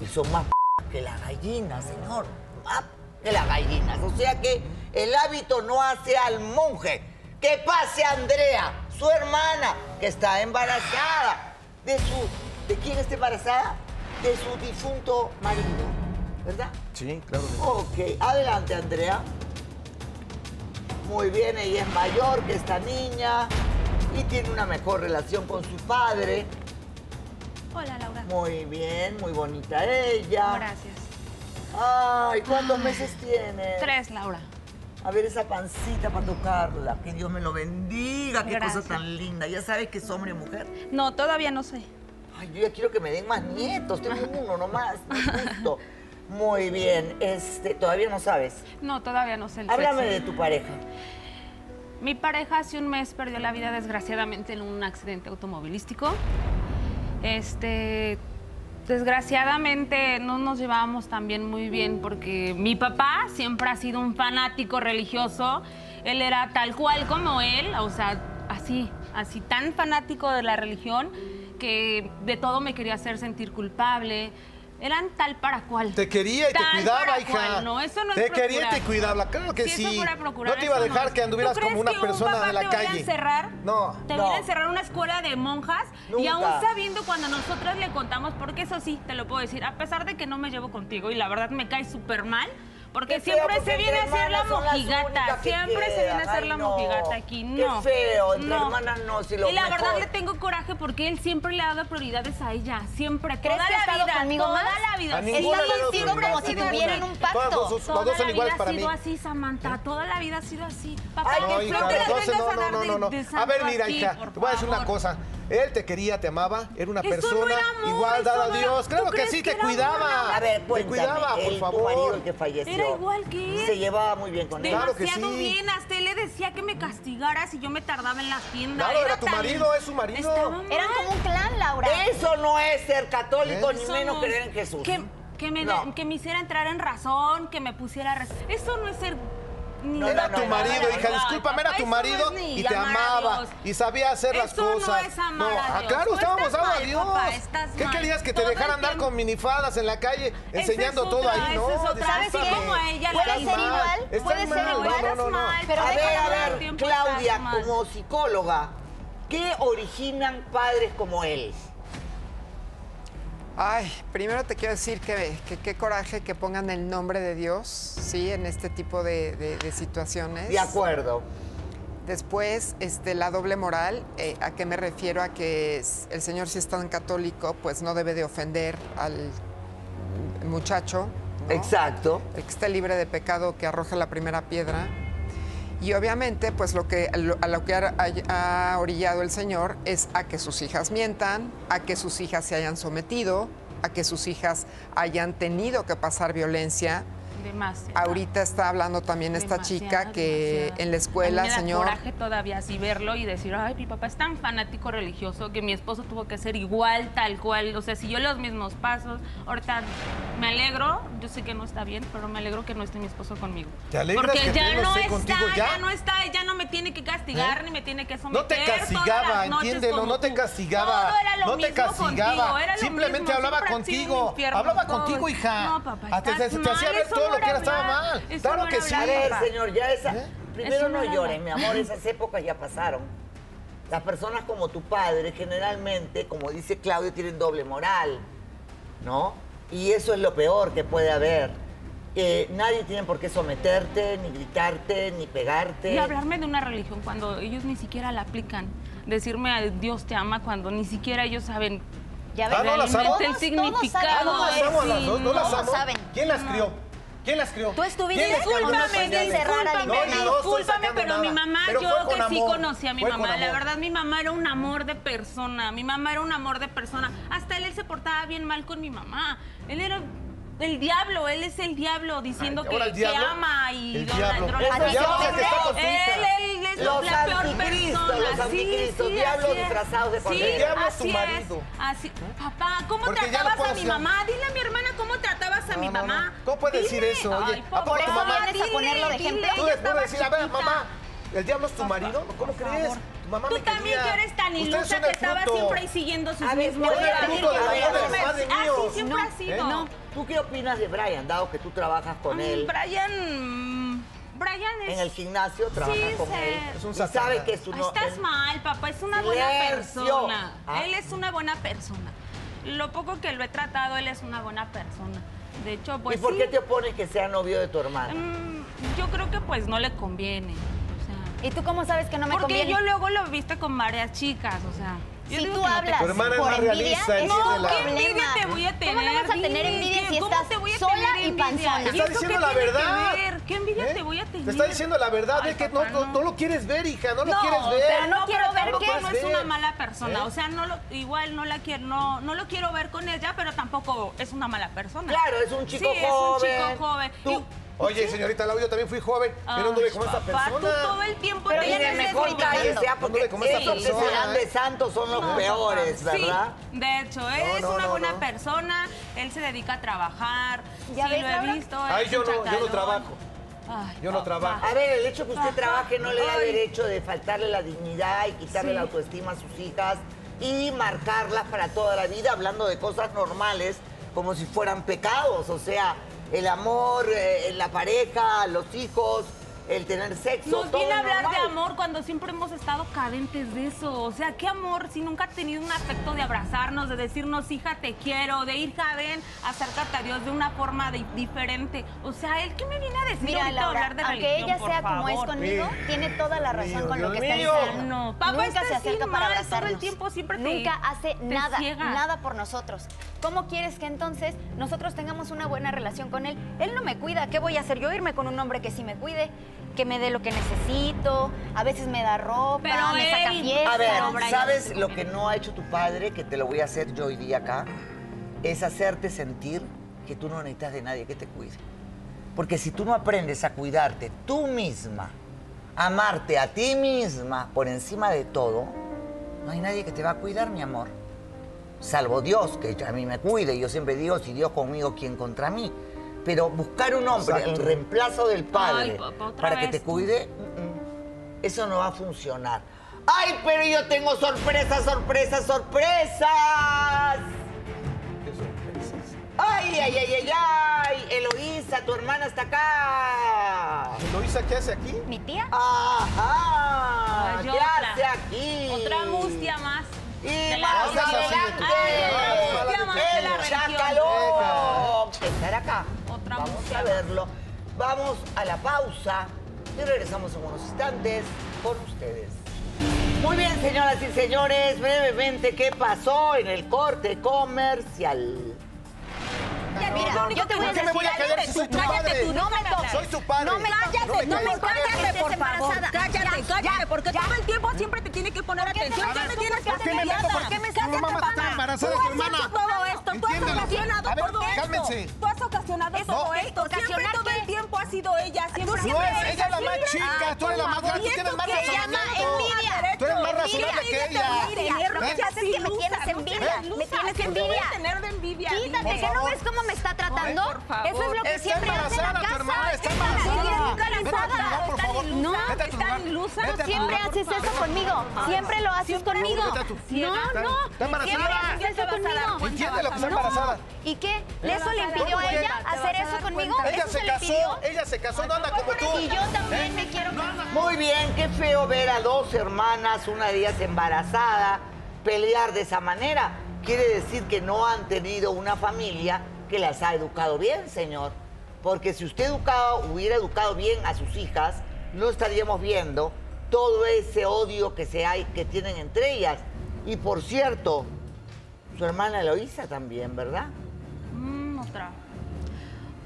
[SPEAKER 1] y son más p- que las gallinas, señor. Más que las gallinas. O sea que el hábito no hace al monje. Que pase Andrea, su hermana, que está embarazada. ¿De su... ¿De quién está embarazada? de su difunto marido, ¿verdad?
[SPEAKER 9] Sí, claro. que sí.
[SPEAKER 1] Ok, adelante Andrea. Muy bien, ella es mayor que esta niña y tiene una mejor relación con su padre.
[SPEAKER 7] Hola, Laura.
[SPEAKER 1] Muy bien, muy bonita ella.
[SPEAKER 10] Gracias.
[SPEAKER 1] Ay, ¿cuántos meses tiene?
[SPEAKER 10] Tres, Laura.
[SPEAKER 1] A ver esa pancita para tocarla. Que Dios me lo bendiga. Qué
[SPEAKER 10] Gracias.
[SPEAKER 1] cosa tan linda. Ya sabes que es hombre y mujer.
[SPEAKER 10] No, todavía no sé.
[SPEAKER 1] Ay, yo ya quiero que me den más nietos. Tengo uno nomás. no es justo. Muy bien. Este, todavía no sabes.
[SPEAKER 10] No, todavía no sé el
[SPEAKER 1] Háblame de
[SPEAKER 10] sexo.
[SPEAKER 1] tu pareja.
[SPEAKER 10] Mi pareja hace un mes perdió la vida desgraciadamente en un accidente automovilístico. Este, desgraciadamente no nos llevábamos también muy bien porque mi papá siempre ha sido un fanático religioso. Él era tal cual como él, o sea, así, así tan fanático de la religión que de todo me quería hacer sentir culpable. Eran tal para cual.
[SPEAKER 9] Te quería y te
[SPEAKER 10] Tal
[SPEAKER 9] cuidaba,
[SPEAKER 10] para
[SPEAKER 9] hija.
[SPEAKER 10] cual, no, eso no
[SPEAKER 9] te
[SPEAKER 10] es
[SPEAKER 9] quería y te
[SPEAKER 10] procurar.
[SPEAKER 9] cuidaba, claro que
[SPEAKER 10] Si
[SPEAKER 9] sí.
[SPEAKER 10] eso fuera procurar,
[SPEAKER 9] no te iba a
[SPEAKER 10] eso no
[SPEAKER 9] dejar
[SPEAKER 10] es.
[SPEAKER 9] que anduvieras
[SPEAKER 10] ¿Tú crees
[SPEAKER 9] como una
[SPEAKER 10] que un
[SPEAKER 9] persona
[SPEAKER 10] papá
[SPEAKER 9] de la
[SPEAKER 10] te vaya a
[SPEAKER 9] calle.
[SPEAKER 10] encerrar?
[SPEAKER 9] No.
[SPEAKER 10] Te
[SPEAKER 1] No.
[SPEAKER 10] voy a encerrar en una escuela de monjas y
[SPEAKER 1] Nunca.
[SPEAKER 10] aún sabiendo cuando nosotras le contamos, porque eso sí, te lo puedo decir, a pesar de que no me llevo contigo y la verdad me cae súper mal, porque
[SPEAKER 1] Qué feo,
[SPEAKER 10] siempre
[SPEAKER 1] porque
[SPEAKER 10] se viene
[SPEAKER 1] entre
[SPEAKER 10] a hacer la
[SPEAKER 1] hermanas son las únicas
[SPEAKER 10] mojigata,
[SPEAKER 1] que
[SPEAKER 10] siempre se viene a
[SPEAKER 1] quedan.
[SPEAKER 10] hacer
[SPEAKER 1] Ay,
[SPEAKER 10] la
[SPEAKER 1] no.
[SPEAKER 10] mojigata aquí,
[SPEAKER 1] Qué
[SPEAKER 10] no.
[SPEAKER 1] feo, entre hermanas no, si lo
[SPEAKER 10] Y la verdad
[SPEAKER 1] mejor-
[SPEAKER 10] le tengo coraje porque él siempre le ha dado prioridades a ella, siempre,
[SPEAKER 7] ¿Crees
[SPEAKER 10] toda
[SPEAKER 7] que ha
[SPEAKER 10] la
[SPEAKER 7] estado
[SPEAKER 10] vida,
[SPEAKER 7] conmigo
[SPEAKER 10] toda
[SPEAKER 7] más?
[SPEAKER 10] la vida.
[SPEAKER 9] A
[SPEAKER 10] sí.
[SPEAKER 9] ninguna
[SPEAKER 7] Está
[SPEAKER 9] le doy
[SPEAKER 7] contigo
[SPEAKER 9] prioridad,
[SPEAKER 7] como si
[SPEAKER 9] ninguna.
[SPEAKER 7] tuvieran un pacto.
[SPEAKER 9] Todas dos- Los
[SPEAKER 10] Toda
[SPEAKER 9] dos son
[SPEAKER 10] la
[SPEAKER 9] iguales
[SPEAKER 10] vida
[SPEAKER 9] para
[SPEAKER 10] ha sido
[SPEAKER 9] mí.
[SPEAKER 10] así, Samantha. Toda la vida ha sido así. Papá,
[SPEAKER 1] ¿Eh? Ay,
[SPEAKER 10] que
[SPEAKER 9] No,
[SPEAKER 1] Porque
[SPEAKER 9] hija,
[SPEAKER 10] no te
[SPEAKER 1] las
[SPEAKER 9] entonces
[SPEAKER 10] vengas
[SPEAKER 9] no,
[SPEAKER 10] a
[SPEAKER 9] no,
[SPEAKER 10] dar
[SPEAKER 9] no,
[SPEAKER 10] de-
[SPEAKER 9] no, no.
[SPEAKER 10] de
[SPEAKER 9] A
[SPEAKER 10] santo
[SPEAKER 9] ver, mira,
[SPEAKER 10] aquí,
[SPEAKER 9] hija,
[SPEAKER 10] por
[SPEAKER 9] te voy a decir una
[SPEAKER 10] favor.
[SPEAKER 9] cosa. Él te quería, te amaba, era una
[SPEAKER 10] Eso no
[SPEAKER 9] persona
[SPEAKER 10] era amor,
[SPEAKER 9] igual
[SPEAKER 10] eso
[SPEAKER 9] dada
[SPEAKER 10] no
[SPEAKER 9] a
[SPEAKER 10] era-
[SPEAKER 9] Dios.
[SPEAKER 10] ¿Tú
[SPEAKER 9] Claro que
[SPEAKER 10] crees
[SPEAKER 9] sí,
[SPEAKER 10] que
[SPEAKER 9] te
[SPEAKER 10] era amor?
[SPEAKER 9] cuidaba.
[SPEAKER 1] A ver,
[SPEAKER 9] te
[SPEAKER 1] cuéntame.
[SPEAKER 9] cuidaba,
[SPEAKER 1] él,
[SPEAKER 9] por
[SPEAKER 1] Tu marido,
[SPEAKER 9] favor.
[SPEAKER 1] el que falleció.
[SPEAKER 10] Era igual que él.
[SPEAKER 1] Se llevaba muy bien con él.
[SPEAKER 9] Claro que
[SPEAKER 10] Demasiado
[SPEAKER 9] sí.
[SPEAKER 10] bien, hasta él le decía que me castigara si yo me tardaba en la tienda.
[SPEAKER 9] Claro, era tu
[SPEAKER 10] tan-
[SPEAKER 9] marido, es su marido.
[SPEAKER 10] Estaba mal.
[SPEAKER 7] Eran como un clan, Laura.
[SPEAKER 1] Eso no es ser católico ni
[SPEAKER 10] Eso
[SPEAKER 1] menos
[SPEAKER 10] no
[SPEAKER 1] creer
[SPEAKER 10] es-
[SPEAKER 1] en Jesús.
[SPEAKER 10] Que, que me,
[SPEAKER 1] No.
[SPEAKER 10] que me hiciera entrar en razón, que me pusiera... a rez- Eso no es ser... ni-
[SPEAKER 1] No,
[SPEAKER 9] Era
[SPEAKER 1] no,
[SPEAKER 9] tu
[SPEAKER 1] no, no,
[SPEAKER 9] marido,
[SPEAKER 1] no,
[SPEAKER 9] hija,
[SPEAKER 1] no,
[SPEAKER 9] discúlpame, era
[SPEAKER 10] papá,
[SPEAKER 9] tu
[SPEAKER 10] eso
[SPEAKER 9] marido
[SPEAKER 10] no es ni
[SPEAKER 9] y te
[SPEAKER 10] llamar a
[SPEAKER 9] amaba
[SPEAKER 10] Dios.
[SPEAKER 9] y sabía hacer las
[SPEAKER 10] Eso no
[SPEAKER 9] cosas.
[SPEAKER 10] es amar a
[SPEAKER 9] ah,
[SPEAKER 10] Dios.
[SPEAKER 9] claro,
[SPEAKER 10] Tú
[SPEAKER 9] estábamos
[SPEAKER 10] estás
[SPEAKER 9] dando a
[SPEAKER 10] mal,
[SPEAKER 9] Dios.
[SPEAKER 10] papá, estás
[SPEAKER 9] ¿Qué
[SPEAKER 10] mal.
[SPEAKER 9] querías que te
[SPEAKER 10] Todo el
[SPEAKER 9] dejara andar
[SPEAKER 10] tiempo.
[SPEAKER 9] con minifadas en la calle enseñando
[SPEAKER 10] es
[SPEAKER 9] todo
[SPEAKER 10] otra,
[SPEAKER 9] ahí? No,
[SPEAKER 10] esa es otra.
[SPEAKER 7] ¿Sabes qué?
[SPEAKER 9] discúlpame.
[SPEAKER 10] Como a ella le
[SPEAKER 7] Puede
[SPEAKER 9] Estás
[SPEAKER 7] ser
[SPEAKER 9] mal,
[SPEAKER 7] igual,
[SPEAKER 9] estás
[SPEAKER 7] puede ser
[SPEAKER 9] mal.
[SPEAKER 7] igual,
[SPEAKER 9] No, no, no, no.
[SPEAKER 10] mal.
[SPEAKER 7] Pero
[SPEAKER 1] a
[SPEAKER 10] déjala
[SPEAKER 1] ver, a
[SPEAKER 10] hablar,
[SPEAKER 1] ver,
[SPEAKER 10] tiempo
[SPEAKER 1] Claudia,
[SPEAKER 10] estás mal.
[SPEAKER 1] como psicóloga, ¿qué originan padres como él?
[SPEAKER 5] Ay, primero te quiero decir que que qué coraje que pongan el nombre de Dios, ¿sí? En este tipo de, de- de situaciones.
[SPEAKER 1] De acuerdo.
[SPEAKER 5] Después, este, la doble moral, eh, ¿a qué me refiero? A que s- el señor si es tan católico, pues no debe de ofender al muchacho. ¿no?
[SPEAKER 1] Exacto.
[SPEAKER 5] El que esté libre de pecado, que arroje la primera piedra. Y obviamente, pues lo que, lo- a lo que ha, ha- ha orillado el Señor es a que sus hijas mientan, a que sus hijas se hayan sometido, a que sus hijas hayan tenido que pasar violencia.
[SPEAKER 10] Demasiado.
[SPEAKER 5] Ahorita está hablando también esta chica
[SPEAKER 10] Demasiado,
[SPEAKER 5] que
[SPEAKER 10] demasiado.
[SPEAKER 5] en la escuela,
[SPEAKER 10] A mí me da
[SPEAKER 5] señor.
[SPEAKER 10] coraje todavía así verlo y decir, ay, mi papá es tan fanático religioso que mi esposo tuvo que ser igual, tal cual. O sea, siguió los mismos pasos. Ahorita me alegro, yo sé que no está bien, pero me alegro que no esté mi esposo conmigo.
[SPEAKER 9] ¿Te alegras
[SPEAKER 10] Porque
[SPEAKER 9] que
[SPEAKER 10] ya
[SPEAKER 9] él no
[SPEAKER 10] no
[SPEAKER 9] esté
[SPEAKER 10] está,
[SPEAKER 9] contigo ya? ¿Eh?
[SPEAKER 10] ya? no está, ya no me tiene que castigar ni me tiene que someter.
[SPEAKER 9] No te
[SPEAKER 10] todas las
[SPEAKER 9] castigaba,
[SPEAKER 10] noches
[SPEAKER 9] entiéndelo,
[SPEAKER 10] como
[SPEAKER 9] no te
[SPEAKER 10] tú.
[SPEAKER 9] castigaba.
[SPEAKER 10] Todo era lo
[SPEAKER 9] no te
[SPEAKER 10] mismo
[SPEAKER 9] castigaba.
[SPEAKER 10] contigo, era lo
[SPEAKER 9] Simplemente
[SPEAKER 10] mismo,
[SPEAKER 9] hablaba
[SPEAKER 10] siempre ha sido un
[SPEAKER 9] contigo.
[SPEAKER 10] infierno
[SPEAKER 9] Hablaba
[SPEAKER 10] todo.
[SPEAKER 9] contigo, hija.
[SPEAKER 10] No, papá,
[SPEAKER 9] Hasta
[SPEAKER 10] estás
[SPEAKER 9] te, te hacía
[SPEAKER 10] mal,
[SPEAKER 9] ver
[SPEAKER 10] eso
[SPEAKER 9] todo
[SPEAKER 10] no
[SPEAKER 9] lo que
[SPEAKER 10] era
[SPEAKER 9] era, estaba
[SPEAKER 10] hablar,
[SPEAKER 9] mal.
[SPEAKER 10] eso
[SPEAKER 9] Claro
[SPEAKER 10] no
[SPEAKER 9] que
[SPEAKER 10] era
[SPEAKER 9] sí. ¿Eh?
[SPEAKER 1] A ver,
[SPEAKER 10] papá.
[SPEAKER 1] señor, ya esa. Primero
[SPEAKER 10] Eso
[SPEAKER 1] no
[SPEAKER 10] no era
[SPEAKER 1] llores, mi
[SPEAKER 10] bueno.
[SPEAKER 1] amor, esas épocas ya pasaron. Las personas como tu padre, generalmente, como dice Claudio, tienen doble moral, ¿no? Y eso es lo peor que puede haber. Eh, nadie tiene por qué someterte, ni gritarte, ni pegarte.
[SPEAKER 10] Y hablarme de una religión cuando ellos ni siquiera la aplican. Decirme a Dios te ama cuando ni siquiera ellos saben.
[SPEAKER 7] Ya
[SPEAKER 9] Ah, no, las amo.
[SPEAKER 10] realmente el
[SPEAKER 7] Todos- todos
[SPEAKER 10] significado.
[SPEAKER 9] Ah, no las amo a las dos, no las
[SPEAKER 7] No,
[SPEAKER 9] amo.
[SPEAKER 7] saben.
[SPEAKER 9] ¿Quién las crió? ¿Quién las crió?
[SPEAKER 7] Tú estuviste
[SPEAKER 9] ¿Quién las crió?
[SPEAKER 7] con
[SPEAKER 9] No,
[SPEAKER 7] nosotros
[SPEAKER 9] no, no, no, no.
[SPEAKER 7] encerrada al
[SPEAKER 9] No, y
[SPEAKER 7] internado.
[SPEAKER 9] no estoy
[SPEAKER 10] Discúlpame,
[SPEAKER 9] sacando
[SPEAKER 10] pero mi
[SPEAKER 9] nada.
[SPEAKER 10] mamá,
[SPEAKER 9] Pero
[SPEAKER 10] yo
[SPEAKER 9] fue con
[SPEAKER 10] que sí
[SPEAKER 9] amor,
[SPEAKER 10] conocí a mi
[SPEAKER 9] fue con
[SPEAKER 10] mamá. La
[SPEAKER 9] amor.
[SPEAKER 10] verdad, mi mamá era un amor de persona. Mi mamá era un amor de persona. Hasta él, él se portaba bien mal con mi mamá. Él era el diablo, él es el diablo diciendo
[SPEAKER 9] Ay,
[SPEAKER 10] que,
[SPEAKER 9] ahora el
[SPEAKER 10] que
[SPEAKER 9] diablo.
[SPEAKER 10] ama y
[SPEAKER 9] El
[SPEAKER 10] lo- lo-
[SPEAKER 9] diablo. Eso
[SPEAKER 10] lo-
[SPEAKER 1] ya vamos a que está con tu
[SPEAKER 10] Él,
[SPEAKER 9] hija.
[SPEAKER 10] él es
[SPEAKER 1] Los
[SPEAKER 10] la peor
[SPEAKER 1] anticristos,
[SPEAKER 10] persona.
[SPEAKER 1] los
[SPEAKER 10] Sí,
[SPEAKER 1] anticristos,
[SPEAKER 10] sí,
[SPEAKER 1] diablos
[SPEAKER 10] así es.
[SPEAKER 1] disfrazados de
[SPEAKER 10] Sí,
[SPEAKER 1] cordero.
[SPEAKER 9] El diablo es tu
[SPEAKER 10] así es,
[SPEAKER 9] marido.
[SPEAKER 10] Así, papá, ¿cómo
[SPEAKER 9] Porque ya lo
[SPEAKER 10] tratabas a
[SPEAKER 9] puedo
[SPEAKER 10] mi
[SPEAKER 9] hacer.
[SPEAKER 10] mamá? Dile a mi hermana cómo tratabas a
[SPEAKER 9] No,
[SPEAKER 10] mi
[SPEAKER 9] no, no.
[SPEAKER 10] mamá.
[SPEAKER 9] ¿Cómo puedes
[SPEAKER 10] Dile.
[SPEAKER 9] decir eso? Oye,
[SPEAKER 10] Ay,
[SPEAKER 9] ¿a poco
[SPEAKER 10] por
[SPEAKER 9] tu
[SPEAKER 10] eso
[SPEAKER 9] mamá-
[SPEAKER 10] vienes a
[SPEAKER 7] Dile,
[SPEAKER 10] ponerlo de
[SPEAKER 7] dile.
[SPEAKER 10] ejemplo.
[SPEAKER 9] Tú
[SPEAKER 10] Ella
[SPEAKER 9] después
[SPEAKER 10] estaba
[SPEAKER 9] de decir, a ver,
[SPEAKER 10] chiquita.
[SPEAKER 9] mamá, el diablo es tu marido. ¿Cómo
[SPEAKER 10] por
[SPEAKER 9] crees?
[SPEAKER 10] favor.
[SPEAKER 9] Tu mamá
[SPEAKER 10] Tú
[SPEAKER 9] me
[SPEAKER 10] también
[SPEAKER 9] quería.
[SPEAKER 10] que eres tan
[SPEAKER 9] Ustedes
[SPEAKER 10] ilusa
[SPEAKER 9] son
[SPEAKER 10] que
[SPEAKER 9] el
[SPEAKER 10] estabas
[SPEAKER 9] fruto.
[SPEAKER 10] siempre ahí siguiendo sus
[SPEAKER 1] A ver,
[SPEAKER 10] mismos
[SPEAKER 1] voy a
[SPEAKER 10] planes.
[SPEAKER 1] decir que la verdad es
[SPEAKER 9] de
[SPEAKER 10] Así
[SPEAKER 9] míos,
[SPEAKER 10] Ah, siempre
[SPEAKER 9] ¿no?
[SPEAKER 10] ha sido.
[SPEAKER 9] ¿Eh?
[SPEAKER 10] No.
[SPEAKER 1] ¿Tú qué opinas de Brian, dado que tú trabajas con él?
[SPEAKER 10] Brian. mm, Brian es.
[SPEAKER 1] En el gimnasio trabajas
[SPEAKER 10] Sí,
[SPEAKER 1] con
[SPEAKER 10] se-
[SPEAKER 1] él.
[SPEAKER 9] Es un
[SPEAKER 1] y
[SPEAKER 9] satanás.
[SPEAKER 1] sabe que su
[SPEAKER 10] Ay,
[SPEAKER 1] no-
[SPEAKER 10] Estás
[SPEAKER 1] él-
[SPEAKER 10] mal, papá. Es una buena
[SPEAKER 1] Silencio.
[SPEAKER 10] persona.
[SPEAKER 1] Ah.
[SPEAKER 10] Él es una buena persona. lo poco que lo he tratado, él es una buena persona. De hecho, pues
[SPEAKER 1] ¿Y por
[SPEAKER 10] sí,
[SPEAKER 1] qué te opones que sea novio de tu hermana?
[SPEAKER 10] mm, yo creo que pues no le conviene. o sea,
[SPEAKER 7] ¿Y tú cómo sabes que no me
[SPEAKER 10] porque
[SPEAKER 7] conviene?
[SPEAKER 10] yo luego lo viste con varias chicas, o sea. yo
[SPEAKER 7] si
[SPEAKER 10] digo
[SPEAKER 7] tú
[SPEAKER 10] que no te-
[SPEAKER 7] hablas
[SPEAKER 9] Tu hermana es
[SPEAKER 7] por
[SPEAKER 9] más
[SPEAKER 7] envidia,
[SPEAKER 9] realista,
[SPEAKER 7] es
[SPEAKER 9] entiende
[SPEAKER 7] tu
[SPEAKER 9] la-
[SPEAKER 10] ¿Qué envidia
[SPEAKER 7] problema.
[SPEAKER 10] te voy a tener?
[SPEAKER 7] ¿Cómo no vas a tener
[SPEAKER 10] Dime,
[SPEAKER 7] envidia si
[SPEAKER 10] ¿cómo
[SPEAKER 7] estás
[SPEAKER 10] te voy a
[SPEAKER 7] sola
[SPEAKER 10] tener
[SPEAKER 7] y
[SPEAKER 10] envidia?
[SPEAKER 7] panzona?
[SPEAKER 9] Te
[SPEAKER 10] ¿Y
[SPEAKER 9] está
[SPEAKER 10] eso qué
[SPEAKER 9] diciendo la
[SPEAKER 10] tiene que
[SPEAKER 9] verdad.
[SPEAKER 10] ver? ¿Qué envidia
[SPEAKER 9] ¿Eh?
[SPEAKER 10] te voy a tener?
[SPEAKER 9] Te está diciendo la verdad,
[SPEAKER 10] Ay,
[SPEAKER 9] es que no,
[SPEAKER 10] papá,
[SPEAKER 9] no- no lo quieres ver, hija, no, lo
[SPEAKER 10] No,
[SPEAKER 9] quieres ver.
[SPEAKER 10] pero no, quiero ver
[SPEAKER 9] no
[SPEAKER 10] que
[SPEAKER 9] puedes
[SPEAKER 10] no es
[SPEAKER 9] ver.
[SPEAKER 10] una mala persona.
[SPEAKER 9] ¿Eh?
[SPEAKER 10] O sea, no lo, igual no la quiero, no, no lo quiero ver con ella, pero tampoco es una mala persona.
[SPEAKER 1] Claro, es un chico
[SPEAKER 10] sí, es un
[SPEAKER 1] joven.
[SPEAKER 10] chico joven.
[SPEAKER 1] Tú-
[SPEAKER 10] Y-
[SPEAKER 9] Oye, señorita Lau, yo también fui joven, yo no anduve
[SPEAKER 10] Ay,
[SPEAKER 9] con esta
[SPEAKER 10] papá,
[SPEAKER 9] persona.
[SPEAKER 10] Tú todo el tiempo
[SPEAKER 1] Pero
[SPEAKER 10] te
[SPEAKER 1] mire,
[SPEAKER 10] vienes
[SPEAKER 1] mejor
[SPEAKER 10] desdibujando.
[SPEAKER 1] cállese, ah,
[SPEAKER 9] No
[SPEAKER 1] porque
[SPEAKER 9] me como esa
[SPEAKER 1] estos que se
[SPEAKER 9] persona,
[SPEAKER 1] dan
[SPEAKER 9] ¿eh?
[SPEAKER 1] de santos son los
[SPEAKER 10] No,
[SPEAKER 1] peores,
[SPEAKER 10] papá, sí.
[SPEAKER 1] ¿verdad?
[SPEAKER 10] de hecho, es
[SPEAKER 9] no,
[SPEAKER 10] una
[SPEAKER 9] no,
[SPEAKER 10] buena
[SPEAKER 9] no.
[SPEAKER 10] persona, él se dedica a trabajar,
[SPEAKER 7] ¿Ya
[SPEAKER 10] sí
[SPEAKER 7] ves,
[SPEAKER 10] lo he
[SPEAKER 7] Laura?
[SPEAKER 10] visto.
[SPEAKER 9] Ay,
[SPEAKER 10] es
[SPEAKER 9] yo
[SPEAKER 10] un
[SPEAKER 9] no, yo no
[SPEAKER 10] chacalón.
[SPEAKER 9] trabajo.
[SPEAKER 10] Ay,
[SPEAKER 9] Yo no
[SPEAKER 10] papá.
[SPEAKER 9] trabajo.
[SPEAKER 1] A ver, el hecho que usted
[SPEAKER 10] Ah, Ajá.
[SPEAKER 1] trabaje no le da
[SPEAKER 10] Ay.
[SPEAKER 1] derecho de faltarle la dignidad y quitarle
[SPEAKER 10] Sí.
[SPEAKER 1] la autoestima a sus hijas y marcarlas para toda la vida hablando de cosas normales como si fueran pecados, o sea, el amor, eh, la pareja, los hijos, el tener sexo.
[SPEAKER 10] Nos
[SPEAKER 1] todo
[SPEAKER 10] viene a hablar de
[SPEAKER 1] normal.
[SPEAKER 10] amor cuando siempre hemos estado cadentes de eso. O sea, ¿qué amor si nunca ha tenido un afecto de abrazarnos, de decirnos, hija, te quiero, de ir, ven, acércate a Dios de una forma de- diferente? O sea, ¿él qué me viene a decir
[SPEAKER 7] Mira,
[SPEAKER 10] ahorita
[SPEAKER 7] Laura,
[SPEAKER 10] hablar de
[SPEAKER 7] aunque
[SPEAKER 10] religión,
[SPEAKER 7] ella
[SPEAKER 10] por
[SPEAKER 7] sea como es
[SPEAKER 10] favor?
[SPEAKER 7] conmigo,
[SPEAKER 9] Sí.
[SPEAKER 7] tiene toda la razón
[SPEAKER 9] Mío,
[SPEAKER 7] con lo
[SPEAKER 9] Dios
[SPEAKER 7] que está
[SPEAKER 9] mío.
[SPEAKER 7] diciendo.
[SPEAKER 10] No, papá,
[SPEAKER 7] Nunca
[SPEAKER 10] está
[SPEAKER 7] se acerca
[SPEAKER 10] así
[SPEAKER 7] para
[SPEAKER 10] mal, todo el
[SPEAKER 7] abrazarnos.
[SPEAKER 10] tiempo siempre te-
[SPEAKER 7] Nunca hace
[SPEAKER 10] te
[SPEAKER 7] nada,
[SPEAKER 10] ciega.
[SPEAKER 7] nada por nosotros. ¿Cómo quieres que entonces nosotros tengamos una buena relación con él? Él no me cuida, ¿qué voy a hacer? Yo irme con un hombre que sí me cuide, que me dé lo que necesito, a veces me da ropa,
[SPEAKER 10] Pero
[SPEAKER 7] me
[SPEAKER 10] él-
[SPEAKER 7] saca
[SPEAKER 10] A
[SPEAKER 7] fiesta.
[SPEAKER 1] A ver,
[SPEAKER 10] Pero, Brian,
[SPEAKER 1] ¿sabes
[SPEAKER 10] no
[SPEAKER 1] lo que
[SPEAKER 10] conviene.
[SPEAKER 1] no ha hecho tu padre, que te lo voy a hacer yo hoy día acá? Es hacerte sentir que tú no necesitas de nadie que te cuide. Porque si tú no aprendes a cuidarte tú misma, amarte a ti misma por encima de todo, no hay nadie que te va a cuidar, mi amor. Salvo Dios, que a mí me cuide. Yo siempre digo, si Dios conmigo, ¿quién contra mí? Pero buscar un hombre,
[SPEAKER 9] Exacto.
[SPEAKER 1] el reemplazo del padre,
[SPEAKER 10] Ay, papá, otra
[SPEAKER 1] para que
[SPEAKER 10] vez
[SPEAKER 1] te
[SPEAKER 10] tú.
[SPEAKER 1] cuide, mm, mm, eso no va a funcionar. ¡Ay, pero yo tengo sorpresas, sorpresas, sorpresas! ¡Ay, ay, ay, ay, ay! Eloísa, tu hermana está acá.
[SPEAKER 9] Eloisa, ¿qué hace aquí?
[SPEAKER 7] ¿Mi tía?
[SPEAKER 1] ¡Ajá!
[SPEAKER 10] Ay,
[SPEAKER 1] ¿Qué
[SPEAKER 10] Ah, otra.
[SPEAKER 1] hace aquí?
[SPEAKER 10] Otra angustia más.
[SPEAKER 1] Y
[SPEAKER 10] de la
[SPEAKER 1] más
[SPEAKER 9] Hablas así de tu
[SPEAKER 10] Ay,
[SPEAKER 1] adelante,
[SPEAKER 10] otra angustia más de la
[SPEAKER 1] el
[SPEAKER 10] religión.
[SPEAKER 1] chacalón. Estar acá.
[SPEAKER 10] Otra
[SPEAKER 1] Vamos
[SPEAKER 10] música.
[SPEAKER 1] a verlo. Vamos a la pausa y regresamos en unos instantes con ustedes. Muy bien, señoras y señores, brevemente, ¿qué pasó en el corte comercial?
[SPEAKER 7] Ya, mira,
[SPEAKER 9] no,
[SPEAKER 7] yo te voy
[SPEAKER 9] ¿por qué
[SPEAKER 7] a decir,
[SPEAKER 9] me voy a callar si soy tu padre?
[SPEAKER 7] tú, no me toques.
[SPEAKER 9] Soy tu padre.
[SPEAKER 7] No me
[SPEAKER 9] No
[SPEAKER 7] cállate,
[SPEAKER 9] me
[SPEAKER 7] no me
[SPEAKER 9] calles.
[SPEAKER 7] cállate, por favor. Cállate, cállate, porque todo el tiempo siempre te tiene que poner atención. Ya me tienes que
[SPEAKER 9] ¿Por qué me meto? ¿Por qué
[SPEAKER 7] estás
[SPEAKER 9] mi mamá está embarazada de tu hermana?
[SPEAKER 7] todo esto, tú has
[SPEAKER 9] Entiéndelo.
[SPEAKER 7] ocasionado
[SPEAKER 9] A ver,
[SPEAKER 7] todo esto.
[SPEAKER 9] cálmense.
[SPEAKER 7] Tú has ocasionado todo esto. Siempre todo el tiempo ha sido ella. Siempre
[SPEAKER 9] No es, ella es la más chica, tú eres la más grande, tú tienes más
[SPEAKER 7] Se llama
[SPEAKER 9] razonamiento.
[SPEAKER 7] envidia.
[SPEAKER 9] Tú eres más razonable que ella.
[SPEAKER 7] Lo que
[SPEAKER 9] ¿Eh?
[SPEAKER 7] pasa es que me tienes envidia. Me tienes envidia.
[SPEAKER 10] tener de envidia.
[SPEAKER 7] Quítate,
[SPEAKER 9] Por
[SPEAKER 7] ¿que no
[SPEAKER 9] favor.
[SPEAKER 7] ves cómo me está tratando?
[SPEAKER 10] Ay, por favor.
[SPEAKER 7] Eso es lo que
[SPEAKER 9] Está
[SPEAKER 7] siempre hace la
[SPEAKER 9] embarazada tu
[SPEAKER 7] casa.
[SPEAKER 9] hermana, está
[SPEAKER 7] Está
[SPEAKER 9] embarazada.
[SPEAKER 7] bien
[SPEAKER 9] Vete a tu
[SPEAKER 7] embarazada.
[SPEAKER 9] lugar, por
[SPEAKER 7] Está
[SPEAKER 9] favor.
[SPEAKER 7] bien ilusa,
[SPEAKER 9] Vete a tu
[SPEAKER 7] está
[SPEAKER 9] lugar.
[SPEAKER 7] ilusa.
[SPEAKER 9] Vete a tu
[SPEAKER 7] Siempre
[SPEAKER 9] lugar,
[SPEAKER 7] haces
[SPEAKER 9] por
[SPEAKER 7] eso conmigo. Siempre lo haces conmigo.
[SPEAKER 9] Vete a tu-
[SPEAKER 7] No, no.
[SPEAKER 9] Está embarazada.
[SPEAKER 7] Siempre haces eso conmigo.
[SPEAKER 9] Entiende lo que está
[SPEAKER 7] No.
[SPEAKER 9] embarazada.
[SPEAKER 7] ¿Y qué? ¿Eso le impidió a ella hacer eso conmigo?
[SPEAKER 9] Ella
[SPEAKER 7] ¿Eso
[SPEAKER 9] se
[SPEAKER 7] le
[SPEAKER 9] casó,
[SPEAKER 7] impidió?
[SPEAKER 9] ella se casó, no anda como tú. ¿Eh?
[SPEAKER 7] Y yo también me quiero casar.
[SPEAKER 1] Muy bien, qué feo ver a dos hermanas, una de ellas embarazada, pelear de esa manera. Quiere decir que no han tenido una familia que las ha educado bien, señor. Porque si usted educado, hubiera educado bien a sus hijas, no estaríamos viendo todo ese odio que, se hay, que tienen entre ellas. Y por cierto, su hermana Eloísa también, ¿verdad?
[SPEAKER 10] Mm, otra.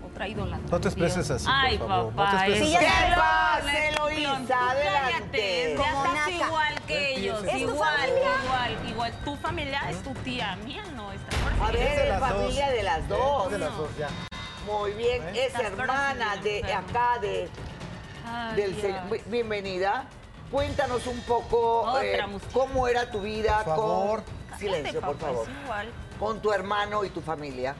[SPEAKER 10] Otra ídola.
[SPEAKER 9] No te expreses pues, así, por
[SPEAKER 1] Ah,
[SPEAKER 10] Ay,
[SPEAKER 9] favor, no te
[SPEAKER 10] papá.
[SPEAKER 9] expreses
[SPEAKER 10] es
[SPEAKER 1] así.
[SPEAKER 10] un
[SPEAKER 1] ¿Qué pasa,
[SPEAKER 10] clon, es un
[SPEAKER 1] Eloísa?
[SPEAKER 10] clon. Tú Cállate,
[SPEAKER 1] Adelante.
[SPEAKER 10] ya
[SPEAKER 7] Como
[SPEAKER 10] estás
[SPEAKER 7] naca.
[SPEAKER 10] igual que ellos.
[SPEAKER 7] ¿Es tu
[SPEAKER 10] Igual,
[SPEAKER 7] familia?
[SPEAKER 10] igual, igual. Tu familia es tu tía, mía no. Estás
[SPEAKER 1] A ver,
[SPEAKER 9] Es de
[SPEAKER 1] es
[SPEAKER 9] las dos.
[SPEAKER 1] familia de las
[SPEAKER 9] Es
[SPEAKER 1] dos.
[SPEAKER 9] de las dos, ya.
[SPEAKER 1] Muy bien,
[SPEAKER 9] ¿Eh?
[SPEAKER 1] es
[SPEAKER 10] Estás
[SPEAKER 1] hermana de
[SPEAKER 10] perfecta.
[SPEAKER 1] acá de
[SPEAKER 10] Ay,
[SPEAKER 1] del
[SPEAKER 10] Dios.
[SPEAKER 1] señor. Bi- Bienvenida. Cuéntanos un poco
[SPEAKER 10] Otra
[SPEAKER 1] eh,
[SPEAKER 10] música.
[SPEAKER 1] cómo era tu vida
[SPEAKER 9] Por favor.
[SPEAKER 1] con
[SPEAKER 10] Cállate,
[SPEAKER 11] Este
[SPEAKER 1] silencio, por
[SPEAKER 10] papá, es
[SPEAKER 1] favor.
[SPEAKER 10] igual.
[SPEAKER 1] Con tu hermano y tu familia.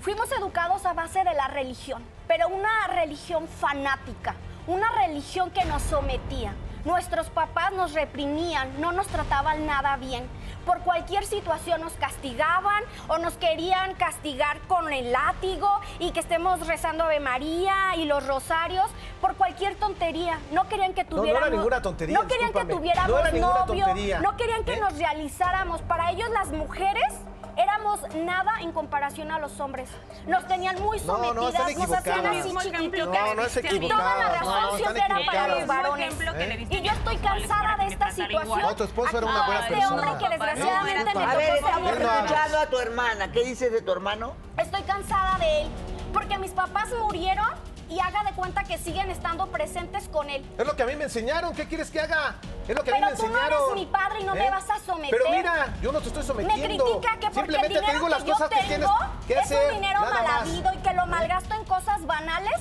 [SPEAKER 11] Fuimos educados a base de la religión, pero una religión fanática, una religión que nos sometía. Nuestros papás nos reprimían, no nos trataban nada bien. Por cualquier situación nos castigaban o nos querían castigar con el látigo y que estemos rezando Ave María y los rosarios por cualquier tontería. No querían que
[SPEAKER 9] no era
[SPEAKER 11] tuviéramos
[SPEAKER 9] ninguna tontería,
[SPEAKER 11] No querían que
[SPEAKER 9] discúlpame.
[SPEAKER 11] tuviéramos
[SPEAKER 9] No era ninguna
[SPEAKER 11] novio,
[SPEAKER 9] tontería,
[SPEAKER 11] no querían que
[SPEAKER 9] ¿eh?
[SPEAKER 11] nos realizáramos. Para ellos las mujeres Éramos nada en comparación a los hombres. Nos tenían muy
[SPEAKER 9] No, no,
[SPEAKER 11] sometidas,
[SPEAKER 9] están
[SPEAKER 11] nos hacían
[SPEAKER 9] equivocadas.
[SPEAKER 11] así
[SPEAKER 9] No, no,
[SPEAKER 11] chiquititas.
[SPEAKER 9] es
[SPEAKER 11] y toda la
[SPEAKER 9] equivocadas.
[SPEAKER 11] razón
[SPEAKER 9] No, no,
[SPEAKER 11] siempre
[SPEAKER 9] están
[SPEAKER 11] era para los
[SPEAKER 9] equivocadas.
[SPEAKER 11] varones.
[SPEAKER 9] Ejemplo que le
[SPEAKER 11] Y yo estoy cansada de esta situación.
[SPEAKER 9] No, Oh, tu esposo era una buena
[SPEAKER 11] Este
[SPEAKER 9] persona.
[SPEAKER 11] hombre que desgraciadamente me
[SPEAKER 1] A ver,
[SPEAKER 11] tocó
[SPEAKER 1] estamos
[SPEAKER 11] vivir.
[SPEAKER 1] escuchando a tu hermana. ¿Qué dices de tu hermano?
[SPEAKER 11] Estoy cansada de él, porque mis papás murieron y haga de cuenta que siguen estando presentes con él.
[SPEAKER 9] Es lo que a mí me enseñaron. ¿Qué quieres que haga? Es lo que a mí
[SPEAKER 11] Pero
[SPEAKER 9] me
[SPEAKER 11] tú no
[SPEAKER 9] enseñaron. ¿eh?
[SPEAKER 11] eres mi padre y no me vas a someter.
[SPEAKER 9] Pero mira, yo no te estoy
[SPEAKER 11] Me
[SPEAKER 9] sometiendo.
[SPEAKER 11] critica que porque el
[SPEAKER 9] Simplemente
[SPEAKER 11] dinero
[SPEAKER 9] te digo las
[SPEAKER 11] que yo
[SPEAKER 9] cosas
[SPEAKER 11] tengo
[SPEAKER 9] que tienes que
[SPEAKER 11] es
[SPEAKER 9] hacer.
[SPEAKER 11] un dinero
[SPEAKER 9] nada
[SPEAKER 11] mal
[SPEAKER 9] más.
[SPEAKER 11] habido y que lo malgasto en cosas banales.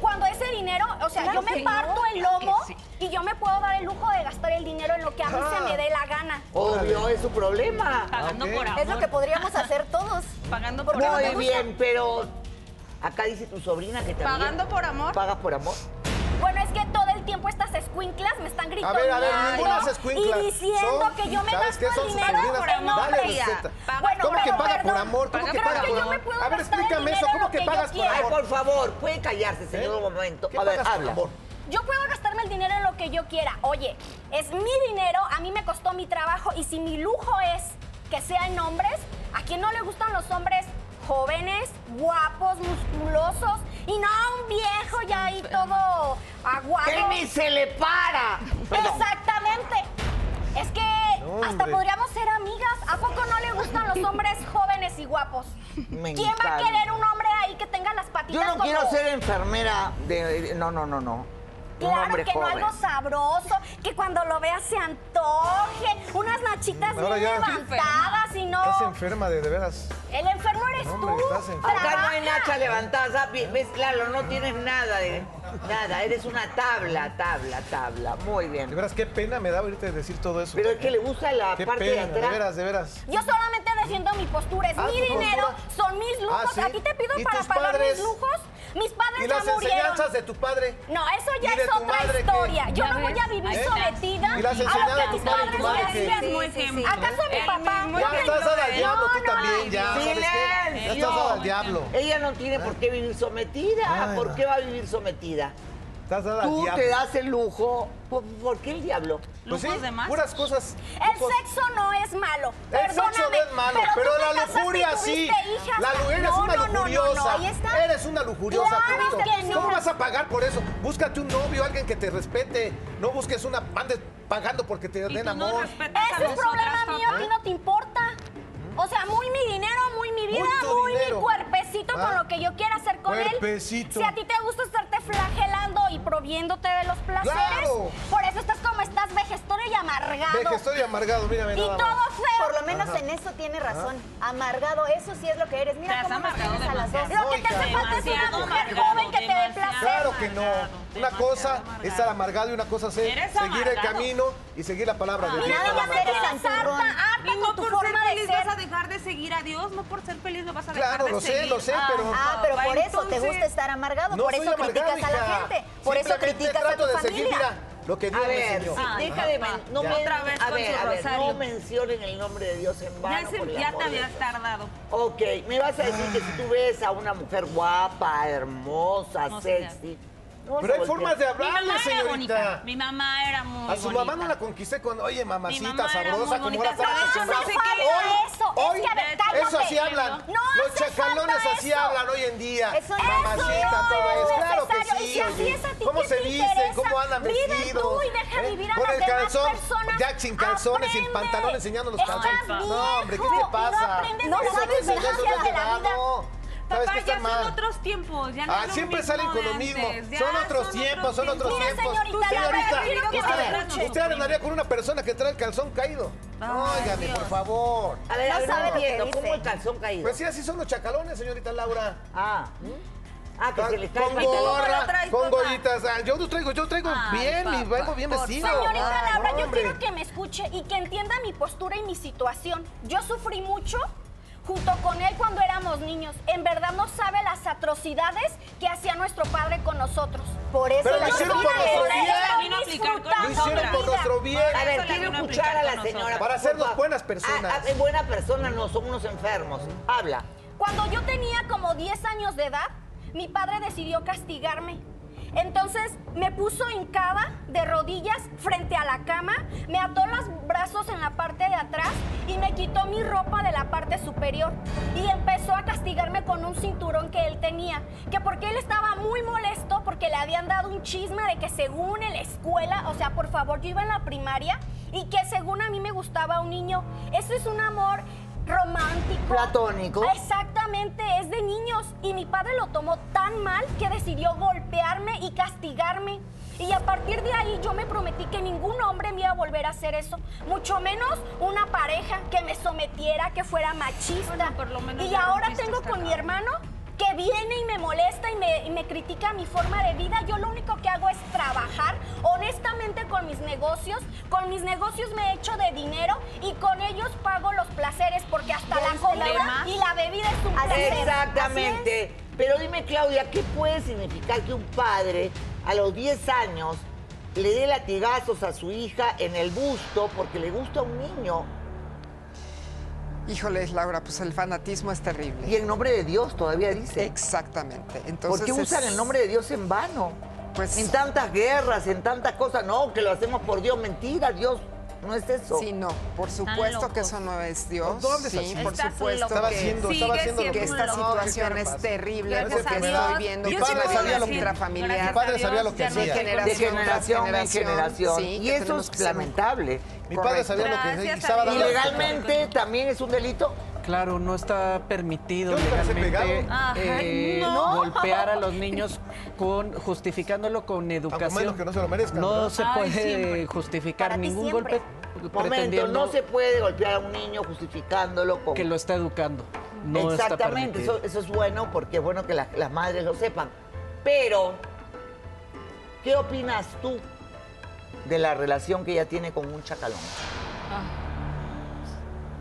[SPEAKER 11] Cuando ese dinero, o sea,
[SPEAKER 10] Claro
[SPEAKER 11] yo me
[SPEAKER 10] que no,
[SPEAKER 11] parto el
[SPEAKER 10] claro que
[SPEAKER 11] lomo
[SPEAKER 10] sí.
[SPEAKER 11] y yo me puedo dar el lujo de gastar el dinero en lo que a mí
[SPEAKER 1] Ah.
[SPEAKER 11] se me dé la gana.
[SPEAKER 1] Obvio, es su problema.
[SPEAKER 10] Pagando por amor.
[SPEAKER 11] Es lo que podríamos hacer todos.
[SPEAKER 10] Pagando por amor.
[SPEAKER 1] Muy bien, pero acá dice tu sobrina que también.
[SPEAKER 10] Pagando por amor.
[SPEAKER 1] ¿Pagas por amor?
[SPEAKER 11] Bueno, es que todo el tiempo estas escuinclas me están
[SPEAKER 9] A
[SPEAKER 11] gritando.
[SPEAKER 9] ver, a ver, ninguna es escuincla.
[SPEAKER 11] Y diciendo
[SPEAKER 9] Son-
[SPEAKER 11] que yo me gasto
[SPEAKER 9] ¿sabes qué? Son
[SPEAKER 11] el
[SPEAKER 9] sus
[SPEAKER 11] dinero
[SPEAKER 9] sobrinas.
[SPEAKER 11] por el nombre.
[SPEAKER 9] Dale receta.
[SPEAKER 11] Bueno,
[SPEAKER 9] ¿Cómo que
[SPEAKER 11] pero,
[SPEAKER 9] paga por
[SPEAKER 11] perdón,
[SPEAKER 9] amor? ¿Cómo que
[SPEAKER 11] creo
[SPEAKER 9] paga
[SPEAKER 11] que
[SPEAKER 9] por
[SPEAKER 11] yo me
[SPEAKER 9] amor?
[SPEAKER 11] puedo
[SPEAKER 9] A ver,
[SPEAKER 11] gastar el
[SPEAKER 9] explícame eso.
[SPEAKER 11] dinero
[SPEAKER 9] ¿Cómo
[SPEAKER 11] en
[SPEAKER 9] que
[SPEAKER 11] lo que
[SPEAKER 9] pagas
[SPEAKER 11] yo
[SPEAKER 9] por
[SPEAKER 1] Ay,
[SPEAKER 11] quiera.
[SPEAKER 9] amor?
[SPEAKER 1] por favor, puede callarse, señor,
[SPEAKER 9] ¿Eh?
[SPEAKER 1] un momento.
[SPEAKER 9] ¿Qué
[SPEAKER 1] A ver,
[SPEAKER 9] pagas por
[SPEAKER 1] habla.
[SPEAKER 9] amor?
[SPEAKER 11] Yo puedo gastarme el dinero en lo que yo quiera. Oye, es mi dinero, a mí me costó mi trabajo y si mi lujo es que sean hombres, ¿a quién no le gustan los hombres jóvenes, guapos, musculosos y no un viejo ya ahí todo aguado?
[SPEAKER 1] ¡Que ni se le para! Perdón.
[SPEAKER 11] Exactamente. Es que
[SPEAKER 9] No,
[SPEAKER 11] hasta
[SPEAKER 9] hombre.
[SPEAKER 11] podríamos ser amigas. ¿A poco no le gustan los hombres jóvenes y guapos?
[SPEAKER 1] Me
[SPEAKER 11] ¿Quién va a
[SPEAKER 1] encanta.
[SPEAKER 11] querer un hombre ahí que tenga las patitas
[SPEAKER 1] Yo no
[SPEAKER 11] como-
[SPEAKER 1] quiero ser enfermera de... de- No, no, no, no. un
[SPEAKER 11] Claro
[SPEAKER 1] hombre
[SPEAKER 11] que
[SPEAKER 1] joven.
[SPEAKER 11] no algo sabroso, que cuando lo veas se antoje, unas nachitas
[SPEAKER 9] Ahora
[SPEAKER 11] bien
[SPEAKER 9] ya-
[SPEAKER 11] levantadas y no.
[SPEAKER 9] Estás enferma de, de veras.
[SPEAKER 11] El enfermo eres
[SPEAKER 9] Hombre,
[SPEAKER 11] tú.
[SPEAKER 9] estás enferma.
[SPEAKER 1] Acá no hay
[SPEAKER 11] Trabaja.
[SPEAKER 1] nacha levantada, ¿sabes? ¿ves? Claro, no tienes nada de... Nada, eres una tabla, tabla, tabla. Muy
[SPEAKER 9] De
[SPEAKER 1] bien.
[SPEAKER 9] veras, qué pena me da ahorita decir todo eso.
[SPEAKER 1] Pero es que le gusta la
[SPEAKER 9] Qué
[SPEAKER 1] parte
[SPEAKER 9] pena,
[SPEAKER 1] de
[SPEAKER 9] de
[SPEAKER 1] atrás.
[SPEAKER 9] veras, de veras.
[SPEAKER 11] Yo solamente defiendo mi postura, es
[SPEAKER 9] Ah,
[SPEAKER 11] mi
[SPEAKER 9] tu
[SPEAKER 11] dinero,
[SPEAKER 9] postura.
[SPEAKER 11] son mis lujos.
[SPEAKER 9] Ah, ¿sí?
[SPEAKER 11] A ti te pido
[SPEAKER 9] ¿Y
[SPEAKER 11] para
[SPEAKER 9] tus
[SPEAKER 11] pagar
[SPEAKER 9] padres?
[SPEAKER 11] mis lujos. Mis padres
[SPEAKER 9] Y
[SPEAKER 11] ya
[SPEAKER 9] las
[SPEAKER 11] murieron.
[SPEAKER 9] enseñanzas de tu padre.
[SPEAKER 11] No, eso ya
[SPEAKER 9] ¿Y de
[SPEAKER 11] es
[SPEAKER 9] tu
[SPEAKER 11] otra
[SPEAKER 9] madre qué?
[SPEAKER 11] historia. Yo
[SPEAKER 10] Ya
[SPEAKER 11] no voy
[SPEAKER 10] ves,
[SPEAKER 11] a vivir
[SPEAKER 10] ahí está.
[SPEAKER 11] sometida
[SPEAKER 9] Y las
[SPEAKER 11] a lo
[SPEAKER 9] enseñanzas
[SPEAKER 11] que
[SPEAKER 9] de
[SPEAKER 11] mis
[SPEAKER 9] tu madre y
[SPEAKER 11] padres
[SPEAKER 9] tu
[SPEAKER 11] me
[SPEAKER 9] madre
[SPEAKER 11] hacían.
[SPEAKER 10] Sí, sí, sí, sí.
[SPEAKER 11] ¿Acaso mi
[SPEAKER 10] Ay,
[SPEAKER 11] papá?
[SPEAKER 10] mi
[SPEAKER 9] Ya
[SPEAKER 10] Muy
[SPEAKER 9] estás dada al
[SPEAKER 10] bien,
[SPEAKER 9] diablo tú
[SPEAKER 11] no, no,
[SPEAKER 9] también, ya. ¿sabes qué? Ya
[SPEAKER 1] ¡Silencio!
[SPEAKER 9] estás dada al diablo. ¿Eh?
[SPEAKER 1] Ella no tiene por qué vivir sometida.
[SPEAKER 9] Ay,
[SPEAKER 1] ¿Por
[SPEAKER 9] no.
[SPEAKER 1] qué va a vivir sometida?
[SPEAKER 9] Estás dada al
[SPEAKER 1] Tú
[SPEAKER 9] diablo.
[SPEAKER 1] te das el lujo. ¿Por, por qué el diablo?
[SPEAKER 9] Pues sí,
[SPEAKER 10] lujos de más.
[SPEAKER 9] puras cosas.
[SPEAKER 11] El
[SPEAKER 9] lujos.
[SPEAKER 11] sexo no es malo.
[SPEAKER 9] El
[SPEAKER 11] Perdóname,
[SPEAKER 9] sexo no es malo,
[SPEAKER 11] tú
[SPEAKER 9] pero,
[SPEAKER 11] te
[SPEAKER 9] la
[SPEAKER 11] casaste y
[SPEAKER 9] lujuria
[SPEAKER 11] tuviste
[SPEAKER 9] sí.
[SPEAKER 11] hijas.
[SPEAKER 9] La lujuria eres
[SPEAKER 11] No,
[SPEAKER 9] una
[SPEAKER 11] no, no, no,
[SPEAKER 9] lujuriosa.
[SPEAKER 11] no, ahí está.
[SPEAKER 9] Eres una lujuriosa,
[SPEAKER 11] Claro
[SPEAKER 9] punto.
[SPEAKER 11] que no.
[SPEAKER 9] ¿Cómo vas a pagar por eso? Búscate un novio, alguien que te respete. No busques una andes pagando porque te
[SPEAKER 10] Y
[SPEAKER 9] den
[SPEAKER 10] tú no
[SPEAKER 9] amor.
[SPEAKER 10] respetas a
[SPEAKER 11] Ese es
[SPEAKER 10] nosotras,
[SPEAKER 11] problema mío, a
[SPEAKER 10] papá.
[SPEAKER 11] ti no te importa. O sea, muy mi dinero, muy mi vida,
[SPEAKER 9] Muy tu
[SPEAKER 11] muy,
[SPEAKER 9] ¿Mm? dinero.
[SPEAKER 11] mi cuerpecito
[SPEAKER 9] Ah.
[SPEAKER 11] con lo que yo quiera hacer con él.
[SPEAKER 9] Cuerpecito.
[SPEAKER 11] Si a ti te gusta estarte flagelando y proviéndote de los placeres,
[SPEAKER 9] Claro.
[SPEAKER 11] por eso estás como estás, vejestorio y amargado.
[SPEAKER 9] Ve que estoy amargado, mírame
[SPEAKER 11] y
[SPEAKER 9] nada
[SPEAKER 11] todo
[SPEAKER 9] más.
[SPEAKER 11] feo.
[SPEAKER 12] Por lo menos en eso tiene razón. Amargado, eso sí es lo que eres.
[SPEAKER 10] Te
[SPEAKER 12] Mira
[SPEAKER 10] has
[SPEAKER 12] cómo nos
[SPEAKER 10] amargado
[SPEAKER 12] tienes a las dos.
[SPEAKER 10] demasiado.
[SPEAKER 11] Lo que te hace falta es una
[SPEAKER 10] Demasiado
[SPEAKER 11] mujer
[SPEAKER 10] amargado,
[SPEAKER 11] joven que te dé
[SPEAKER 10] demasiado.
[SPEAKER 11] placer.
[SPEAKER 9] Claro que no.
[SPEAKER 10] Amargado,
[SPEAKER 9] Una
[SPEAKER 10] demasiado
[SPEAKER 9] cosa
[SPEAKER 10] amargado.
[SPEAKER 9] es estar amargado y una cosa es
[SPEAKER 10] Eres
[SPEAKER 9] seguir el
[SPEAKER 10] amargado.
[SPEAKER 9] camino y seguir la palabra de Dios.
[SPEAKER 11] Mira,
[SPEAKER 12] Nada
[SPEAKER 11] ya
[SPEAKER 12] más
[SPEAKER 11] me
[SPEAKER 12] eres
[SPEAKER 11] tienes
[SPEAKER 12] santurrón.
[SPEAKER 11] harta, harta
[SPEAKER 10] Y no
[SPEAKER 11] con tu
[SPEAKER 10] por ser
[SPEAKER 11] forma de
[SPEAKER 10] feliz vas a
[SPEAKER 11] ser.
[SPEAKER 10] dejar de seguir a Dios, no por ser feliz lo vas a dejar
[SPEAKER 9] Claro,
[SPEAKER 10] de
[SPEAKER 9] lo sé,
[SPEAKER 10] seguir.
[SPEAKER 9] lo sé, pero-
[SPEAKER 12] Ah, pero por eso te
[SPEAKER 10] entonces-
[SPEAKER 12] gusta estar amargado,
[SPEAKER 9] No
[SPEAKER 12] por
[SPEAKER 9] soy
[SPEAKER 12] eso
[SPEAKER 9] amargado,
[SPEAKER 12] criticas a la
[SPEAKER 9] hija.
[SPEAKER 12] gente, por eso
[SPEAKER 9] Simplemente
[SPEAKER 12] criticas a
[SPEAKER 9] trato
[SPEAKER 12] tu
[SPEAKER 9] de seguir,
[SPEAKER 12] familia.
[SPEAKER 9] mira, lo que Dios
[SPEAKER 1] A
[SPEAKER 9] me
[SPEAKER 1] ver,
[SPEAKER 9] enseñó.
[SPEAKER 10] Ah,
[SPEAKER 1] deja de... men- No
[SPEAKER 10] Ya.
[SPEAKER 1] men-
[SPEAKER 10] Otra vez
[SPEAKER 1] a
[SPEAKER 10] con
[SPEAKER 1] ver,
[SPEAKER 10] su
[SPEAKER 1] a ver,
[SPEAKER 10] rosario.
[SPEAKER 1] no mencionen el nombre de Dios en vano,
[SPEAKER 10] Ya, se-
[SPEAKER 1] por el
[SPEAKER 10] ya
[SPEAKER 1] amor
[SPEAKER 10] te
[SPEAKER 1] de
[SPEAKER 10] habías
[SPEAKER 1] Dios.
[SPEAKER 10] tardado.
[SPEAKER 1] Ok, me vas a decir que si tú ves a una mujer guapa, hermosa,
[SPEAKER 10] No sé.
[SPEAKER 1] sexy... no vas
[SPEAKER 9] Pero
[SPEAKER 1] a
[SPEAKER 9] hay
[SPEAKER 1] voltear.
[SPEAKER 9] formas de
[SPEAKER 10] Mi
[SPEAKER 9] hablarle,
[SPEAKER 10] mamá era bonita.
[SPEAKER 9] señorita.
[SPEAKER 10] Mi mamá era muy
[SPEAKER 9] A su
[SPEAKER 10] bonita.
[SPEAKER 9] mamá no la conquisté cuando, oye,
[SPEAKER 10] Mi
[SPEAKER 9] mamacita
[SPEAKER 10] mamá era
[SPEAKER 9] sabrosa,
[SPEAKER 10] muy
[SPEAKER 9] como
[SPEAKER 10] bonita,
[SPEAKER 9] ahora están
[SPEAKER 10] pero eso no
[SPEAKER 9] acostumbrados.
[SPEAKER 10] se queda
[SPEAKER 9] Hoy-
[SPEAKER 11] eso, es
[SPEAKER 9] hoy,
[SPEAKER 11] que, a ver, cállate.
[SPEAKER 9] eso así hablan.
[SPEAKER 11] No
[SPEAKER 9] Los
[SPEAKER 11] hace
[SPEAKER 9] chacalones
[SPEAKER 11] falta
[SPEAKER 9] así
[SPEAKER 11] eso.
[SPEAKER 9] hablan hoy en día.
[SPEAKER 12] Eso no
[SPEAKER 9] Mamacita, todo
[SPEAKER 11] es
[SPEAKER 9] eso. Claro que
[SPEAKER 11] necesario.
[SPEAKER 9] sí.
[SPEAKER 11] Y si así
[SPEAKER 9] oye.
[SPEAKER 11] es a ti,
[SPEAKER 9] ¿Cómo
[SPEAKER 11] ¿qué
[SPEAKER 9] se
[SPEAKER 11] te
[SPEAKER 9] visten?
[SPEAKER 11] interesa?
[SPEAKER 9] ¿Cómo andan
[SPEAKER 11] Vive
[SPEAKER 9] vestidos? ¿Eh?
[SPEAKER 11] tú y deja vivir a
[SPEAKER 9] Con
[SPEAKER 11] las
[SPEAKER 9] el
[SPEAKER 11] demás
[SPEAKER 9] calzón,
[SPEAKER 11] personas.
[SPEAKER 9] ya sin calzones, sin
[SPEAKER 11] Aprende.
[SPEAKER 9] pantalón, enseñando los
[SPEAKER 11] Estás
[SPEAKER 9] calzones. No, hombre, ¿qué te
[SPEAKER 11] viejo y no
[SPEAKER 9] pasa?
[SPEAKER 11] aprendes
[SPEAKER 9] Eso
[SPEAKER 11] las
[SPEAKER 9] no es- eso
[SPEAKER 11] enseñanzas
[SPEAKER 9] no es
[SPEAKER 11] de la
[SPEAKER 9] humano.
[SPEAKER 11] vida.
[SPEAKER 9] Sabes que
[SPEAKER 10] Papá,
[SPEAKER 9] está
[SPEAKER 10] ya
[SPEAKER 9] mal.
[SPEAKER 10] son otros tiempos, ya no
[SPEAKER 9] Ah,
[SPEAKER 10] es lo
[SPEAKER 9] siempre
[SPEAKER 10] mismo
[SPEAKER 9] salen con
[SPEAKER 10] de
[SPEAKER 9] lo mismo.
[SPEAKER 10] antes, ya
[SPEAKER 9] Son otros tiempos, son otros
[SPEAKER 11] Mira,
[SPEAKER 9] tiempos.
[SPEAKER 11] señorita, la verdad, quiero que
[SPEAKER 9] usted-
[SPEAKER 11] me
[SPEAKER 9] usted,
[SPEAKER 10] escuche.
[SPEAKER 9] andaría con una persona que trae el calzón caído.
[SPEAKER 10] Ay,
[SPEAKER 9] Óigame,
[SPEAKER 10] Dios.
[SPEAKER 9] por favor.
[SPEAKER 1] A ver,
[SPEAKER 12] No
[SPEAKER 1] a ver, no
[SPEAKER 12] sabe lo que
[SPEAKER 1] entiendo, ¿cómo
[SPEAKER 12] dice.
[SPEAKER 1] el calzón caído?
[SPEAKER 9] Pues sí, así son los chacalones, señorita Laura.
[SPEAKER 1] Ah, ah, que se le cae el
[SPEAKER 9] Con
[SPEAKER 1] pantalón.
[SPEAKER 10] lo
[SPEAKER 9] gorra,
[SPEAKER 10] traes,
[SPEAKER 9] con
[SPEAKER 10] papá?
[SPEAKER 9] goyitas. Ah, Yo no traigo, yo traigo
[SPEAKER 10] Ay,
[SPEAKER 9] bien, mi-
[SPEAKER 10] papá,
[SPEAKER 9] vengo bien
[SPEAKER 10] por
[SPEAKER 9] vestido.
[SPEAKER 11] Señorita
[SPEAKER 9] Ah,
[SPEAKER 11] Laura, yo
[SPEAKER 9] hombre.
[SPEAKER 11] quiero que me escuche y que entienda mi postura y mi situación. Yo sufrí mucho junto con él cuando éramos niños. En verdad no sabe las atrocidades que hacía nuestro padre con nosotros.
[SPEAKER 12] Por eso
[SPEAKER 9] Pero
[SPEAKER 11] Yo
[SPEAKER 9] lo hicieron
[SPEAKER 11] soy
[SPEAKER 9] por
[SPEAKER 11] una
[SPEAKER 9] nuestro
[SPEAKER 11] guerrera,
[SPEAKER 9] bien.
[SPEAKER 11] estoy
[SPEAKER 10] Vino a aplicar con
[SPEAKER 9] Lo
[SPEAKER 11] disfrutando
[SPEAKER 9] hicieron
[SPEAKER 11] mi
[SPEAKER 9] por
[SPEAKER 11] vida.
[SPEAKER 9] nuestro bien.
[SPEAKER 1] A ver,
[SPEAKER 10] Eso la
[SPEAKER 1] quiero
[SPEAKER 10] van a
[SPEAKER 1] escuchar
[SPEAKER 10] aplicar
[SPEAKER 1] a la
[SPEAKER 10] con nosotros.
[SPEAKER 1] señora.
[SPEAKER 9] Para
[SPEAKER 1] por
[SPEAKER 9] sernos
[SPEAKER 1] favor.
[SPEAKER 9] buenas personas.
[SPEAKER 1] Ah, ah, buena persona no, son unos enfermos. Habla.
[SPEAKER 11] Cuando yo tenía como 10 años de edad, mi padre decidió castigarme. Entonces me puso hincada de rodillas frente a la cama, me ató los brazos en la parte de atrás y me quitó mi ropa de la parte superior. Y empezó a castigarme con un cinturón que él tenía, que porque él estaba muy molesto porque le habían dado un chisme de que según en la escuela, o sea, por favor, yo iba en la primaria y que según a mí me gustaba un niño. Eso es un amor romántico.
[SPEAKER 1] Platónico.
[SPEAKER 11] Ah, Exactamente, es de niños. Y mi padre lo tomó tan mal que decidió golpearme y castigarme. Y a partir de ahí yo me prometí que ningún hombre me iba a volver a hacer eso. Mucho menos una pareja que me sometiera, que fuera machista.
[SPEAKER 10] menos
[SPEAKER 11] y
[SPEAKER 10] ya
[SPEAKER 11] ahora
[SPEAKER 10] rompiste
[SPEAKER 11] tengo
[SPEAKER 10] esta
[SPEAKER 11] con mi hermano que viene y me molesta y me, y me critica mi forma de vida. Yo lo único que hago es trabajar honestamente con mis negocios. Con mis negocios me he hecho de dinero y con ellos pago los placeres porque hasta la comida
[SPEAKER 1] Laura?
[SPEAKER 11] y la bebida es un placer. Así es.
[SPEAKER 1] Exactamente. Pero dime, Claudia, ¿qué puede significar que un padre a los 10 años le dé latigazos a su hija en el busto porque le gusta un niño?
[SPEAKER 5] Híjoles, Laura, pues el fanatismo es terrible.
[SPEAKER 1] Y el nombre de Dios todavía dice.
[SPEAKER 5] Exactamente. Entonces
[SPEAKER 1] ¿Por qué usan
[SPEAKER 5] es-
[SPEAKER 1] el nombre de Dios en vano?
[SPEAKER 5] Pues-
[SPEAKER 1] en tantas guerras, en tantas cosas, no, que lo hacemos por Dios, mentira, Dios no es eso.
[SPEAKER 5] Sí, no, por supuesto que eso no es Dios.
[SPEAKER 1] ¿Dónde
[SPEAKER 5] sí,
[SPEAKER 1] estás?
[SPEAKER 5] por
[SPEAKER 1] Estás
[SPEAKER 5] supuesto
[SPEAKER 1] loco. Estaba
[SPEAKER 5] que,
[SPEAKER 1] haciendo- estaba Sigue haciendo lo
[SPEAKER 5] que
[SPEAKER 1] mismo.
[SPEAKER 5] esta
[SPEAKER 1] No,
[SPEAKER 5] situación
[SPEAKER 1] ¿qué
[SPEAKER 5] es
[SPEAKER 1] pasa?
[SPEAKER 5] terrible
[SPEAKER 1] Gracias
[SPEAKER 5] porque
[SPEAKER 1] a Dios.
[SPEAKER 5] estoy viendo
[SPEAKER 1] Mi
[SPEAKER 5] que
[SPEAKER 1] padre sabía lo que-
[SPEAKER 5] intrafamiliar.
[SPEAKER 1] Mi padre sabía lo que
[SPEAKER 5] de
[SPEAKER 1] hacía.
[SPEAKER 5] generación
[SPEAKER 1] De
[SPEAKER 5] tras
[SPEAKER 1] generación en generación.
[SPEAKER 5] sí,
[SPEAKER 1] Y
[SPEAKER 5] que
[SPEAKER 1] eso
[SPEAKER 5] tenemos
[SPEAKER 1] es
[SPEAKER 5] que ser muy-
[SPEAKER 1] lamentable.
[SPEAKER 9] Mi padre sabía lo que
[SPEAKER 5] Correcto.
[SPEAKER 9] hacía y estaba dando-
[SPEAKER 1] Ilegalmente también es un delito.
[SPEAKER 6] Claro, no está permitido
[SPEAKER 9] me las he
[SPEAKER 6] legalmente
[SPEAKER 9] pegado. Ajá,
[SPEAKER 6] eh,
[SPEAKER 9] no.
[SPEAKER 6] golpear a los niños con justificándolo con educación.
[SPEAKER 9] menos que no se lo merezcan,
[SPEAKER 6] No
[SPEAKER 9] ¿verdad?
[SPEAKER 6] se
[SPEAKER 9] Ay,
[SPEAKER 6] puede
[SPEAKER 9] siempre.
[SPEAKER 6] justificar
[SPEAKER 1] Para ti
[SPEAKER 6] ningún
[SPEAKER 1] siempre.
[SPEAKER 6] golpe
[SPEAKER 1] Momento,
[SPEAKER 6] pretendiendo
[SPEAKER 1] no se puede golpear a un niño justificándolo con...
[SPEAKER 6] que lo está educando. No está
[SPEAKER 1] Exactamente,
[SPEAKER 6] permitido.
[SPEAKER 1] eso, eso es bueno porque es bueno que las- las madres lo sepan. Pero, ¿qué opinas tú de la relación que ella tiene con un chacalón?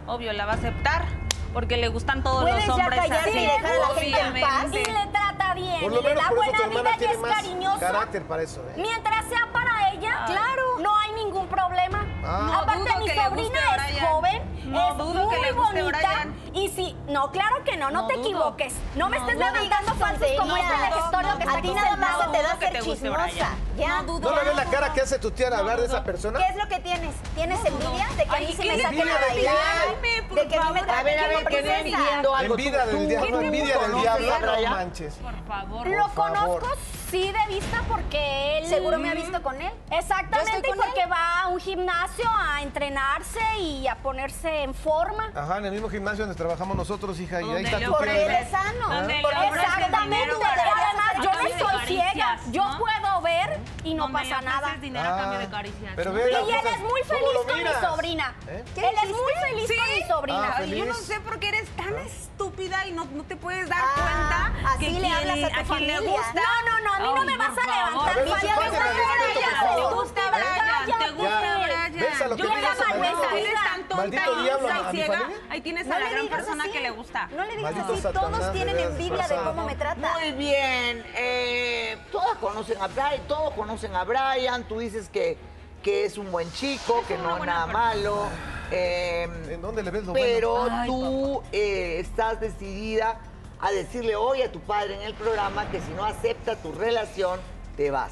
[SPEAKER 10] Obvio, la va a aceptar. Porque le gustan todos
[SPEAKER 11] Puedes
[SPEAKER 10] los
[SPEAKER 11] ya
[SPEAKER 10] hombres
[SPEAKER 11] callarse
[SPEAKER 10] así.
[SPEAKER 11] y dejar a la gente en paz.
[SPEAKER 10] obviamente.
[SPEAKER 11] Y le trata bien,
[SPEAKER 9] Por
[SPEAKER 11] y
[SPEAKER 9] lo
[SPEAKER 11] le
[SPEAKER 9] menos
[SPEAKER 11] da
[SPEAKER 9] por eso tu
[SPEAKER 11] buena vida
[SPEAKER 9] hermana
[SPEAKER 11] y
[SPEAKER 9] tiene
[SPEAKER 11] es
[SPEAKER 9] más
[SPEAKER 11] cariñosa.
[SPEAKER 9] carácter para eso, ¿eh?
[SPEAKER 11] Mientras sea para ella,
[SPEAKER 9] Ay.
[SPEAKER 11] claro, no hay ningún problema.
[SPEAKER 9] Ah. No
[SPEAKER 11] Aparte,
[SPEAKER 10] Ah. dudo
[SPEAKER 11] mi
[SPEAKER 10] que le guste
[SPEAKER 11] sobrina
[SPEAKER 10] a
[SPEAKER 11] es
[SPEAKER 10] Brian.
[SPEAKER 11] joven,
[SPEAKER 10] No
[SPEAKER 11] es
[SPEAKER 10] dudo que
[SPEAKER 11] muy
[SPEAKER 10] le guste a
[SPEAKER 11] bonita.
[SPEAKER 10] Brian.
[SPEAKER 11] Y si, no, claro que no, no,
[SPEAKER 10] No
[SPEAKER 11] te
[SPEAKER 10] dudo.
[SPEAKER 11] equivoques. No, me
[SPEAKER 10] No
[SPEAKER 11] estés
[SPEAKER 10] dudo.
[SPEAKER 11] levantando falsos
[SPEAKER 10] No
[SPEAKER 11] como este
[SPEAKER 10] dudo,
[SPEAKER 11] vejestorio
[SPEAKER 10] no
[SPEAKER 11] que está
[SPEAKER 10] dudo.
[SPEAKER 11] aquí
[SPEAKER 10] A ti
[SPEAKER 11] sentado.
[SPEAKER 10] nada más se te da
[SPEAKER 11] No dudo que
[SPEAKER 10] ser
[SPEAKER 11] guste
[SPEAKER 10] chismosa.
[SPEAKER 11] Brian.
[SPEAKER 10] Ya.
[SPEAKER 11] No dudo.
[SPEAKER 9] ¿No le ves la cara que hace tu tía al hablar de esa persona?
[SPEAKER 11] ¿Qué es lo que tienes? ¿Tienes envidia de que a mí
[SPEAKER 10] Ay,
[SPEAKER 11] se
[SPEAKER 10] ¿qué
[SPEAKER 11] me
[SPEAKER 10] le
[SPEAKER 11] saquen a
[SPEAKER 10] pide?
[SPEAKER 11] bailar?
[SPEAKER 10] Dime, por
[SPEAKER 11] De que a mí me
[SPEAKER 10] favor.
[SPEAKER 11] traten
[SPEAKER 10] A ver, a
[SPEAKER 11] como
[SPEAKER 10] ver, que
[SPEAKER 11] princesa.
[SPEAKER 10] no entiendo algo.
[SPEAKER 9] Envidia
[SPEAKER 10] Tú-
[SPEAKER 9] del
[SPEAKER 10] tú-
[SPEAKER 9] diablo,
[SPEAKER 10] ¿qué
[SPEAKER 9] envidia del
[SPEAKER 10] conoces,
[SPEAKER 9] diablo, no
[SPEAKER 10] Brian?
[SPEAKER 9] manches.
[SPEAKER 10] Por favor.
[SPEAKER 11] Lo
[SPEAKER 9] Por favor.
[SPEAKER 11] conozco sí de vista porque él...
[SPEAKER 12] Seguro me ha visto
[SPEAKER 11] con él. Exactamente,
[SPEAKER 12] Yo estoy
[SPEAKER 11] y
[SPEAKER 12] con
[SPEAKER 11] porque va a un gimnasio a entrenarse y a ponerse en forma.
[SPEAKER 9] Ajá, en el mismo gimnasio donde trabajamos nosotros, hija, y ahí está tu
[SPEAKER 11] Porque
[SPEAKER 9] tía.
[SPEAKER 11] él es sano.
[SPEAKER 10] Donde
[SPEAKER 11] Porque
[SPEAKER 10] le ofrecen
[SPEAKER 11] Exactamente.
[SPEAKER 10] este dinero para
[SPEAKER 11] pero además, yo
[SPEAKER 10] hacer
[SPEAKER 11] no soy
[SPEAKER 10] caricias,
[SPEAKER 11] ciega. Yo
[SPEAKER 10] ¿no?
[SPEAKER 11] puedo ver y no pasa nada.
[SPEAKER 10] dinero a cambio de caricias.
[SPEAKER 9] pero
[SPEAKER 10] ¿no?
[SPEAKER 9] ve
[SPEAKER 11] Y
[SPEAKER 9] las
[SPEAKER 11] él
[SPEAKER 9] cosas,
[SPEAKER 11] es muy
[SPEAKER 9] ¿cómo
[SPEAKER 11] feliz
[SPEAKER 9] lo
[SPEAKER 11] con mi
[SPEAKER 9] miras?
[SPEAKER 11] sobrina.
[SPEAKER 9] ¿Eh?
[SPEAKER 11] Él es muy feliz con mi sobrina.
[SPEAKER 9] Ah,
[SPEAKER 13] Ay, yo no
[SPEAKER 9] feliz. Ah.
[SPEAKER 13] sé por qué eres tan estúpida y no, no te puedes dar
[SPEAKER 11] Ah,
[SPEAKER 13] cuenta
[SPEAKER 11] así
[SPEAKER 13] que
[SPEAKER 11] le
[SPEAKER 13] quien-
[SPEAKER 11] hablas a tu
[SPEAKER 13] a quien le
[SPEAKER 11] familia.
[SPEAKER 13] gusta.
[SPEAKER 11] No, no, no, a
[SPEAKER 10] Oh,
[SPEAKER 11] mí no
[SPEAKER 13] Ay,
[SPEAKER 11] me vas
[SPEAKER 13] por
[SPEAKER 11] a levantar
[SPEAKER 13] favor.
[SPEAKER 11] falta de
[SPEAKER 13] Te gusta Brian,
[SPEAKER 11] respeto, por favor.
[SPEAKER 13] te gusta
[SPEAKER 11] Ya.
[SPEAKER 13] Brian, te gusta
[SPEAKER 11] Ya.
[SPEAKER 13] Brian.
[SPEAKER 9] ¿Ves a lo que
[SPEAKER 13] Yo
[SPEAKER 9] me
[SPEAKER 13] era
[SPEAKER 9] haces,
[SPEAKER 13] mal
[SPEAKER 9] maldito?
[SPEAKER 13] pensada, eres tan tonta
[SPEAKER 9] Maldito
[SPEAKER 13] y
[SPEAKER 9] diablo,
[SPEAKER 13] mensa
[SPEAKER 9] ¿a
[SPEAKER 13] y
[SPEAKER 9] mi
[SPEAKER 13] ciega.
[SPEAKER 9] familia?
[SPEAKER 13] Ahí tienes
[SPEAKER 12] No
[SPEAKER 13] a
[SPEAKER 12] le
[SPEAKER 13] la gran
[SPEAKER 12] digas
[SPEAKER 13] persona
[SPEAKER 12] así.
[SPEAKER 13] que le gusta.
[SPEAKER 12] No le digas
[SPEAKER 9] Maldito
[SPEAKER 12] así,
[SPEAKER 9] Satanás,
[SPEAKER 12] todos tienen
[SPEAKER 9] de veras,
[SPEAKER 12] envidia de
[SPEAKER 9] pasado.
[SPEAKER 12] cómo me trata.
[SPEAKER 1] Muy bien. eh, todas conocen a Brian, todos conocen a Brian. Tú dices que, que es un buen chico, que no es nada malo. eh,
[SPEAKER 9] ¿En dónde le ves lo
[SPEAKER 1] pero
[SPEAKER 9] bueno?
[SPEAKER 1] tú eh, estás decidida a decirle hoy a tu padre en el programa que si no acepta tu relación, te vas.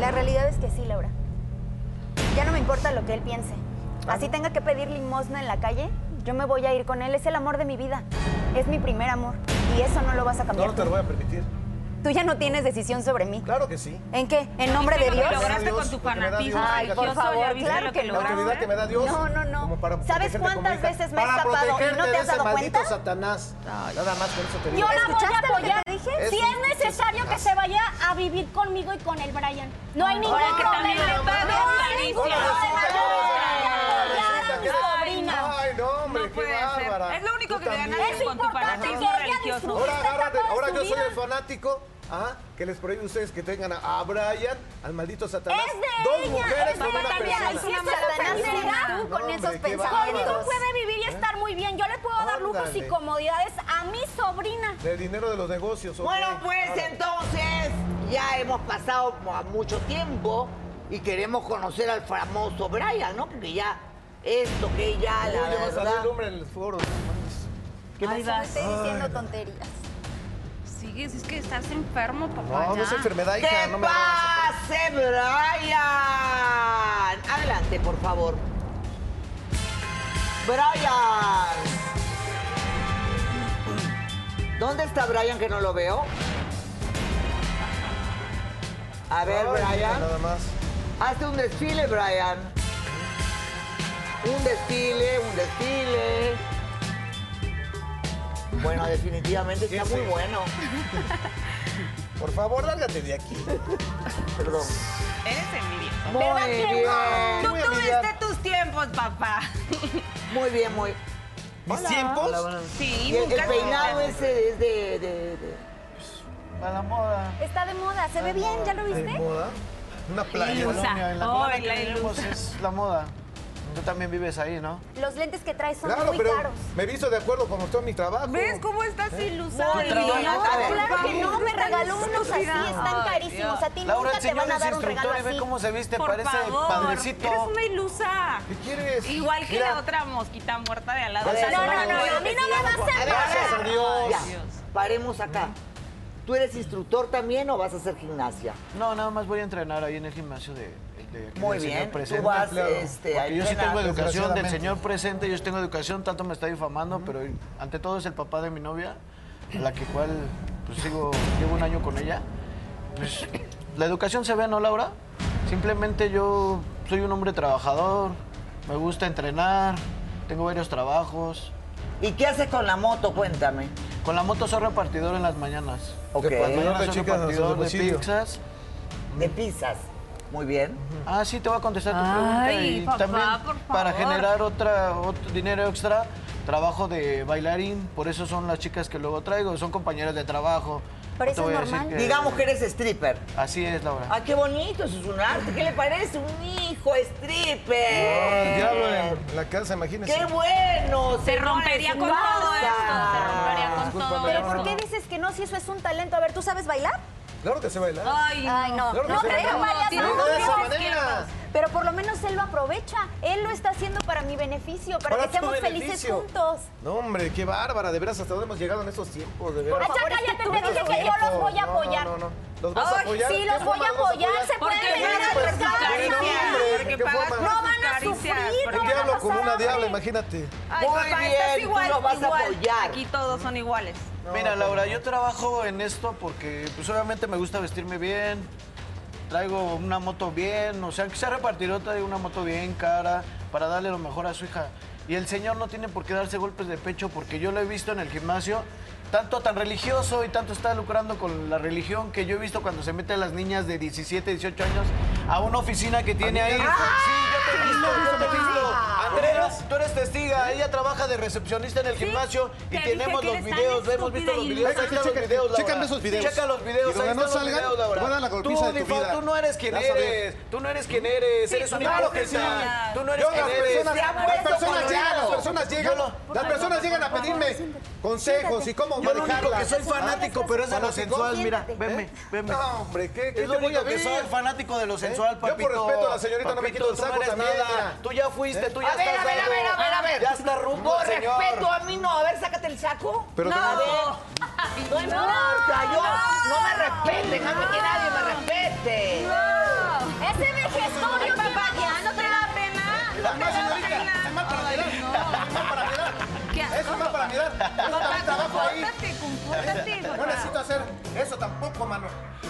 [SPEAKER 12] La realidad es que sí, Laura. Ya no me importa lo que él piense. Así tenga que pedir limosna en la calle, yo me voy a ir con él. Es el amor de mi vida. Es mi primer amor. Y eso no lo vas a
[SPEAKER 9] No,
[SPEAKER 12] cambiar.
[SPEAKER 9] no te lo voy a permitir.
[SPEAKER 12] Tú ya no tienes decisión sobre mí.
[SPEAKER 9] Claro que sí.
[SPEAKER 12] ¿En qué? ¿En nombre de
[SPEAKER 10] Lo que
[SPEAKER 12] Dios?
[SPEAKER 10] lograste con tu
[SPEAKER 9] Porque me da
[SPEAKER 10] fanatismo.
[SPEAKER 9] Dios,
[SPEAKER 12] Ay,
[SPEAKER 9] fíjate.
[SPEAKER 12] por
[SPEAKER 10] religioso, ya
[SPEAKER 12] favor,
[SPEAKER 10] viste
[SPEAKER 12] claro
[SPEAKER 10] lo que
[SPEAKER 12] que
[SPEAKER 9] La autoridad
[SPEAKER 12] lograste.
[SPEAKER 9] que me da Dios.
[SPEAKER 12] No, no, no.
[SPEAKER 9] como para
[SPEAKER 12] ¿Sabes
[SPEAKER 9] protegerte como
[SPEAKER 12] cuántas
[SPEAKER 9] hija.
[SPEAKER 12] veces me he
[SPEAKER 9] Para
[SPEAKER 12] escapado y no
[SPEAKER 9] protegerte
[SPEAKER 12] te
[SPEAKER 9] de
[SPEAKER 12] has
[SPEAKER 9] ese
[SPEAKER 12] dado
[SPEAKER 9] maldito
[SPEAKER 12] cuenta?
[SPEAKER 9] Satanás. Nada más por eso te digo.
[SPEAKER 11] Yo la voy a
[SPEAKER 12] ¿Escuchaste lo que
[SPEAKER 11] apoyar.
[SPEAKER 12] te dije?
[SPEAKER 11] Si
[SPEAKER 9] Eso.
[SPEAKER 11] es necesario que se vaya a vivir conmigo y con el Brian. No hay ningún
[SPEAKER 10] Ahora que también le
[SPEAKER 11] problema.
[SPEAKER 10] pagas
[SPEAKER 11] No hay
[SPEAKER 10] caricias.
[SPEAKER 11] ningún problema. Yo voy a apoyar a mi sobrina.
[SPEAKER 9] Ay, no, hombre,
[SPEAKER 13] No
[SPEAKER 9] qué
[SPEAKER 13] puede ser.
[SPEAKER 9] bárbara.
[SPEAKER 13] Es lo único
[SPEAKER 9] Tú
[SPEAKER 13] que le
[SPEAKER 9] también.
[SPEAKER 13] ganas
[SPEAKER 11] Es
[SPEAKER 13] con tu
[SPEAKER 11] importante
[SPEAKER 13] fanatismo
[SPEAKER 11] que ella
[SPEAKER 13] religioso.
[SPEAKER 11] disfrute.
[SPEAKER 9] Ahora,
[SPEAKER 11] Esta
[SPEAKER 9] agárrate,
[SPEAKER 11] etapa de
[SPEAKER 9] ahora
[SPEAKER 11] su
[SPEAKER 9] yo soy
[SPEAKER 11] vida.
[SPEAKER 9] el fanático. ajá, que les prohíbe a ustedes que tengan a, a Brian, al maldito Satanás.
[SPEAKER 11] Es de
[SPEAKER 9] dos
[SPEAKER 11] ella,
[SPEAKER 9] mujeres
[SPEAKER 11] es
[SPEAKER 9] con
[SPEAKER 11] de
[SPEAKER 9] una
[SPEAKER 11] ella.
[SPEAKER 9] persona.
[SPEAKER 11] Si es una
[SPEAKER 12] Satanás eres
[SPEAKER 11] felicidad,
[SPEAKER 12] tú
[SPEAKER 9] No,
[SPEAKER 12] con
[SPEAKER 9] hombre,
[SPEAKER 12] esos
[SPEAKER 9] qué
[SPEAKER 11] Conmigo
[SPEAKER 9] bárbaros.
[SPEAKER 12] pensamientos.
[SPEAKER 11] puede vivir y estar muy bien. Yo le puedo dar lujos y
[SPEAKER 9] Ándale.
[SPEAKER 11] comodidades a mi sobrina.
[SPEAKER 9] Del dinero de los negocios. ok.
[SPEAKER 1] Bueno, pues
[SPEAKER 9] Ahora,
[SPEAKER 1] entonces ya hemos pasado a mucho tiempo y queremos conocer al famoso Brian, ¿no? Porque ya esto que ya la
[SPEAKER 9] Uy, ya vas a salir
[SPEAKER 1] verdad.
[SPEAKER 9] el hombre en el foro.
[SPEAKER 12] Ay,
[SPEAKER 10] vas.
[SPEAKER 12] estoy diciendo tonterías.
[SPEAKER 13] Sigue sigues, es que estás enfermo, papá.
[SPEAKER 9] No, no es
[SPEAKER 13] ya.
[SPEAKER 9] enfermedad, hija,
[SPEAKER 1] ¡Que
[SPEAKER 9] no me
[SPEAKER 1] pase, Brian! Adelante, por favor. ¡Brian! ¿Dónde está Brian que no lo veo? A ver,
[SPEAKER 9] Ay, mira,
[SPEAKER 1] Brian.
[SPEAKER 9] Nada más.
[SPEAKER 1] Hazte un desfile, Brian. Un desfile, un desfile. Bueno, definitivamente está muy bueno.
[SPEAKER 9] Por favor, lárgate de aquí.
[SPEAKER 1] Perdón.
[SPEAKER 13] Eres envidioso.
[SPEAKER 1] Muy
[SPEAKER 13] ¿Verdad que
[SPEAKER 1] bien.
[SPEAKER 13] no?
[SPEAKER 1] Muy
[SPEAKER 13] Tú tuviste tus tiempos, papá.
[SPEAKER 1] Muy bien, muy.
[SPEAKER 9] ¿Mis
[SPEAKER 1] Hola.
[SPEAKER 9] tiempos?
[SPEAKER 1] Hola, buenas noches.
[SPEAKER 13] Sí,
[SPEAKER 1] Y el,
[SPEAKER 13] nunca
[SPEAKER 1] el peinado
[SPEAKER 13] supiste.
[SPEAKER 1] ese es de. de, de-
[SPEAKER 9] A la moda.
[SPEAKER 12] Está de moda, se ve bien, ¿ya lo
[SPEAKER 9] ¿De
[SPEAKER 12] viste?
[SPEAKER 9] moda? Una playa.
[SPEAKER 13] Ilusa.
[SPEAKER 14] Colonia, en la
[SPEAKER 13] Oh,
[SPEAKER 14] colonia
[SPEAKER 13] en
[SPEAKER 14] que
[SPEAKER 13] la
[SPEAKER 14] vivimos
[SPEAKER 13] ilusa.
[SPEAKER 14] es la moda. Tú también vives ahí, ¿no?
[SPEAKER 12] Los lentes que traes son
[SPEAKER 9] Claro,
[SPEAKER 12] muy
[SPEAKER 9] pero
[SPEAKER 12] caros.
[SPEAKER 9] me he visto de acuerdo con usted en mi trabajo.
[SPEAKER 13] ¿Ves cómo estás ilusa?
[SPEAKER 1] Muy bien, a ver.
[SPEAKER 12] Claro que no, me
[SPEAKER 13] Están
[SPEAKER 12] regaló unos así,
[SPEAKER 13] estúpidas.
[SPEAKER 12] están carísimos. A ti
[SPEAKER 14] Laura,
[SPEAKER 12] nunca
[SPEAKER 14] el
[SPEAKER 12] te
[SPEAKER 14] señor
[SPEAKER 12] van a
[SPEAKER 14] es
[SPEAKER 12] dar un regalo
[SPEAKER 14] instructor y ve
[SPEAKER 12] así.
[SPEAKER 14] cómo se viste,
[SPEAKER 13] Por
[SPEAKER 14] parece
[SPEAKER 13] favor,
[SPEAKER 14] padrecito.
[SPEAKER 13] eres una ilusa.
[SPEAKER 9] ¿Qué quieres?
[SPEAKER 13] Igual que
[SPEAKER 9] Mira,
[SPEAKER 13] la otra mosquita muerta de al lado.
[SPEAKER 1] A ver,
[SPEAKER 13] Estás
[SPEAKER 1] no, no,
[SPEAKER 13] muy
[SPEAKER 1] no, no,
[SPEAKER 13] buena.
[SPEAKER 1] a mí no me
[SPEAKER 12] vas
[SPEAKER 1] a ver,
[SPEAKER 9] Gracias
[SPEAKER 1] a
[SPEAKER 9] a
[SPEAKER 1] ver.
[SPEAKER 9] Dios.
[SPEAKER 1] Ya, paremos acá. ¿Tú eres instructor también o vas a hacer gimnasia?
[SPEAKER 14] No, nada más voy a entrenar ahí en el gimnasio de, de aquí
[SPEAKER 1] Muy
[SPEAKER 14] del
[SPEAKER 1] bien,
[SPEAKER 14] señor
[SPEAKER 1] tú
[SPEAKER 14] presente.
[SPEAKER 1] vas, este, a
[SPEAKER 14] Porque yo sí
[SPEAKER 1] entrenar,
[SPEAKER 14] tengo educación del
[SPEAKER 9] desgraciadamente.
[SPEAKER 14] señor presente, yo sí tengo educación, tanto me está difamando, pero ante todo es el papá de mi novia, a la que cual pues sigo, llevo un año con ella. Pues la educación se ve, ¿no, Laura? Simplemente yo soy un hombre trabajador, me gusta entrenar, tengo varios trabajos.
[SPEAKER 1] ¿Y qué haces con la moto? Cuéntame.
[SPEAKER 14] Con la moto soy repartidor en las mañanas.
[SPEAKER 1] Ok.
[SPEAKER 14] Las
[SPEAKER 9] Repartidor
[SPEAKER 14] mañanas
[SPEAKER 9] de
[SPEAKER 14] soy
[SPEAKER 9] chicas a su
[SPEAKER 14] repartidor de
[SPEAKER 9] domicilio.
[SPEAKER 14] pizzas.
[SPEAKER 1] De pizzas. Muy bien.
[SPEAKER 14] Ah, sí, te voy a contestar tu pregunta.
[SPEAKER 13] Ay,
[SPEAKER 14] Y
[SPEAKER 13] papá,
[SPEAKER 14] también
[SPEAKER 13] por
[SPEAKER 14] para
[SPEAKER 13] favor.
[SPEAKER 14] generar otra, otro dinero extra, trabajo de bailarín. Por eso son las chicas que luego traigo, son compañeras de trabajo.
[SPEAKER 12] Pero
[SPEAKER 14] No
[SPEAKER 12] eso
[SPEAKER 14] te voy
[SPEAKER 12] es
[SPEAKER 14] a decir
[SPEAKER 12] normal.
[SPEAKER 14] que-
[SPEAKER 1] Digamos que eres stripper.
[SPEAKER 14] Así es, Laura.
[SPEAKER 1] Ah, qué bonito, eso es un arte. ¿Qué le parece? Un hijo stripper.
[SPEAKER 9] El diablo en la casa, imagínese.
[SPEAKER 1] ¡Qué bueno!
[SPEAKER 13] Se
[SPEAKER 1] señores,
[SPEAKER 13] rompería con
[SPEAKER 1] basta.
[SPEAKER 13] todo esto. Se rompería con todo
[SPEAKER 12] Pero ¿por
[SPEAKER 13] esto.
[SPEAKER 12] qué dices que no si eso es un talento? A ver, ¿tú sabes bailar?
[SPEAKER 9] Claro que sé bailar.
[SPEAKER 13] Ay,
[SPEAKER 12] Ay, no.
[SPEAKER 9] Claro que
[SPEAKER 12] No
[SPEAKER 9] sí.
[SPEAKER 12] creo,
[SPEAKER 9] No,
[SPEAKER 12] vaya,
[SPEAKER 9] tiene
[SPEAKER 12] no,
[SPEAKER 9] que ser de
[SPEAKER 12] no,
[SPEAKER 9] esa
[SPEAKER 12] no.
[SPEAKER 9] manera.
[SPEAKER 12] Pero por lo menos él lo aprovecha. Él lo está haciendo para mi beneficio, para,
[SPEAKER 9] Para
[SPEAKER 12] que
[SPEAKER 9] tu
[SPEAKER 12] seamos felices
[SPEAKER 9] beneficio.
[SPEAKER 12] juntos.
[SPEAKER 9] No, hombre, qué bárbara. De veras, hasta dónde hemos llegado en estos tiempos, de veras.
[SPEAKER 12] Por favor, cállate, es que tú te
[SPEAKER 9] Estos
[SPEAKER 12] dije que yo
[SPEAKER 9] tiempos.
[SPEAKER 12] los voy a
[SPEAKER 9] No,
[SPEAKER 12] apoyar.
[SPEAKER 9] No, no, no. ¿Los vas a
[SPEAKER 13] Ay,
[SPEAKER 9] apoyar?
[SPEAKER 12] sí,
[SPEAKER 9] ¿Qué
[SPEAKER 12] los voy
[SPEAKER 9] forma
[SPEAKER 12] a
[SPEAKER 9] los vas
[SPEAKER 12] apoyar, se
[SPEAKER 13] Porque
[SPEAKER 12] pueden
[SPEAKER 9] Bueno,
[SPEAKER 12] venir
[SPEAKER 13] pagas
[SPEAKER 12] a
[SPEAKER 9] pues,
[SPEAKER 13] tus
[SPEAKER 12] nuestra
[SPEAKER 9] ¿qué
[SPEAKER 13] caricias.
[SPEAKER 12] casa.
[SPEAKER 9] forma?
[SPEAKER 13] Porque
[SPEAKER 9] ¿Qué
[SPEAKER 13] pagas
[SPEAKER 9] forma?
[SPEAKER 13] tus
[SPEAKER 12] No van a
[SPEAKER 13] caricias.
[SPEAKER 12] sufrir,
[SPEAKER 13] Porque
[SPEAKER 9] Un
[SPEAKER 12] no van a
[SPEAKER 9] diablo
[SPEAKER 12] pasar ¿eh?
[SPEAKER 9] con una
[SPEAKER 12] hambre.
[SPEAKER 9] diabla, imagínate.
[SPEAKER 13] Ay,
[SPEAKER 1] Muy
[SPEAKER 13] papá, estás
[SPEAKER 1] bien, tú
[SPEAKER 13] igual,
[SPEAKER 1] lo vas a
[SPEAKER 13] igual.
[SPEAKER 1] apoyar.
[SPEAKER 13] Aquí todos son iguales.
[SPEAKER 14] Mira,
[SPEAKER 10] pues
[SPEAKER 14] Laura, yo trabajo en esto porque, pues, obviamente me gusta vestirme bien. Traigo una moto bien, o sea, que sea repartidor, traigo una moto bien cara para darle lo mejor a su hija. Y el señor no tiene por qué darse golpes de pecho porque yo lo he visto en el gimnasio, tanto tan religioso y tanto está lucrando con la religión que yo he visto cuando se mete a las niñas de 17, 18 años a una oficina que tiene ahí. Sí, yo te he visto, yo te he visto. Andrea, tú eres testiga, ella trabaja de recepcionista en el gimnasio
[SPEAKER 13] te
[SPEAKER 14] y
[SPEAKER 13] dije
[SPEAKER 14] tenemos
[SPEAKER 13] que
[SPEAKER 14] los
[SPEAKER 13] eres tan
[SPEAKER 14] videos, hemos visto
[SPEAKER 13] estúpida
[SPEAKER 14] los
[SPEAKER 13] y
[SPEAKER 14] videos, ahí
[SPEAKER 9] ilusa.
[SPEAKER 14] están los
[SPEAKER 9] Chécate,
[SPEAKER 14] videos,
[SPEAKER 9] chécame
[SPEAKER 14] Laura.
[SPEAKER 9] esos videos.
[SPEAKER 14] Checa los
[SPEAKER 9] Y
[SPEAKER 14] videos,
[SPEAKER 9] donde
[SPEAKER 14] ahí están
[SPEAKER 9] no
[SPEAKER 14] los
[SPEAKER 9] salgan,
[SPEAKER 14] videos,
[SPEAKER 9] te voy a dar
[SPEAKER 14] Laura.
[SPEAKER 9] la
[SPEAKER 14] Tú,
[SPEAKER 9] golpiza de tu
[SPEAKER 14] Difa,
[SPEAKER 9] vida.
[SPEAKER 14] tú no eres quien
[SPEAKER 9] Vas a ver.
[SPEAKER 14] eres, tú no eres quien eres, eres un
[SPEAKER 9] Claro que sí.
[SPEAKER 14] hipócrita, tú no eres
[SPEAKER 9] Yo,
[SPEAKER 14] quien
[SPEAKER 9] las
[SPEAKER 14] eres.
[SPEAKER 9] personas,
[SPEAKER 1] Se ha
[SPEAKER 9] las
[SPEAKER 1] puesto
[SPEAKER 9] personas
[SPEAKER 1] colorado.
[SPEAKER 9] llegan, las personas llegan,
[SPEAKER 14] Yo
[SPEAKER 9] las personas llegan a pedirme consejos y cómo
[SPEAKER 14] Yo lo único que
[SPEAKER 9] manejarlas. Ah,
[SPEAKER 14] soy fanático, pero es de lo
[SPEAKER 9] ¿Fanático? ¿Eh?
[SPEAKER 14] sensual, mira, venme, venme.
[SPEAKER 9] No, hombre, ¿qué, qué
[SPEAKER 14] Es lo
[SPEAKER 9] te voy a
[SPEAKER 14] único que
[SPEAKER 9] ver?
[SPEAKER 14] soy, fanático de lo sensual,
[SPEAKER 9] Yo por
[SPEAKER 14] papito.
[SPEAKER 9] respeto a la señorita no me
[SPEAKER 14] Papito,
[SPEAKER 9] quito el
[SPEAKER 14] tú no
[SPEAKER 9] saco
[SPEAKER 14] eres
[SPEAKER 9] también,
[SPEAKER 14] nada.
[SPEAKER 9] mira.
[SPEAKER 14] Tú ya fuiste, tú ya
[SPEAKER 1] A ver,
[SPEAKER 14] estás
[SPEAKER 1] a ver, a
[SPEAKER 14] dando-
[SPEAKER 1] ver, a ver, a ver.
[SPEAKER 14] Ya está rumbo,
[SPEAKER 1] Por
[SPEAKER 14] señor.
[SPEAKER 1] respeto a mí no. A ver, sácate el saco.
[SPEAKER 9] Pero
[SPEAKER 1] no.
[SPEAKER 9] tengo-
[SPEAKER 1] A ver. No importa, yo no me respeten, a mí que nadie me respete.
[SPEAKER 12] Ese vejestorio que
[SPEAKER 13] Papá,
[SPEAKER 12] vaya,
[SPEAKER 13] ¿no te da pena? ¿No te
[SPEAKER 9] No,
[SPEAKER 13] da
[SPEAKER 9] señorita, es
[SPEAKER 13] pena?
[SPEAKER 9] más para mirar. Es más para mirar.
[SPEAKER 13] Qué
[SPEAKER 9] Eso es más para mirar. Yo
[SPEAKER 13] Papá,
[SPEAKER 9] también trabajo ahí.
[SPEAKER 13] compórtate, compórtate,
[SPEAKER 9] No necesito
[SPEAKER 13] papá.
[SPEAKER 9] hacer eso tampoco, mano.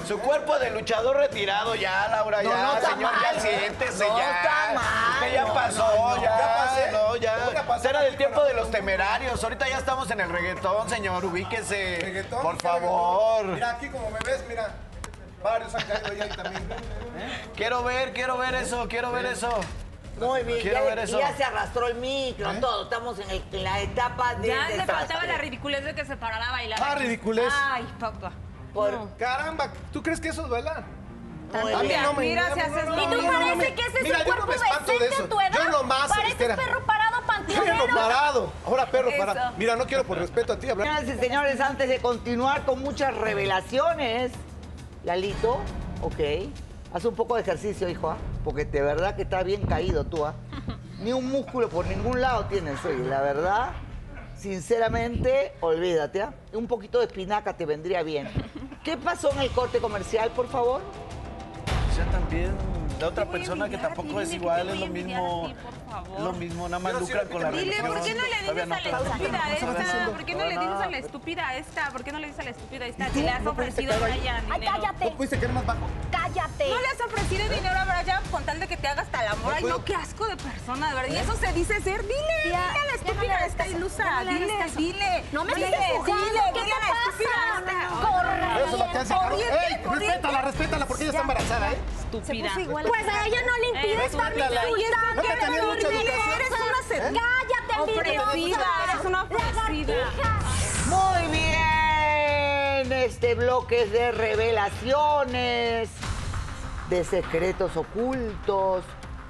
[SPEAKER 14] Su cuerpo de luchador retirado ya, Laura, ya,
[SPEAKER 1] no está
[SPEAKER 14] señor,
[SPEAKER 1] mal.
[SPEAKER 10] ¿eh?
[SPEAKER 14] ya siéntese,
[SPEAKER 1] No
[SPEAKER 14] ya.
[SPEAKER 1] está mal.
[SPEAKER 14] Usted ya
[SPEAKER 1] No,
[SPEAKER 14] pasó,
[SPEAKER 9] no,
[SPEAKER 14] ya.
[SPEAKER 9] no. Ya pasé.
[SPEAKER 14] No, ya.
[SPEAKER 9] Yo ya pasé.
[SPEAKER 14] Era del tiempo de los temerarios. Ahorita ya estamos en el reggaetón, señor, ubíquese.
[SPEAKER 9] Reggaetón,
[SPEAKER 14] Por
[SPEAKER 9] ¿qué
[SPEAKER 14] favor.
[SPEAKER 9] reggaetón? Mira, aquí como me ves, mira. Varios han caído ahí también.
[SPEAKER 14] Quiero ver, quiero ver eso, quiero ver eso.
[SPEAKER 1] Muy bien,
[SPEAKER 14] Quiero
[SPEAKER 1] ya,
[SPEAKER 14] ver eso. ¿Eh?
[SPEAKER 1] ya se arrastró el micro, todo. Estamos en, el- en la etapa de.
[SPEAKER 13] Ya le
[SPEAKER 1] desastre.
[SPEAKER 13] faltaba la ridiculez de que se parara a bailar.
[SPEAKER 9] Ah,
[SPEAKER 13] aquí.
[SPEAKER 9] ridiculez.
[SPEAKER 13] Ay, papá.
[SPEAKER 1] Por-
[SPEAKER 13] No.
[SPEAKER 9] Caramba, ¿tú crees que eso es bailar?
[SPEAKER 1] Muy
[SPEAKER 9] A mí
[SPEAKER 1] bien.
[SPEAKER 9] no me
[SPEAKER 13] Mira, si
[SPEAKER 9] no, no,
[SPEAKER 13] haces
[SPEAKER 9] no,
[SPEAKER 13] lo
[SPEAKER 12] ¿Y
[SPEAKER 9] no,
[SPEAKER 12] tú
[SPEAKER 9] no, no,
[SPEAKER 12] parece
[SPEAKER 9] me-
[SPEAKER 12] que ese es
[SPEAKER 9] Mira,
[SPEAKER 12] el
[SPEAKER 9] yo no
[SPEAKER 12] cuerpo
[SPEAKER 9] me espanto de
[SPEAKER 12] decente
[SPEAKER 9] eso.
[SPEAKER 12] a tu edad?
[SPEAKER 9] Yo lo más
[SPEAKER 12] Pareces
[SPEAKER 9] espera.
[SPEAKER 12] perro parado panteonero.
[SPEAKER 9] Perro parado. Ahora perro parado.
[SPEAKER 13] Eso.
[SPEAKER 9] Mira, no quiero por respeto a ti hablar.
[SPEAKER 1] Señoras y señores, antes de continuar con muchas revelaciones, Lalito, ok, haz un poco de ejercicio, hijo, ¿ah? porque de verdad que está bien caído tú, ¿ah? Ni un músculo por ningún lado tienes, oye, la verdad. Sinceramente, olvídate. ¿ah? Un poquito de espinaca te vendría bien. ¿Qué pasó en el corte comercial, por favor?
[SPEAKER 14] O sea, también la otra persona que
[SPEAKER 10] envidiar a ti,
[SPEAKER 14] tampoco es
[SPEAKER 10] dile que
[SPEAKER 14] igual,
[SPEAKER 10] te
[SPEAKER 14] es
[SPEAKER 10] voy
[SPEAKER 14] lo
[SPEAKER 10] a envidiar a
[SPEAKER 14] mismo,
[SPEAKER 10] ti, por favor.
[SPEAKER 14] lo mismo, nada
[SPEAKER 10] Yo
[SPEAKER 14] más
[SPEAKER 10] no
[SPEAKER 14] lucran
[SPEAKER 10] sé,
[SPEAKER 14] con la
[SPEAKER 10] Dile,
[SPEAKER 14] religión.
[SPEAKER 10] ¿por qué no le
[SPEAKER 14] Todavía
[SPEAKER 10] dices a la
[SPEAKER 14] pausa.
[SPEAKER 10] estúpida
[SPEAKER 14] Vamos a ver,
[SPEAKER 10] esta?
[SPEAKER 14] haciendo-
[SPEAKER 10] ¿Por qué no le
[SPEAKER 14] Ahora,
[SPEAKER 10] dices a la estúpida esta? ¿Por qué no le dices a la estúpida esta?
[SPEAKER 9] ¿Y
[SPEAKER 10] Si
[SPEAKER 9] tú?
[SPEAKER 10] le has
[SPEAKER 9] ¿No pudiste
[SPEAKER 10] ofrecido a
[SPEAKER 9] caer ahí?
[SPEAKER 10] Brian
[SPEAKER 11] Ay,
[SPEAKER 10] dinero.
[SPEAKER 11] cállate.
[SPEAKER 9] ¿No pudiste caer más bajo?
[SPEAKER 11] Cállate.
[SPEAKER 10] No le has ofrecido dinero a Brian con tal de que te haga hasta el amor.
[SPEAKER 11] No
[SPEAKER 10] Ay, no,
[SPEAKER 11] puedo.
[SPEAKER 10] qué asco de persona, de verdad. Y
[SPEAKER 9] ¿Eh?
[SPEAKER 10] eso se dice ser. Dile, dile a la estúpida esta ilusa.
[SPEAKER 11] hagas
[SPEAKER 10] Dile,
[SPEAKER 11] caso.
[SPEAKER 10] dile.
[SPEAKER 11] No me
[SPEAKER 10] dile,
[SPEAKER 11] estés empujando,
[SPEAKER 10] Dile,
[SPEAKER 11] ¿qué
[SPEAKER 10] dile
[SPEAKER 11] te
[SPEAKER 10] a la estúpida
[SPEAKER 11] pasa?
[SPEAKER 10] esta.
[SPEAKER 11] Corre.
[SPEAKER 9] Eso la cansa, Carol.
[SPEAKER 10] Corriente,
[SPEAKER 9] ¡Ey!
[SPEAKER 10] corriente.
[SPEAKER 9] Respétala, respétala, porque ella está embarazada, ¿eh?
[SPEAKER 10] Estúpida.
[SPEAKER 11] Pues a ella no le impides,
[SPEAKER 10] Eres una
[SPEAKER 11] está insultando.
[SPEAKER 9] No te tenía mucha educación. ¿eh?
[SPEAKER 10] Eres una sed-
[SPEAKER 11] Cállate,
[SPEAKER 10] Ofrecida,
[SPEAKER 11] envidiosa.
[SPEAKER 10] eres una ofrecida.
[SPEAKER 1] Muy bien. Este bloque es de revelaciones, de secretos ocultos.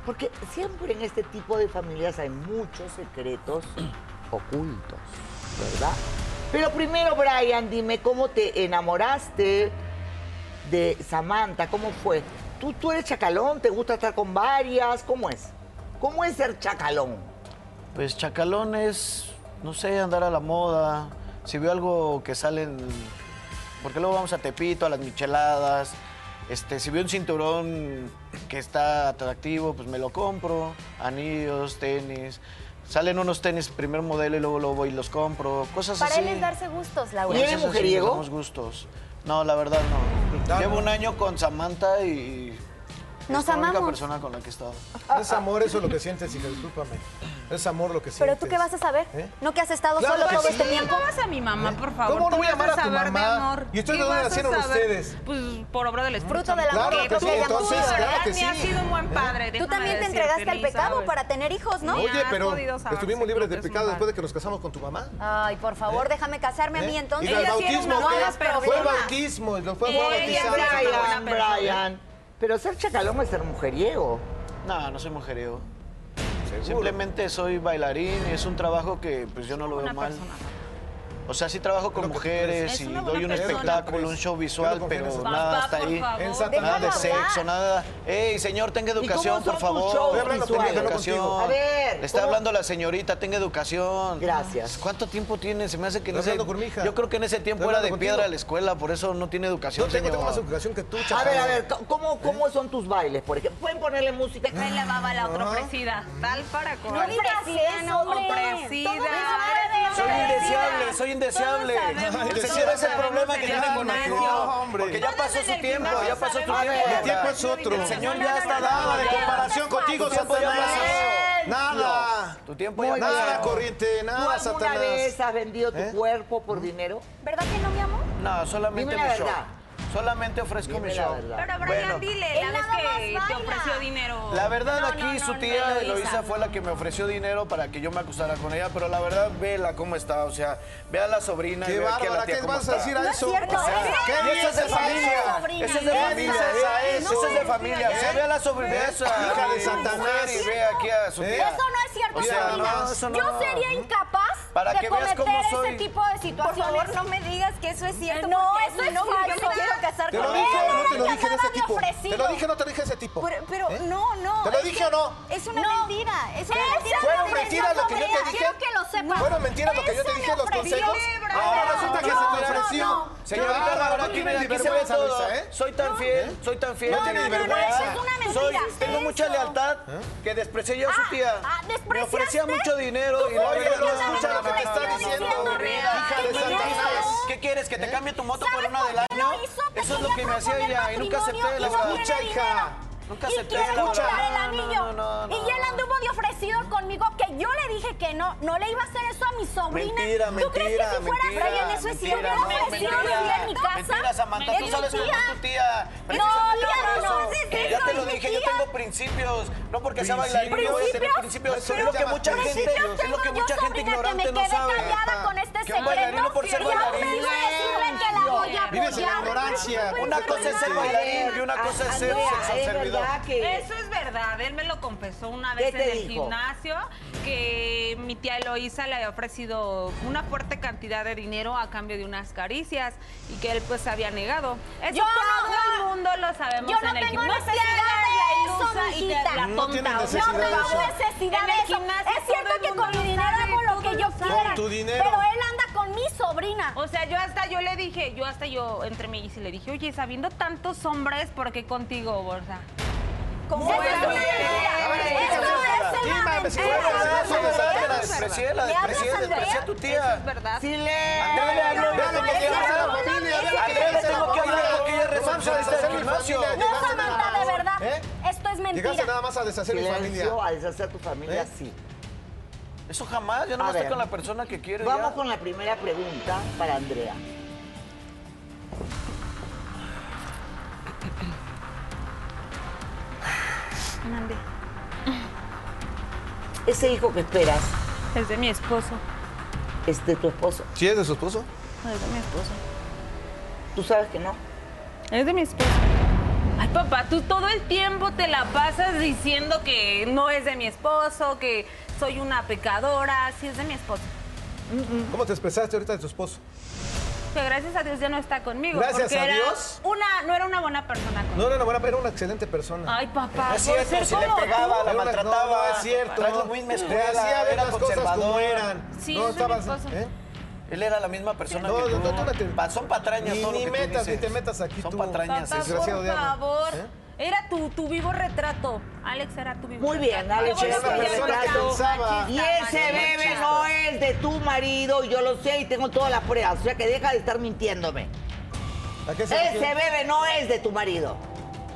[SPEAKER 1] Porque siempre en este tipo de familias hay muchos secretos ocultos, ¿verdad? Pero primero, Brian, dime cómo te enamoraste de Samantha, cómo fue. ¿Tú, tú eres chacalón, te gusta estar con varias, ¿cómo es? ¿Cómo es ser chacalón?
[SPEAKER 14] Pues chacalón es, no sé, andar a la moda. Si veo algo que sale en... Porque luego vamos a Tepito, a las micheladas. Este, si veo un cinturón que está atractivo, pues me lo compro. Anillos, tenis. Salen unos tenis primer modelo y luego, luego voy y los compro. Cosas
[SPEAKER 7] Para
[SPEAKER 14] así.
[SPEAKER 7] él es darse gustos, Laura.
[SPEAKER 14] Cosas así, nos damos gustos. No, la verdad no. Llevo un año con Samantha y...
[SPEAKER 7] Nos
[SPEAKER 14] es la única
[SPEAKER 7] amamos.
[SPEAKER 14] persona con la que he estado.
[SPEAKER 9] Es amor eso lo que sientes, hija, discúlpame. Es amor lo que sientes.
[SPEAKER 7] Pero tú qué vas a saber?
[SPEAKER 9] ¿Eh?
[SPEAKER 7] ¿No que has estado
[SPEAKER 9] Claro
[SPEAKER 7] solo
[SPEAKER 9] que
[SPEAKER 7] todo
[SPEAKER 9] sí. ¿Eh?
[SPEAKER 7] este tiempo?
[SPEAKER 10] Llamas a mi mamá, por favor.
[SPEAKER 9] ¿Cómo no
[SPEAKER 10] Tú
[SPEAKER 9] voy a
[SPEAKER 10] vas
[SPEAKER 9] llamar a tu
[SPEAKER 10] saber de
[SPEAKER 9] mamá?
[SPEAKER 10] amor.
[SPEAKER 9] Y ustedes
[SPEAKER 10] ¿Qué
[SPEAKER 9] no van a
[SPEAKER 10] vas
[SPEAKER 9] hacer a
[SPEAKER 10] saber?
[SPEAKER 9] ustedes.
[SPEAKER 10] Pues por obra del Espíritu.
[SPEAKER 7] Fruto del amor
[SPEAKER 9] Claro
[SPEAKER 7] que
[SPEAKER 9] que
[SPEAKER 7] tú
[SPEAKER 9] sí,
[SPEAKER 7] te hayamos
[SPEAKER 9] entonces,
[SPEAKER 7] dado,
[SPEAKER 9] claro
[SPEAKER 7] ¿verdad?
[SPEAKER 9] que
[SPEAKER 10] Ni
[SPEAKER 9] sí.
[SPEAKER 10] has sido un buen padre.
[SPEAKER 7] Tú también te entregaste al pecado para tener hijos, Pues ¿no?
[SPEAKER 9] ¿Eh? Oye, pero
[SPEAKER 10] podido saber,
[SPEAKER 9] estuvimos
[SPEAKER 10] sí,
[SPEAKER 9] libres
[SPEAKER 10] creo
[SPEAKER 9] de
[SPEAKER 10] que es
[SPEAKER 9] pecado
[SPEAKER 10] un
[SPEAKER 9] después de que nos casamos con tu mamá.
[SPEAKER 7] Ay, por favor, déjame casarme a mí
[SPEAKER 9] ¿Eh?
[SPEAKER 7] entonces.
[SPEAKER 9] Y del
[SPEAKER 10] Ella sí era
[SPEAKER 9] bautismo,
[SPEAKER 10] una
[SPEAKER 9] ¿qué?
[SPEAKER 10] buena
[SPEAKER 9] Fue
[SPEAKER 10] persona.
[SPEAKER 9] bautismo, lo fue
[SPEAKER 10] Ella
[SPEAKER 9] bautizado.
[SPEAKER 10] era una
[SPEAKER 1] Brian,
[SPEAKER 10] persona.
[SPEAKER 1] Brian. Pero ser chacalón es ser mujeriego.
[SPEAKER 14] No, no soy mujeriego. Simplemente soy bailarín y es un trabajo que pues yo no lo veo
[SPEAKER 10] Una
[SPEAKER 14] mal.
[SPEAKER 10] persona.
[SPEAKER 14] O sea, sí trabajo con
[SPEAKER 9] Lo que tú
[SPEAKER 14] mujeres
[SPEAKER 10] crees.
[SPEAKER 14] y
[SPEAKER 10] Es una
[SPEAKER 14] doy
[SPEAKER 10] buena
[SPEAKER 14] un
[SPEAKER 10] persona.
[SPEAKER 14] espectáculo, un show
[SPEAKER 9] Yo
[SPEAKER 14] visual,
[SPEAKER 9] no confío en
[SPEAKER 14] pero
[SPEAKER 9] eso.
[SPEAKER 14] nada
[SPEAKER 10] Papá,
[SPEAKER 14] hasta
[SPEAKER 10] por
[SPEAKER 14] ahí.
[SPEAKER 10] favor.
[SPEAKER 9] En
[SPEAKER 14] Nada
[SPEAKER 9] Satanás.
[SPEAKER 14] de
[SPEAKER 7] Déjalo
[SPEAKER 14] sexo,
[SPEAKER 7] hablar.
[SPEAKER 14] nada. Ey, señor, tenga
[SPEAKER 1] cómo
[SPEAKER 14] educación,
[SPEAKER 1] son
[SPEAKER 14] por
[SPEAKER 1] tus
[SPEAKER 14] shows
[SPEAKER 1] shows
[SPEAKER 9] Estoy hablando
[SPEAKER 14] Tenga
[SPEAKER 9] contigo, hablo
[SPEAKER 14] educación.
[SPEAKER 9] contigo.
[SPEAKER 1] A ver,
[SPEAKER 14] Le está
[SPEAKER 1] ¿cómo?
[SPEAKER 14] hablando la señorita, tenga educación.
[SPEAKER 1] Gracias.
[SPEAKER 14] ¿Cuánto tiempo tiene? Se me hace que en
[SPEAKER 9] Estoy
[SPEAKER 14] ese-
[SPEAKER 9] hablando con mi hija.
[SPEAKER 14] Yo creo que en ese tiempo
[SPEAKER 9] Estoy
[SPEAKER 14] era de
[SPEAKER 9] hablando contigo.
[SPEAKER 14] piedra a la escuela, por eso no tiene educación,
[SPEAKER 9] Yo tengo, tengo
[SPEAKER 14] señor.
[SPEAKER 9] más educación que tú,
[SPEAKER 1] A
[SPEAKER 9] chaval.
[SPEAKER 1] ver, a ver, Eh,
[SPEAKER 9] ¿Eh?
[SPEAKER 1] ¿cómo, cómo son tus bailes? Por ejemplo, pueden ponerle música.
[SPEAKER 10] Ahí la baba la otra ofrecida. Tal para cual.
[SPEAKER 11] No digas eso, hombre.
[SPEAKER 10] Ofrecida.
[SPEAKER 11] Todo es
[SPEAKER 14] Soy
[SPEAKER 11] Ay,
[SPEAKER 14] indeseable, soy indeseable.
[SPEAKER 10] Todos sabemos,
[SPEAKER 14] Ese sí
[SPEAKER 10] todos
[SPEAKER 14] era ese
[SPEAKER 10] sabemos
[SPEAKER 14] problema que
[SPEAKER 10] en el
[SPEAKER 14] tiene
[SPEAKER 10] gimnasio.
[SPEAKER 14] conmigo.
[SPEAKER 9] Hombre.
[SPEAKER 14] Porque ya
[SPEAKER 10] Todos
[SPEAKER 14] pasó
[SPEAKER 10] en
[SPEAKER 14] su
[SPEAKER 10] el
[SPEAKER 14] tiempo,
[SPEAKER 10] gimnasio
[SPEAKER 14] ya pasó su
[SPEAKER 10] sabemos
[SPEAKER 14] tiempo.
[SPEAKER 10] que-
[SPEAKER 9] El tiempo es otro.
[SPEAKER 10] El
[SPEAKER 14] señor ya está
[SPEAKER 9] Nada
[SPEAKER 14] dado
[SPEAKER 9] de comparación contigo, Satanás. Nada.
[SPEAKER 14] Tu tiempo ya
[SPEAKER 9] Nada,
[SPEAKER 14] pasó.
[SPEAKER 9] corriente,
[SPEAKER 1] ¿Tú
[SPEAKER 9] nada,
[SPEAKER 1] alguna
[SPEAKER 9] Satanás. ¿Eh? Mm.
[SPEAKER 1] vez has vendido tu cuerpo por dinero?
[SPEAKER 7] ¿Verdad que no, mi amor?
[SPEAKER 14] No, solamente
[SPEAKER 1] Dime la
[SPEAKER 14] mi show.
[SPEAKER 1] verdad.
[SPEAKER 14] Solamente ofrezco
[SPEAKER 1] Dime
[SPEAKER 14] mi
[SPEAKER 1] la
[SPEAKER 14] show.
[SPEAKER 1] verdad.
[SPEAKER 10] Pero Brian,
[SPEAKER 14] Bueno.
[SPEAKER 10] dile, la
[SPEAKER 7] Él
[SPEAKER 10] vez
[SPEAKER 7] nada más
[SPEAKER 10] que te
[SPEAKER 7] baila.
[SPEAKER 10] ofreció dinero.
[SPEAKER 14] La verdad,
[SPEAKER 10] No,
[SPEAKER 14] aquí
[SPEAKER 10] no, no,
[SPEAKER 14] su tía
[SPEAKER 10] de
[SPEAKER 14] Eloisa fue la que me ofreció dinero para que yo me acostara con ella, pero la verdad, vela cómo está, o sea, ve a la sobrina y
[SPEAKER 9] Qué
[SPEAKER 14] ve aquí a la
[SPEAKER 9] bárbara,
[SPEAKER 14] tía
[SPEAKER 9] ¿qué
[SPEAKER 14] cómo
[SPEAKER 9] vas a
[SPEAKER 14] está.
[SPEAKER 9] decir a
[SPEAKER 7] No es
[SPEAKER 9] eso?
[SPEAKER 7] cierto,
[SPEAKER 9] O sea,
[SPEAKER 7] ¿eh?
[SPEAKER 9] ¿Qué
[SPEAKER 14] Y eso es
[SPEAKER 9] dices
[SPEAKER 14] de
[SPEAKER 9] esa
[SPEAKER 14] familia.
[SPEAKER 7] sobrina.
[SPEAKER 14] Eso es de
[SPEAKER 9] ¿Qué
[SPEAKER 14] familia.
[SPEAKER 9] dices a
[SPEAKER 14] ¿eh?
[SPEAKER 9] eso?
[SPEAKER 14] Eso es de familia.
[SPEAKER 9] ¿Eh?
[SPEAKER 14] Se ve a la sobrina. esa
[SPEAKER 9] Hija de
[SPEAKER 14] mujer
[SPEAKER 9] Satanás.
[SPEAKER 14] Y ve aquí a su tía.
[SPEAKER 11] Eso no es cierto,
[SPEAKER 14] O sea,
[SPEAKER 11] Sabrina.
[SPEAKER 14] no, eso no.
[SPEAKER 11] Yo sería incapaz
[SPEAKER 14] Para
[SPEAKER 11] de
[SPEAKER 14] que veas
[SPEAKER 11] cometer
[SPEAKER 14] cómo
[SPEAKER 11] ese
[SPEAKER 14] soy.
[SPEAKER 11] tipo de
[SPEAKER 7] Por
[SPEAKER 11] situaciones.
[SPEAKER 7] favor, no me digas que eso es cierto.
[SPEAKER 11] Eh, no,
[SPEAKER 7] porque
[SPEAKER 11] eso es
[SPEAKER 7] no, Yo
[SPEAKER 11] falso.
[SPEAKER 7] me quiero casar
[SPEAKER 9] Te
[SPEAKER 7] con
[SPEAKER 9] lo
[SPEAKER 7] él.
[SPEAKER 9] dije,
[SPEAKER 11] Él
[SPEAKER 9] no te lo
[SPEAKER 11] nunca
[SPEAKER 9] dije de
[SPEAKER 11] nada
[SPEAKER 9] ese
[SPEAKER 11] me
[SPEAKER 9] tipo. Te
[SPEAKER 11] ofrecido.
[SPEAKER 9] lo dije, no te lo dije ese tipo.
[SPEAKER 7] Pero, pero
[SPEAKER 9] ¿Eh?
[SPEAKER 7] no, no.
[SPEAKER 9] ¿Te lo
[SPEAKER 7] es
[SPEAKER 9] dije
[SPEAKER 7] que
[SPEAKER 9] o no?
[SPEAKER 7] Es una mentira. Es una
[SPEAKER 11] Esa
[SPEAKER 7] mentira.
[SPEAKER 9] Fueron
[SPEAKER 11] me ofreció
[SPEAKER 9] mentiras lo que yo te
[SPEAKER 11] sobrina.
[SPEAKER 9] dije.
[SPEAKER 11] Quiero que lo sepas.
[SPEAKER 9] Fueron mentiras lo que
[SPEAKER 11] Esa
[SPEAKER 9] yo te dije,
[SPEAKER 11] me
[SPEAKER 9] los
[SPEAKER 11] ofreció.
[SPEAKER 9] consejos.
[SPEAKER 11] Libre,
[SPEAKER 9] Ahora
[SPEAKER 11] bravo.
[SPEAKER 9] resulta que
[SPEAKER 11] No,
[SPEAKER 9] se te
[SPEAKER 11] no,
[SPEAKER 9] ofreció.
[SPEAKER 11] no.
[SPEAKER 9] Señorita
[SPEAKER 14] Bárbara,
[SPEAKER 9] Bárbara,
[SPEAKER 14] aquí me-
[SPEAKER 9] no tienes ni
[SPEAKER 14] aquí se ve
[SPEAKER 9] vergüenza,
[SPEAKER 14] todo.
[SPEAKER 9] Luisa, ¿eh?
[SPEAKER 14] Soy tan fiel, soy tan fiel.
[SPEAKER 9] No, tienes no, no, no, vergüenza. eso es
[SPEAKER 11] una mentira,
[SPEAKER 14] Soy-
[SPEAKER 11] ¿qué es
[SPEAKER 14] tengo mucha
[SPEAKER 11] eso?
[SPEAKER 14] lealtad que desprecié yo a su
[SPEAKER 11] Ah,
[SPEAKER 14] tía.
[SPEAKER 11] ah,
[SPEAKER 14] Me ofrecía
[SPEAKER 11] ¿despreciaste?
[SPEAKER 14] mucho dinero y
[SPEAKER 11] Tú
[SPEAKER 14] luego
[SPEAKER 11] fuiste
[SPEAKER 14] yo
[SPEAKER 11] la
[SPEAKER 14] no
[SPEAKER 11] que me
[SPEAKER 14] escuchaba lo que me
[SPEAKER 11] ofreció
[SPEAKER 14] estaba
[SPEAKER 11] dinero,
[SPEAKER 14] diciendo. Hija de
[SPEAKER 11] ¿qué
[SPEAKER 14] Satanás.
[SPEAKER 11] hizo?
[SPEAKER 14] ¿Qué quieres? ¿Que te cambie tu moto por
[SPEAKER 11] ¿Sabes
[SPEAKER 14] una
[SPEAKER 11] por
[SPEAKER 14] del
[SPEAKER 11] qué lo
[SPEAKER 14] año?
[SPEAKER 11] hizo? Te
[SPEAKER 14] Eso es lo
[SPEAKER 11] quería
[SPEAKER 14] que me hacía
[SPEAKER 11] proponer
[SPEAKER 14] ella y nunca acepté
[SPEAKER 11] matrimonio
[SPEAKER 14] la
[SPEAKER 11] y no
[SPEAKER 14] verdad.
[SPEAKER 11] tiene
[SPEAKER 9] Escucha, hija.
[SPEAKER 11] dinero.
[SPEAKER 14] Nunca
[SPEAKER 11] y
[SPEAKER 14] acepté
[SPEAKER 11] quiere
[SPEAKER 14] la verdad.
[SPEAKER 11] escuchar el
[SPEAKER 14] No, no,
[SPEAKER 11] anillo.
[SPEAKER 14] no, no,
[SPEAKER 11] y él anduvo de ofrecido conmigo que yo le dije que no, no le iba a hacer eso a mi sobrina.
[SPEAKER 14] Mentira,
[SPEAKER 11] ¿Tú crees
[SPEAKER 14] mentira,
[SPEAKER 11] que si fuera
[SPEAKER 14] mentira,
[SPEAKER 11] Brian eso es
[SPEAKER 14] mentira,
[SPEAKER 11] cierto?
[SPEAKER 14] no,
[SPEAKER 11] hubiera ofrecido
[SPEAKER 14] mentira.
[SPEAKER 11] vivir en mi casa?
[SPEAKER 14] Mentira, Samantha, tú
[SPEAKER 11] Es mi
[SPEAKER 14] sabes cómo
[SPEAKER 11] tía.
[SPEAKER 14] es tu tía.
[SPEAKER 11] No, ya
[SPEAKER 14] Precisamente por
[SPEAKER 11] no,
[SPEAKER 14] eso.
[SPEAKER 11] es
[SPEAKER 14] Ya
[SPEAKER 11] eso,
[SPEAKER 14] te
[SPEAKER 11] es
[SPEAKER 14] lo
[SPEAKER 11] mi
[SPEAKER 14] dije, yo
[SPEAKER 11] tía.
[SPEAKER 14] tengo principios. No porque sea bailarín, no voy a tener
[SPEAKER 11] ¿Principios?
[SPEAKER 14] principios.
[SPEAKER 9] Eso
[SPEAKER 14] Es lo que
[SPEAKER 9] llama
[SPEAKER 14] mucha gente,
[SPEAKER 11] Principios
[SPEAKER 14] es lo
[SPEAKER 11] tengo
[SPEAKER 14] que
[SPEAKER 11] yo,
[SPEAKER 14] mucha gente
[SPEAKER 11] sobrina,
[SPEAKER 14] ignorante
[SPEAKER 11] que me
[SPEAKER 14] no
[SPEAKER 11] quedé
[SPEAKER 14] sabe.
[SPEAKER 11] callada con este
[SPEAKER 14] Que un bailarino por ser
[SPEAKER 11] secreto, y ahora
[SPEAKER 14] bailarín.
[SPEAKER 11] vengo a decirle que la voy a
[SPEAKER 9] Vives en la
[SPEAKER 11] apoyar.
[SPEAKER 9] ignorancia.
[SPEAKER 14] Una cosa es ser
[SPEAKER 9] Andrea,
[SPEAKER 14] bailarín y una cosa es ser
[SPEAKER 1] Andrea,
[SPEAKER 14] sexo
[SPEAKER 1] es
[SPEAKER 14] servidor.
[SPEAKER 1] verdad que
[SPEAKER 10] Eso es verdad. verdad, él me lo confesó una
[SPEAKER 1] ¿Qué
[SPEAKER 10] vez en
[SPEAKER 1] te
[SPEAKER 10] el
[SPEAKER 1] dijo?
[SPEAKER 10] gimnasio que mi tía Eloísa le había ofrecido una fuerte cantidad de dinero a cambio de unas caricias y que él pues había negado. Eso
[SPEAKER 13] Yo
[SPEAKER 10] todo
[SPEAKER 13] no-
[SPEAKER 10] el mundo lo sabemos
[SPEAKER 13] yo no
[SPEAKER 10] en el
[SPEAKER 13] tengo
[SPEAKER 10] gimnasio.
[SPEAKER 13] necesidad de eso,
[SPEAKER 10] Ilusa y te-
[SPEAKER 13] mijita.
[SPEAKER 10] la
[SPEAKER 13] No
[SPEAKER 10] tonta,
[SPEAKER 13] tienes
[SPEAKER 10] ¿no?
[SPEAKER 13] necesidad de eso.
[SPEAKER 11] necesidad
[SPEAKER 10] En
[SPEAKER 11] de
[SPEAKER 10] el
[SPEAKER 11] eso.
[SPEAKER 10] gimnasio
[SPEAKER 11] Es cierto que con mi dinero hago lo que yo
[SPEAKER 10] sabe.
[SPEAKER 11] quiera.
[SPEAKER 10] Con tu dinero.
[SPEAKER 11] Pero él anda con mi sobrina.
[SPEAKER 10] O sea, yo hasta yo le dije, yo hasta yo entre mí y le dije, oye, sabiendo tantos hombres, ¿por qué contigo, Borja?
[SPEAKER 11] ¿Cómo Esa es una mentira. Eso es una
[SPEAKER 14] Dime, si
[SPEAKER 11] mentira. Eso es
[SPEAKER 14] fuera verdad, eso de verdad, te la
[SPEAKER 11] verdad.
[SPEAKER 14] desprecié, la
[SPEAKER 11] ¿Le hablas
[SPEAKER 14] desprecié,
[SPEAKER 11] a Andrea?
[SPEAKER 14] desprecié a tu tía.
[SPEAKER 10] Eso es verdad.
[SPEAKER 1] Sí,
[SPEAKER 14] Andrea, no,
[SPEAKER 11] Andrea,
[SPEAKER 14] no, que
[SPEAKER 11] Andrea,
[SPEAKER 14] llamas a la
[SPEAKER 11] Andrea,
[SPEAKER 14] familia,
[SPEAKER 11] Andrea,
[SPEAKER 14] Andrea,
[SPEAKER 11] Andrea,
[SPEAKER 14] tengo que
[SPEAKER 11] Andrea,
[SPEAKER 14] hablar porque ella es responsable de estar en el gimnasio.
[SPEAKER 11] No, Samantha, de verdad.
[SPEAKER 14] ¿eh?
[SPEAKER 11] Esto es mentira.
[SPEAKER 9] Llegaste nada más a deshacer mi
[SPEAKER 1] Silencio,
[SPEAKER 9] familia.
[SPEAKER 1] a deshacer tu familia,
[SPEAKER 9] ¿Eh?
[SPEAKER 1] sí.
[SPEAKER 14] Eso jamás, yo
[SPEAKER 1] A
[SPEAKER 14] no estoy
[SPEAKER 1] ver.
[SPEAKER 14] con la persona que quiero
[SPEAKER 1] Vamos
[SPEAKER 14] ya.
[SPEAKER 1] con la primera pregunta para Andrea.
[SPEAKER 7] Mande.
[SPEAKER 1] Ese hijo que esperas
[SPEAKER 10] Es de mi esposo.
[SPEAKER 1] es de tu esposo.
[SPEAKER 9] ¿Sí es de su esposo?
[SPEAKER 10] No, es de mi esposo.
[SPEAKER 1] Tú sabes que no.
[SPEAKER 10] Es de mi esposo. Ay, papá, tú todo el tiempo te la pasas diciendo que no es de mi esposo, que soy una pecadora. Sí, es de mi esposo.
[SPEAKER 9] ¿Cómo te expresaste ahorita de tu esposo?
[SPEAKER 10] Que gracias a Dios ya no está conmigo.
[SPEAKER 9] Gracias
[SPEAKER 10] porque
[SPEAKER 9] a
[SPEAKER 10] era
[SPEAKER 9] Dios.
[SPEAKER 10] Una, no era una buena persona conmigo.
[SPEAKER 9] No era una buena, era una excelente persona.
[SPEAKER 10] Ay, papá,
[SPEAKER 14] No es cierto,
[SPEAKER 10] por Ah, ser
[SPEAKER 14] si le
[SPEAKER 10] como
[SPEAKER 14] pegaba,
[SPEAKER 10] tú.
[SPEAKER 14] la
[SPEAKER 9] Era una-
[SPEAKER 14] maltrataba.
[SPEAKER 9] No, no es cierto.
[SPEAKER 14] Era muy mezclada,
[SPEAKER 9] Le hacía ver
[SPEAKER 14] era
[SPEAKER 9] las cosas como
[SPEAKER 14] conservadora.
[SPEAKER 9] eran.
[SPEAKER 10] Sí,
[SPEAKER 9] no
[SPEAKER 10] es de mi
[SPEAKER 9] estabas.
[SPEAKER 10] esposo.
[SPEAKER 9] ¿eh?
[SPEAKER 14] Él era la misma persona
[SPEAKER 9] No,
[SPEAKER 14] que tú.
[SPEAKER 9] no, no, no te-
[SPEAKER 14] Pa- Son patrañas
[SPEAKER 9] Ni,
[SPEAKER 14] todo lo
[SPEAKER 9] ni
[SPEAKER 14] que tú
[SPEAKER 9] metas, ni
[SPEAKER 14] dices.
[SPEAKER 9] te metas aquí
[SPEAKER 14] Son
[SPEAKER 9] tú.
[SPEAKER 14] patrañas,
[SPEAKER 10] Papá,
[SPEAKER 9] desgraciado
[SPEAKER 10] por
[SPEAKER 9] diablo.
[SPEAKER 10] favor.
[SPEAKER 9] ¿Eh?
[SPEAKER 10] Era tu, tu vivo retrato. Alex era tu vivo
[SPEAKER 1] Muy bien,
[SPEAKER 10] retrato.
[SPEAKER 1] Alex,
[SPEAKER 10] Qué
[SPEAKER 1] es
[SPEAKER 10] bueno
[SPEAKER 1] una
[SPEAKER 10] que ya no
[SPEAKER 1] persona
[SPEAKER 10] está.
[SPEAKER 1] que... Y ese
[SPEAKER 10] Machista,
[SPEAKER 1] bebé
[SPEAKER 10] machista.
[SPEAKER 1] no es de tu marido, y yo lo sé y tengo todas las pruebas. O sea que deja de estar mintiéndome.
[SPEAKER 9] ¿A qué se
[SPEAKER 1] Ese
[SPEAKER 9] refiere?
[SPEAKER 1] bebé no es de tu marido.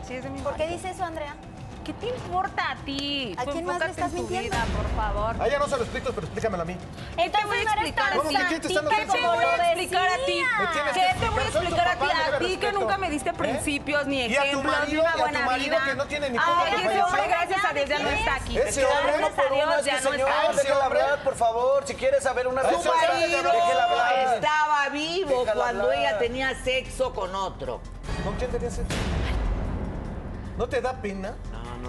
[SPEAKER 10] Sí, es de mi
[SPEAKER 11] ¿Por qué
[SPEAKER 10] marido.
[SPEAKER 11] dice eso, Andrea?
[SPEAKER 10] ¿Qué te importa a ti?
[SPEAKER 11] ¿A quién más le
[SPEAKER 10] Enfócate
[SPEAKER 11] estás
[SPEAKER 10] en tu
[SPEAKER 11] mintiendo?
[SPEAKER 10] vida, por favor.
[SPEAKER 9] A ella Ah, no se lo explicas, pero explícamelo a mí.
[SPEAKER 11] Entonces
[SPEAKER 10] voy a
[SPEAKER 11] no eres tan
[SPEAKER 10] explicar a ti?
[SPEAKER 9] ¿Por qué te están
[SPEAKER 11] santica como
[SPEAKER 10] ¿Qué te
[SPEAKER 9] haciendo
[SPEAKER 11] lo
[SPEAKER 10] voy a explicar a ti?
[SPEAKER 11] decías.
[SPEAKER 9] Me tienes
[SPEAKER 10] ¿Qué te
[SPEAKER 9] explicar,
[SPEAKER 10] voy a
[SPEAKER 9] soy tu
[SPEAKER 10] explicar a ti?
[SPEAKER 9] papá,
[SPEAKER 10] A
[SPEAKER 9] me debe
[SPEAKER 10] ti que
[SPEAKER 9] respeto.
[SPEAKER 10] nunca me diste
[SPEAKER 9] ¿Eh?
[SPEAKER 10] principios, ni
[SPEAKER 9] Y a tu
[SPEAKER 10] ejemplos, ni
[SPEAKER 9] marido,
[SPEAKER 10] una
[SPEAKER 9] y a tu
[SPEAKER 10] buena
[SPEAKER 9] marido
[SPEAKER 10] vida.
[SPEAKER 9] que no tiene ni
[SPEAKER 10] Ay,
[SPEAKER 9] culpa que
[SPEAKER 10] ese
[SPEAKER 9] falleció.
[SPEAKER 10] hombre, gracias a Dios, ya no está aquí.
[SPEAKER 9] Ese
[SPEAKER 10] Gracias a
[SPEAKER 9] hombre,
[SPEAKER 10] Dios, ya no
[SPEAKER 14] señor,
[SPEAKER 10] está aquí.
[SPEAKER 14] déjela hablar, por favor. Si quieres saber una
[SPEAKER 1] Tu
[SPEAKER 14] respuesta,
[SPEAKER 1] marido
[SPEAKER 14] déjela hablar.
[SPEAKER 1] estaba vivo
[SPEAKER 14] Déjala
[SPEAKER 1] cuando
[SPEAKER 14] hablar.
[SPEAKER 1] ella tenía sexo con otro.
[SPEAKER 9] ¿Con quién tenías sexo? ¿No te da pena?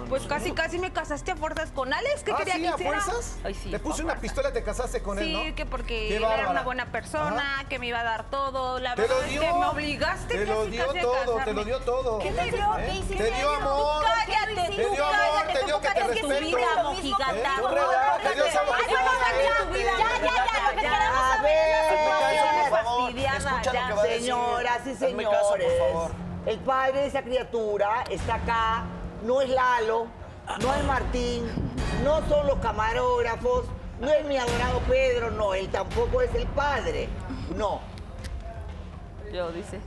[SPEAKER 10] Pues casi, casi me casaste a fuerzas con Alex. ¿Qué
[SPEAKER 9] ¿Ah,
[SPEAKER 10] quería
[SPEAKER 9] sí,
[SPEAKER 10] que
[SPEAKER 9] a
[SPEAKER 10] hiciera?
[SPEAKER 9] fuerzas?
[SPEAKER 10] Ay, sí,
[SPEAKER 9] Te puse
[SPEAKER 10] a
[SPEAKER 9] una
[SPEAKER 10] fuerzas.
[SPEAKER 9] pistola y te casaste con él,
[SPEAKER 10] Sí,
[SPEAKER 9] ¿no?
[SPEAKER 10] que
[SPEAKER 9] Qué
[SPEAKER 10] porque él era
[SPEAKER 9] bárbara.
[SPEAKER 10] una buena persona, que me iba a dar todo. La
[SPEAKER 9] Te lo
[SPEAKER 10] verdad es que
[SPEAKER 9] dio.
[SPEAKER 10] me obligaste
[SPEAKER 9] Te
[SPEAKER 10] casi,
[SPEAKER 9] lo dio
[SPEAKER 10] casi a
[SPEAKER 9] todo, te lo
[SPEAKER 10] casarme.
[SPEAKER 9] dio todo.
[SPEAKER 11] ¿Qué te dio? ¿Qué
[SPEAKER 9] ¿Eh?
[SPEAKER 11] hiciste?
[SPEAKER 9] Te dio amor.
[SPEAKER 10] Tú cállate,
[SPEAKER 11] ¿Qué
[SPEAKER 10] tú
[SPEAKER 11] te
[SPEAKER 9] dio amor,
[SPEAKER 10] cállate,
[SPEAKER 9] te dio
[SPEAKER 10] tú
[SPEAKER 9] que te
[SPEAKER 10] cállate tu
[SPEAKER 9] respeto.
[SPEAKER 10] vida,
[SPEAKER 9] Tú
[SPEAKER 10] mojigata.
[SPEAKER 9] Tú relájate, Dios sabe
[SPEAKER 10] Ay,
[SPEAKER 9] que
[SPEAKER 10] bueno,
[SPEAKER 9] vas a
[SPEAKER 10] ya,
[SPEAKER 9] hacer.
[SPEAKER 10] tu vida,
[SPEAKER 11] Ya, ya, ya,
[SPEAKER 10] mojigata,
[SPEAKER 11] lo que
[SPEAKER 10] ya.
[SPEAKER 11] queremos
[SPEAKER 1] A
[SPEAKER 11] saber es la
[SPEAKER 1] ver,
[SPEAKER 11] situación.
[SPEAKER 14] Hazme caso, por favor.
[SPEAKER 10] Fastidiada,
[SPEAKER 14] Escucha lo
[SPEAKER 10] ya.
[SPEAKER 14] que va a decir.
[SPEAKER 1] Señoras y
[SPEAKER 14] Hazme caso, por
[SPEAKER 1] señores,
[SPEAKER 14] favor.
[SPEAKER 1] el padre de esa criatura está acá, no es Lalo, no es Martín, no son los camarógrafos, no es mi adorado Pedro, no, él tampoco es el padre, no.
[SPEAKER 10] Yo, dice.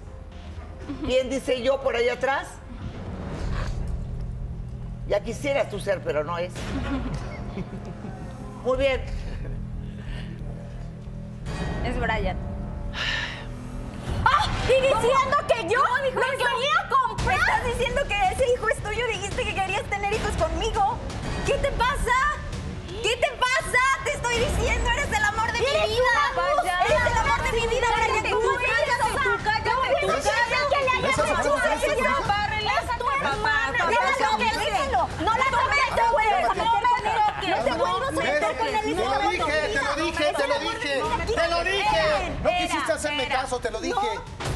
[SPEAKER 1] ¿Quién dice yo por ahí atrás? Ya quisieras tú ser, pero no es. Muy bien,
[SPEAKER 10] Es Brian.
[SPEAKER 11] ¡Ah! Y diciendo que yo me quería comprar. Estás diciendo que ese hijo es tuyo. Dijiste que querías tener hijos conmigo. ¿Qué te pasa? ¿Qué te pasa? Te estoy diciendo, eres el amor de mi vida. Eres el amor de mi vida. Cállate tú, cállate tú, cállate tú. que le hayas
[SPEAKER 9] Eso es
[SPEAKER 11] hecho
[SPEAKER 9] lo que
[SPEAKER 11] a
[SPEAKER 9] dice,
[SPEAKER 11] ella?
[SPEAKER 9] papá,
[SPEAKER 11] Es tu hermana.
[SPEAKER 10] papá,
[SPEAKER 11] Déjalo que
[SPEAKER 10] cállate.
[SPEAKER 11] déjalo. No la cometas, güey.
[SPEAKER 9] cállate.
[SPEAKER 11] No me toques.
[SPEAKER 10] Este
[SPEAKER 11] No te
[SPEAKER 9] No,
[SPEAKER 11] vuelvas a meter
[SPEAKER 9] ¿ves?
[SPEAKER 11] con él.
[SPEAKER 9] Te lo dije, te lo dije, te lo dije, te lo dije. No quisiste hacerme caso, te lo dije.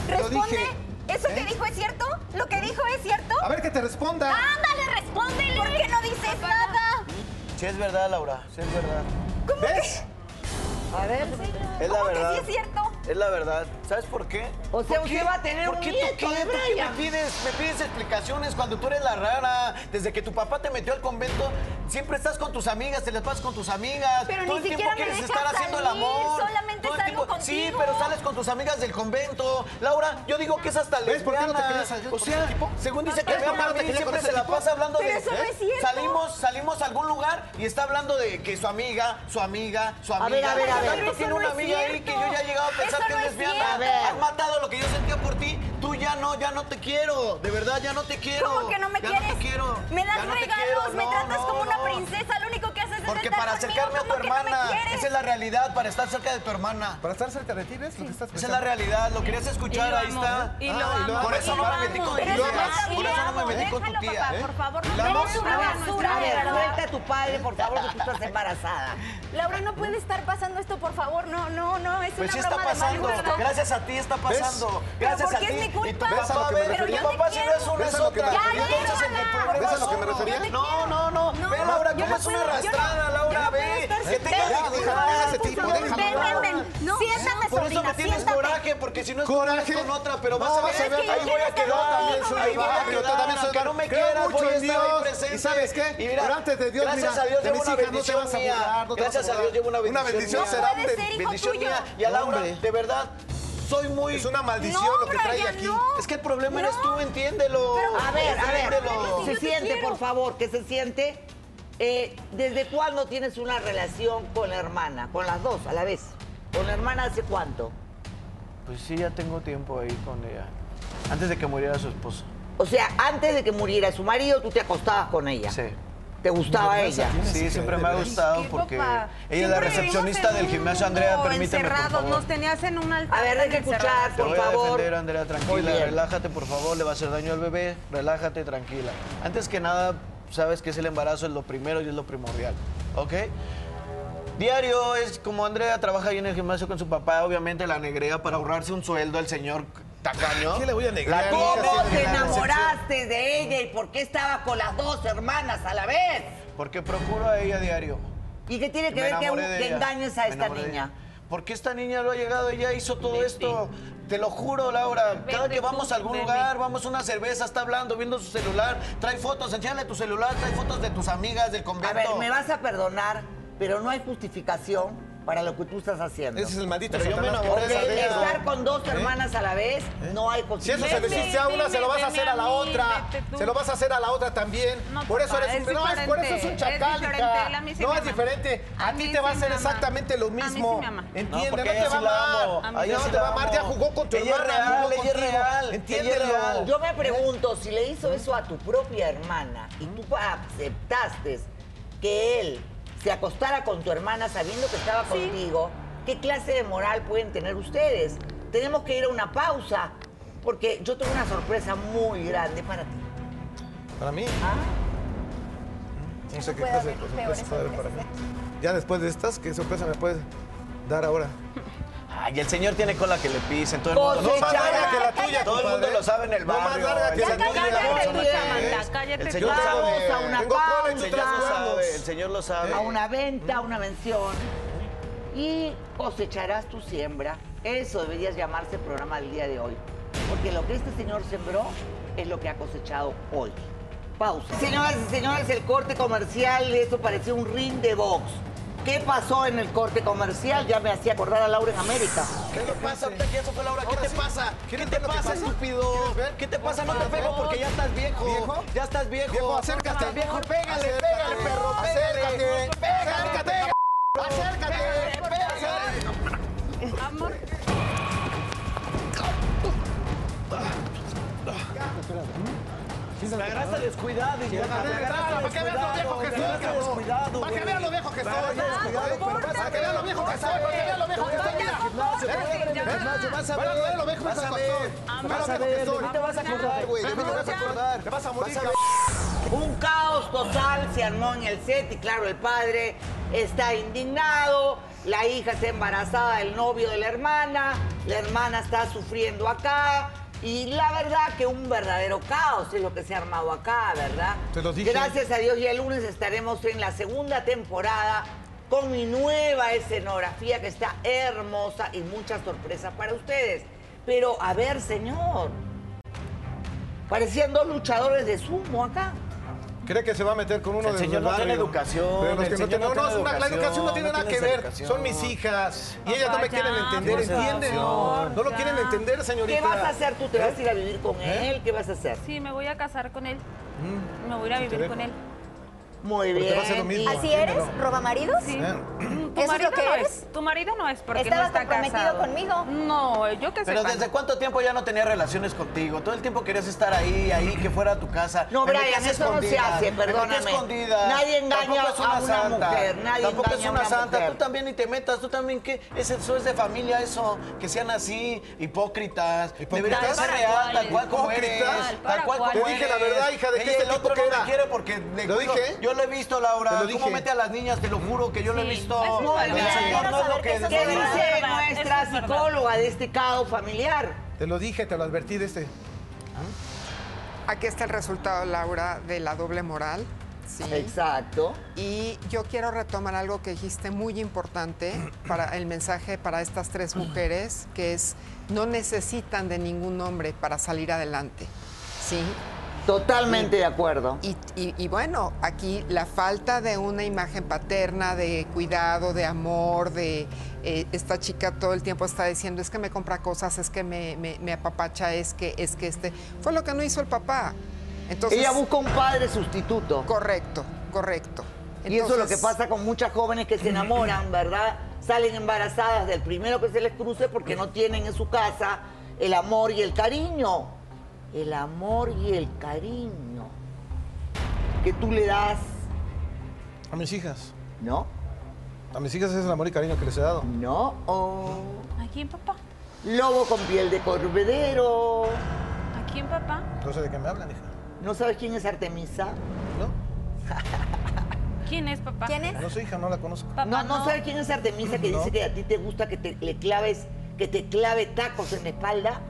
[SPEAKER 9] Te lo dije.
[SPEAKER 11] ¿Eso
[SPEAKER 9] ¿Eh?
[SPEAKER 11] que dijo es cierto? ¿Lo que dijo es cierto?
[SPEAKER 9] A ver que te responda.
[SPEAKER 11] Ándale, respóndele. ¿Por qué no dices nada?
[SPEAKER 14] Si es verdad, Laura, si es verdad.
[SPEAKER 9] ¿Ves?
[SPEAKER 1] a ver.
[SPEAKER 14] Es la
[SPEAKER 11] ¿Cómo que
[SPEAKER 14] verdad.
[SPEAKER 11] sí es cierto?
[SPEAKER 14] Es la verdad. ¿Sabes por qué?
[SPEAKER 1] O sea,
[SPEAKER 14] ¿Por
[SPEAKER 1] usted
[SPEAKER 14] qué?
[SPEAKER 1] va a tener
[SPEAKER 14] ¿Por
[SPEAKER 1] un
[SPEAKER 14] qué tú
[SPEAKER 1] nieto
[SPEAKER 14] qué?
[SPEAKER 1] de
[SPEAKER 14] ¿Por qué
[SPEAKER 1] Brian?
[SPEAKER 14] me pides, me pides explicaciones cuando tú eres la rara? Desde que tu papá te metió al convento, siempre estás con tus amigas, te las pasas con tus amigas.
[SPEAKER 11] Pero
[SPEAKER 14] Todo
[SPEAKER 11] ni
[SPEAKER 14] el
[SPEAKER 11] siquiera
[SPEAKER 14] tiempo
[SPEAKER 11] me
[SPEAKER 14] quieres
[SPEAKER 11] dejas
[SPEAKER 14] estar haciendo el
[SPEAKER 11] salir,
[SPEAKER 14] amor.
[SPEAKER 11] solamente
[SPEAKER 14] Todo el
[SPEAKER 11] salgo
[SPEAKER 14] tiempo- Sí,
[SPEAKER 11] contigo.
[SPEAKER 14] pero sales con tus amigas del convento. Laura, yo digo que es hasta
[SPEAKER 9] ¿Ves por qué no te
[SPEAKER 14] lesbiana.
[SPEAKER 9] querías salir
[SPEAKER 14] O
[SPEAKER 9] con
[SPEAKER 14] sea,
[SPEAKER 9] ese tipo?
[SPEAKER 14] según dice que
[SPEAKER 9] ¿Ves por qué
[SPEAKER 14] Bea
[SPEAKER 9] no te
[SPEAKER 14] Martín
[SPEAKER 9] querías con
[SPEAKER 14] siempre
[SPEAKER 9] ese
[SPEAKER 14] se la
[SPEAKER 9] tipo?
[SPEAKER 14] pasa hablando
[SPEAKER 11] Pero
[SPEAKER 14] de... ¿eh?
[SPEAKER 11] eso no es cierto.
[SPEAKER 14] Salimos, salimos a algún lugar y está hablando de que su amiga, su amiga, su amiga.
[SPEAKER 1] ver, a ver, a ver.
[SPEAKER 14] Tanto
[SPEAKER 11] Eso
[SPEAKER 14] tiene una
[SPEAKER 11] no es
[SPEAKER 14] amiga ahí que
[SPEAKER 11] cierto.
[SPEAKER 14] yo ya he llegado a pensar
[SPEAKER 11] Eso
[SPEAKER 14] que
[SPEAKER 11] no
[SPEAKER 14] es
[SPEAKER 11] es
[SPEAKER 14] lesbiana.
[SPEAKER 11] cierto.
[SPEAKER 14] Has matado lo que yo sentía por ti. Tú ya no, ya no te quiero. De verdad, ya no te quiero.
[SPEAKER 11] ¿Cómo que no me
[SPEAKER 14] Ya
[SPEAKER 11] quieres?
[SPEAKER 14] No te quiero.
[SPEAKER 11] Me das
[SPEAKER 14] Ya no te
[SPEAKER 11] regalos,
[SPEAKER 14] quiero.
[SPEAKER 11] me
[SPEAKER 14] No,
[SPEAKER 11] tratas
[SPEAKER 14] no,
[SPEAKER 11] como una
[SPEAKER 14] no.
[SPEAKER 11] princesa. Lo único que haces es
[SPEAKER 14] Porque para acercarme a tu hermana, esa es la realidad, para estar cerca de tu hermana.
[SPEAKER 9] Para estar cerca de ti, ¿ves? Lo que estás
[SPEAKER 14] Esa es la realidad, lo querías escuchar,
[SPEAKER 9] Y lo
[SPEAKER 14] ahí
[SPEAKER 9] amo,
[SPEAKER 14] está.
[SPEAKER 9] y lo
[SPEAKER 14] Ah,
[SPEAKER 9] amo,
[SPEAKER 14] Por eso
[SPEAKER 9] y
[SPEAKER 14] no
[SPEAKER 9] lo
[SPEAKER 14] me metí
[SPEAKER 9] amo.
[SPEAKER 14] con
[SPEAKER 9] Pero
[SPEAKER 14] tu
[SPEAKER 9] es
[SPEAKER 14] tía.
[SPEAKER 9] una
[SPEAKER 14] Por eso no me
[SPEAKER 9] basura.
[SPEAKER 14] metí con tu
[SPEAKER 9] Déjalo,
[SPEAKER 14] tía.
[SPEAKER 9] papá, por favor,
[SPEAKER 14] ¿Y
[SPEAKER 9] no
[SPEAKER 14] la
[SPEAKER 9] te
[SPEAKER 14] amo?
[SPEAKER 9] des una
[SPEAKER 14] Ah,
[SPEAKER 1] A ver, suelta a tu padre, por favor, que tú estás embarazada.
[SPEAKER 12] Laura, no puede estar pasando esto, por favor. No, no, no, es
[SPEAKER 14] Pues sí
[SPEAKER 12] una
[SPEAKER 14] está
[SPEAKER 12] broma
[SPEAKER 14] pasando.
[SPEAKER 12] de mal gusto.
[SPEAKER 14] Gracias a ti está
[SPEAKER 12] ¿Ves?
[SPEAKER 14] pasando.
[SPEAKER 12] Pero
[SPEAKER 14] Gracias
[SPEAKER 12] ¿por
[SPEAKER 14] a
[SPEAKER 12] qué
[SPEAKER 14] ti.
[SPEAKER 12] es mi
[SPEAKER 14] Y tu
[SPEAKER 12] culpa?
[SPEAKER 14] papá,
[SPEAKER 12] Pero
[SPEAKER 14] ves,
[SPEAKER 12] yo
[SPEAKER 14] tu
[SPEAKER 12] te
[SPEAKER 14] papá si no
[SPEAKER 12] quiero.
[SPEAKER 14] es una
[SPEAKER 12] ¿Ves
[SPEAKER 14] es
[SPEAKER 12] a lo que me
[SPEAKER 14] otra.
[SPEAKER 12] refería? Ya,
[SPEAKER 14] Entonces en el
[SPEAKER 12] déjala.
[SPEAKER 14] problema
[SPEAKER 12] ¿Ves a lo que me
[SPEAKER 14] somos.
[SPEAKER 12] refería? Yo te
[SPEAKER 14] No,
[SPEAKER 12] quiero.
[SPEAKER 14] no, no.
[SPEAKER 12] No,
[SPEAKER 14] Ve, Laura,
[SPEAKER 12] yo
[SPEAKER 14] cómo
[SPEAKER 12] no
[SPEAKER 14] es
[SPEAKER 12] puedo, yo
[SPEAKER 14] una
[SPEAKER 12] no-
[SPEAKER 14] arrastrada,
[SPEAKER 12] yo
[SPEAKER 14] Laura,
[SPEAKER 12] no
[SPEAKER 14] ve.
[SPEAKER 12] puedo estar
[SPEAKER 14] Que
[SPEAKER 12] sentada.
[SPEAKER 14] tengas que
[SPEAKER 12] Déjala,
[SPEAKER 14] dejar
[SPEAKER 12] por favor, ven, ven, ven. No, siéntate,
[SPEAKER 14] Por eso me
[SPEAKER 12] sobrina,
[SPEAKER 14] tienes
[SPEAKER 12] siéntate.
[SPEAKER 14] coraje, porque si no es
[SPEAKER 9] Coraje.
[SPEAKER 14] con otra, pero
[SPEAKER 9] No,
[SPEAKER 14] vas a ver.
[SPEAKER 9] vas a ver,
[SPEAKER 14] ahí
[SPEAKER 9] yo
[SPEAKER 14] voy
[SPEAKER 9] quiero
[SPEAKER 14] a
[SPEAKER 9] estar
[SPEAKER 14] quedar.
[SPEAKER 9] contigo, soy
[SPEAKER 14] Ahí voy a
[SPEAKER 9] barrio,
[SPEAKER 14] quedar.
[SPEAKER 9] también soy
[SPEAKER 14] aunque no me
[SPEAKER 9] barrio. Creo
[SPEAKER 14] quieras,
[SPEAKER 9] mucho
[SPEAKER 14] voy a
[SPEAKER 9] en
[SPEAKER 14] estar ahí
[SPEAKER 9] Dios,
[SPEAKER 14] presente.
[SPEAKER 9] y ¿sabes qué?
[SPEAKER 14] Y mira,
[SPEAKER 9] Pero antes de Dios,
[SPEAKER 14] gracias
[SPEAKER 9] mira,
[SPEAKER 14] a Dios
[SPEAKER 9] de
[SPEAKER 14] llevo
[SPEAKER 9] mis
[SPEAKER 14] una
[SPEAKER 9] hijas no te
[SPEAKER 14] bendición
[SPEAKER 9] vas a
[SPEAKER 14] mía.
[SPEAKER 9] burlar, no te vas
[SPEAKER 14] Gracias a
[SPEAKER 9] a
[SPEAKER 14] Dios
[SPEAKER 9] burlar.
[SPEAKER 14] llevo una
[SPEAKER 9] Una
[SPEAKER 14] bendición.
[SPEAKER 9] bendición
[SPEAKER 14] mía.
[SPEAKER 9] será No un puede be- ser hijo
[SPEAKER 14] bendición
[SPEAKER 9] tuyo.
[SPEAKER 14] mía. Y a Laura,
[SPEAKER 9] Hombre.
[SPEAKER 14] de verdad, soy muy.
[SPEAKER 9] Es una maldición No, lo que trae Brian, aquí. no.
[SPEAKER 14] Es que el problema eres tú, entiéndelo.
[SPEAKER 1] A ver, a ver,
[SPEAKER 14] Entiéndelo.
[SPEAKER 1] se siente, por favor, que se siente. Eh, ¿Desde cuándo tienes una relación con la hermana? Con las dos, a la vez. ¿Con la hermana hace cuánto?
[SPEAKER 14] Pues sí, ya tengo tiempo ahí con ella. Antes de que muriera su esposo.
[SPEAKER 1] O sea, antes de que muriera su marido, tú te acostabas con ella.
[SPEAKER 14] Sí.
[SPEAKER 1] ¿Te gustaba ella?
[SPEAKER 14] Sí, siempre me ha gustado porque ella es la
[SPEAKER 13] Siempre vivimos
[SPEAKER 14] recepcionista
[SPEAKER 13] en
[SPEAKER 14] del
[SPEAKER 13] un
[SPEAKER 14] gimnasio.
[SPEAKER 13] mundo
[SPEAKER 14] Andrea, permíteme, por
[SPEAKER 13] encerrados,
[SPEAKER 14] favor.
[SPEAKER 13] nos tenías en un altar.
[SPEAKER 1] A ver, deja
[SPEAKER 13] tan encerrados.
[SPEAKER 1] escuchar,
[SPEAKER 14] Te
[SPEAKER 1] por
[SPEAKER 14] voy a
[SPEAKER 1] favor.
[SPEAKER 14] defender, Andrea,
[SPEAKER 1] Muy
[SPEAKER 14] tranquila,
[SPEAKER 1] bien.
[SPEAKER 14] relájate, por favor, le va a hacer daño al bebé, relájate, tranquila. Antes que nada, sabes que es el embarazo, es lo primero y es lo primordial, ¿ok? Diario es como Andrea trabaja ahí en el gimnasio con su papá, obviamente la negrea para ahorrarse un sueldo al señor tacaño.
[SPEAKER 9] ¿Qué le voy a
[SPEAKER 14] La
[SPEAKER 9] negrear?
[SPEAKER 14] cobra
[SPEAKER 1] ¿Cómo
[SPEAKER 14] en
[SPEAKER 1] te
[SPEAKER 14] la
[SPEAKER 1] enamoraste de ella y por qué estabas con las dos hermanas a la vez?
[SPEAKER 14] recepción, Porque procuro a ella diario.
[SPEAKER 1] ¿Y qué tiene que
[SPEAKER 14] Me
[SPEAKER 1] ver que,
[SPEAKER 14] enamoré de
[SPEAKER 1] que
[SPEAKER 14] ella.
[SPEAKER 1] engañes a
[SPEAKER 14] Me
[SPEAKER 1] esta
[SPEAKER 14] enamoré de
[SPEAKER 1] niña?
[SPEAKER 14] ella. Porque esta niña lo ha llegado, ella hizo todo esto. Te lo juro, Laura. Cada que vamos a algún lugar, vamos a una cerveza, está hablando, viendo su celular, trae fotos, enséñale tu celular, trae fotos de tus amigas del convento.
[SPEAKER 1] A ver, me vas a perdonar, pero no hay justificación para lo que tú estás haciendo.
[SPEAKER 9] Ese es el maldito
[SPEAKER 1] Pero yo me
[SPEAKER 9] Satanás que
[SPEAKER 1] enamoré
[SPEAKER 9] vas a
[SPEAKER 1] de
[SPEAKER 9] ver.
[SPEAKER 1] estar con dos
[SPEAKER 9] ¿Eh?
[SPEAKER 1] hermanas a la vez, no hay
[SPEAKER 9] Si eso
[SPEAKER 1] justificación.
[SPEAKER 9] se lo hiciste a una, se lo vas a hacer a la otra.
[SPEAKER 13] vete tú.
[SPEAKER 9] Se lo vas a hacer a la otra también.
[SPEAKER 13] No,
[SPEAKER 9] por eso
[SPEAKER 13] papá,
[SPEAKER 9] eres un
[SPEAKER 13] es
[SPEAKER 9] no, es- por eso es un
[SPEAKER 13] diferente. Es
[SPEAKER 9] chacal,
[SPEAKER 13] diferente,
[SPEAKER 9] hija.
[SPEAKER 13] él a mí sí
[SPEAKER 9] No,
[SPEAKER 13] me
[SPEAKER 9] es
[SPEAKER 13] ama.
[SPEAKER 9] diferente. A,
[SPEAKER 13] A
[SPEAKER 9] ti
[SPEAKER 13] mí
[SPEAKER 9] te va a
[SPEAKER 13] sí
[SPEAKER 9] hacer
[SPEAKER 13] me ama.
[SPEAKER 9] exactamente lo
[SPEAKER 13] A mí sí
[SPEAKER 9] mismo.
[SPEAKER 13] me ama.
[SPEAKER 9] Entiende,
[SPEAKER 14] No,
[SPEAKER 9] no,
[SPEAKER 14] porque
[SPEAKER 9] te
[SPEAKER 14] ella
[SPEAKER 9] va
[SPEAKER 14] sí la
[SPEAKER 9] a
[SPEAKER 14] amo.
[SPEAKER 9] amar.
[SPEAKER 14] A mí
[SPEAKER 9] Ella
[SPEAKER 14] sí
[SPEAKER 9] no te
[SPEAKER 14] la
[SPEAKER 9] va a amar, ya
[SPEAKER 14] amo.
[SPEAKER 9] jugó con tu
[SPEAKER 14] Ella es
[SPEAKER 9] hermana,
[SPEAKER 14] real,
[SPEAKER 9] jugó
[SPEAKER 14] ella es
[SPEAKER 9] contigo.
[SPEAKER 14] real, ella es
[SPEAKER 9] Entiéndelo.
[SPEAKER 14] real.
[SPEAKER 1] Yo me pregunto, si le hizo eso a tu propia hermana y tú aceptaste que él se acostara con tu hermana sabiendo que estaba contigo, ¿qué clase de moral pueden tener ustedes? Tenemos que ir a una pausa, porque yo tengo una sorpresa muy grande para ti.
[SPEAKER 9] Para mí. No sé qué
[SPEAKER 12] Puede
[SPEAKER 9] clase de
[SPEAKER 12] haber
[SPEAKER 9] sorpresa
[SPEAKER 12] peores
[SPEAKER 9] puede haber para mí. Ya después de estas, ¿qué sorpresa me puedes dar ahora?
[SPEAKER 14] Ay, el señor tiene cola que le pisen, todo el mundo.
[SPEAKER 9] No más larga que la
[SPEAKER 14] Cállate,
[SPEAKER 9] tuya,
[SPEAKER 14] Todo el mundo
[SPEAKER 9] compadre.
[SPEAKER 14] lo sabe en el
[SPEAKER 9] No
[SPEAKER 14] barrio.
[SPEAKER 9] más larga que
[SPEAKER 14] el
[SPEAKER 9] la
[SPEAKER 14] señor
[SPEAKER 9] tuya.
[SPEAKER 14] sabe,
[SPEAKER 9] Cállate
[SPEAKER 14] el
[SPEAKER 9] tú,
[SPEAKER 14] señor
[SPEAKER 9] Samantha,
[SPEAKER 14] sabe.
[SPEAKER 1] cállate
[SPEAKER 14] El
[SPEAKER 1] tú.
[SPEAKER 14] señor
[SPEAKER 1] Vamos
[SPEAKER 14] sabe.
[SPEAKER 1] a una
[SPEAKER 14] Tengo cola en
[SPEAKER 1] pausa.
[SPEAKER 14] tu trazo, sabe, El señor lo sabe.
[SPEAKER 1] a una venta, a una mención y cosecharás tu siembra. Eso deberías llamarse el programa del día de hoy. Porque lo que este señor sembró es lo que ha cosechado hoy. Pausa. Señoras y señores, el corte comercial, esto parecía un ring de box. ¿Qué pasó en el corte comercial? Ya me hacía acordar a Laura en América.
[SPEAKER 14] ¿Qué te pasa? Ahorita que ya se fue Laura, ¿qué te pasa? ¿Qué te pasa, estúpido? ¿Qué te pasa? No te pego porque ya estás viejo.
[SPEAKER 9] ¿Viejo?
[SPEAKER 14] Ya estás viejo.
[SPEAKER 9] Viejo, acércate.
[SPEAKER 14] Estás viejo, pégale,
[SPEAKER 9] Acércate.
[SPEAKER 14] pégale, perro, pégale.
[SPEAKER 9] Acércate. Acércate.
[SPEAKER 14] Acércate. Pégale.
[SPEAKER 13] Amor,
[SPEAKER 14] Me agarraste descuidado, idiota.
[SPEAKER 9] agarré
[SPEAKER 14] Me
[SPEAKER 9] descuidado, para que veas lo viejo que soy,
[SPEAKER 14] agarraste
[SPEAKER 9] cabrón.
[SPEAKER 14] descuidado,
[SPEAKER 9] Para
[SPEAKER 14] güey. Me agarraste descuidado, pero vas
[SPEAKER 9] que veas lo viejo que soy. Para que
[SPEAKER 14] a
[SPEAKER 9] veas lo
[SPEAKER 14] ver,
[SPEAKER 9] viejo que
[SPEAKER 14] vas
[SPEAKER 9] soy,
[SPEAKER 14] a
[SPEAKER 9] para que
[SPEAKER 14] ver.
[SPEAKER 9] veas lo viejo que
[SPEAKER 14] Vas a
[SPEAKER 9] soy,
[SPEAKER 14] ver,
[SPEAKER 9] mira.
[SPEAKER 14] gimnasio,
[SPEAKER 9] ¿Eh?
[SPEAKER 14] vas a ver,
[SPEAKER 9] ¿Eh?
[SPEAKER 14] gimnasio, vas a
[SPEAKER 9] Van a
[SPEAKER 14] ver.
[SPEAKER 9] ver lo viejo que
[SPEAKER 14] Vas a
[SPEAKER 9] soy.
[SPEAKER 14] ver.
[SPEAKER 9] Van a
[SPEAKER 14] Vas a
[SPEAKER 9] ver lo que
[SPEAKER 14] ver,
[SPEAKER 9] soy.
[SPEAKER 14] de mí te vas a acordar, güey. De mí te vas a acordar.
[SPEAKER 9] Te vas a morir,
[SPEAKER 14] Vas a ver.
[SPEAKER 1] Un caos total se armó en el set y claro, el padre está indignado, la hija está embarazada del novio de la hermana, la hermana está sufriendo acá y la verdad que un verdadero caos es lo que se ha armado acá, ¿verdad?
[SPEAKER 9] Te lo dije.
[SPEAKER 1] Gracias a Dios y el lunes estaremos en la segunda temporada con mi nueva escenografía que está hermosa y muchas sorpresas para ustedes. Pero a ver, señor, parecían dos luchadores de sumo acá.
[SPEAKER 9] ¿Cree que se va a meter con uno
[SPEAKER 14] El
[SPEAKER 9] de
[SPEAKER 14] señor
[SPEAKER 9] del
[SPEAKER 14] no tiene
[SPEAKER 9] barrio?
[SPEAKER 14] educación,
[SPEAKER 9] Pero
[SPEAKER 14] el
[SPEAKER 9] los que no
[SPEAKER 14] señor
[SPEAKER 9] tienen-
[SPEAKER 14] no
[SPEAKER 9] no, no,
[SPEAKER 14] tiene
[SPEAKER 9] es una- la educación no tiene
[SPEAKER 14] educación,
[SPEAKER 9] nada
[SPEAKER 14] no
[SPEAKER 9] que
[SPEAKER 14] tiene
[SPEAKER 9] ver.
[SPEAKER 14] educación.
[SPEAKER 9] Son mis hijas. Y ellas no me
[SPEAKER 13] Papá,
[SPEAKER 9] quieren
[SPEAKER 13] ya,
[SPEAKER 9] entender,
[SPEAKER 14] por favor,
[SPEAKER 9] ¿entienden? No, no lo quieren
[SPEAKER 13] ya.
[SPEAKER 9] entender, señorita.
[SPEAKER 1] ¿Qué vas a hacer tú? ¿Te vas a ir a vivir con
[SPEAKER 9] ¿Eh?
[SPEAKER 1] él? ¿Qué vas a hacer?
[SPEAKER 10] Sí, me voy a casar con él. Me voy a ir a
[SPEAKER 9] sí te
[SPEAKER 10] vivir
[SPEAKER 9] veo.
[SPEAKER 10] con él.
[SPEAKER 1] Muy
[SPEAKER 9] Porque
[SPEAKER 1] bien.
[SPEAKER 9] va Pues a ser lo mismo.
[SPEAKER 1] y-
[SPEAKER 12] ¿Así eres?
[SPEAKER 9] Entiéndelo.
[SPEAKER 12] ¿Roba maridos?
[SPEAKER 10] Sí.
[SPEAKER 9] ¿Eh?
[SPEAKER 10] Tu
[SPEAKER 15] ¿Eso es
[SPEAKER 10] marido
[SPEAKER 15] lo que
[SPEAKER 10] no
[SPEAKER 15] eres?
[SPEAKER 10] es. Tu marido no es porque
[SPEAKER 15] Estaba
[SPEAKER 10] no está
[SPEAKER 15] comprometido
[SPEAKER 10] casado.
[SPEAKER 15] conmigo.
[SPEAKER 10] No, eh, yo qué sé.
[SPEAKER 14] Pero ¿desde cuánto tiempo ya no tenía relaciones contigo? Todo el tiempo querías estar ahí, ahí, que fuera a tu casa.
[SPEAKER 1] No,
[SPEAKER 14] ¿Pero qué
[SPEAKER 1] Brian,
[SPEAKER 14] haces
[SPEAKER 1] eso no se
[SPEAKER 14] escondida?
[SPEAKER 1] hace,
[SPEAKER 14] ¿Pero qué
[SPEAKER 1] perdóname.
[SPEAKER 14] escondida?
[SPEAKER 1] Nadie engaña
[SPEAKER 14] Tampoco es
[SPEAKER 1] a una mujer, nadie
[SPEAKER 14] Tampoco
[SPEAKER 1] engaña
[SPEAKER 14] es
[SPEAKER 1] a
[SPEAKER 14] una,
[SPEAKER 1] una
[SPEAKER 14] santa.
[SPEAKER 1] mujer.
[SPEAKER 14] Tú también ni te metas, tú también, ¿qué? Es- Eso es de familia, eso. Que sean así, hipócritas. Deberías de
[SPEAKER 9] ¿Hipócritas?
[SPEAKER 14] ser real, tal cual como eres.
[SPEAKER 9] ¿Hipócritas?
[SPEAKER 14] Tal cual como
[SPEAKER 9] Te dije la
[SPEAKER 14] eres.
[SPEAKER 9] verdad, hija, de que
[SPEAKER 14] Ella,
[SPEAKER 9] este
[SPEAKER 14] el
[SPEAKER 9] tipo
[SPEAKER 14] otro
[SPEAKER 9] que
[SPEAKER 14] no
[SPEAKER 9] era.
[SPEAKER 14] me quiere porque... le
[SPEAKER 9] ¿Lo
[SPEAKER 14] juro,
[SPEAKER 9] dije?
[SPEAKER 14] Yo lo he visto,
[SPEAKER 9] Te
[SPEAKER 14] Laura.
[SPEAKER 9] lo
[SPEAKER 14] ¿Cómo
[SPEAKER 9] dije.
[SPEAKER 14] mete a las niñas? Te lo juro que yo lo he visto.
[SPEAKER 1] Muy
[SPEAKER 14] El
[SPEAKER 1] bien.
[SPEAKER 14] señor no es lo que-
[SPEAKER 1] ¿Qué
[SPEAKER 14] no es lo que-
[SPEAKER 1] dice nuestra psicóloga de este caos familiar?
[SPEAKER 9] Te lo dije, te lo advertí de este.
[SPEAKER 5] Aquí está el resultado, Laura, de la doble moral. Sí.
[SPEAKER 1] Exacto.
[SPEAKER 5] Y yo quiero retomar algo que dijiste muy importante para el mensaje para estas tres mujeres, que es no necesitan de ningún hombre para salir adelante. Sí.
[SPEAKER 1] Totalmente de acuerdo.
[SPEAKER 5] Y, y- y bueno, aquí la falta de una imagen paterna, de cuidado, de amor, de eh, esta chica todo el tiempo está diciendo es que me compra cosas, es que me, me- me apapacha, es que, es que este. Fue lo que no hizo el papá. Entonces,
[SPEAKER 1] Ella busca un padre sustituto.
[SPEAKER 5] Correcto, correcto.
[SPEAKER 1] y eso es lo que
[SPEAKER 5] Entonces-
[SPEAKER 1] pasa con muchas jóvenes que se enamoran, ¿verdad? Salen embarazadas del primero que se les cruce porque no tienen en su casa el amor y el cariño. El amor y el cariño que tú le das.
[SPEAKER 9] A mis hijas.
[SPEAKER 1] ¿No?
[SPEAKER 9] A mis hijas es el amor y cariño que les he dado.
[SPEAKER 1] No. Oh,
[SPEAKER 10] ¿A quién, papá?
[SPEAKER 1] Lobo con piel de corvedero.
[SPEAKER 10] ¿A quién, papá?
[SPEAKER 9] No sé de qué me hablan, hija.
[SPEAKER 1] ¿No sabes quién es Artemisa?
[SPEAKER 10] ¿Quién es, papá? ¿Quién
[SPEAKER 9] No sé, hija, no la conozco.
[SPEAKER 1] no, no, sabes quién es Artemisa que
[SPEAKER 9] No.
[SPEAKER 1] dice que a ti te gusta que te le claves, que te clave tacos en la espalda,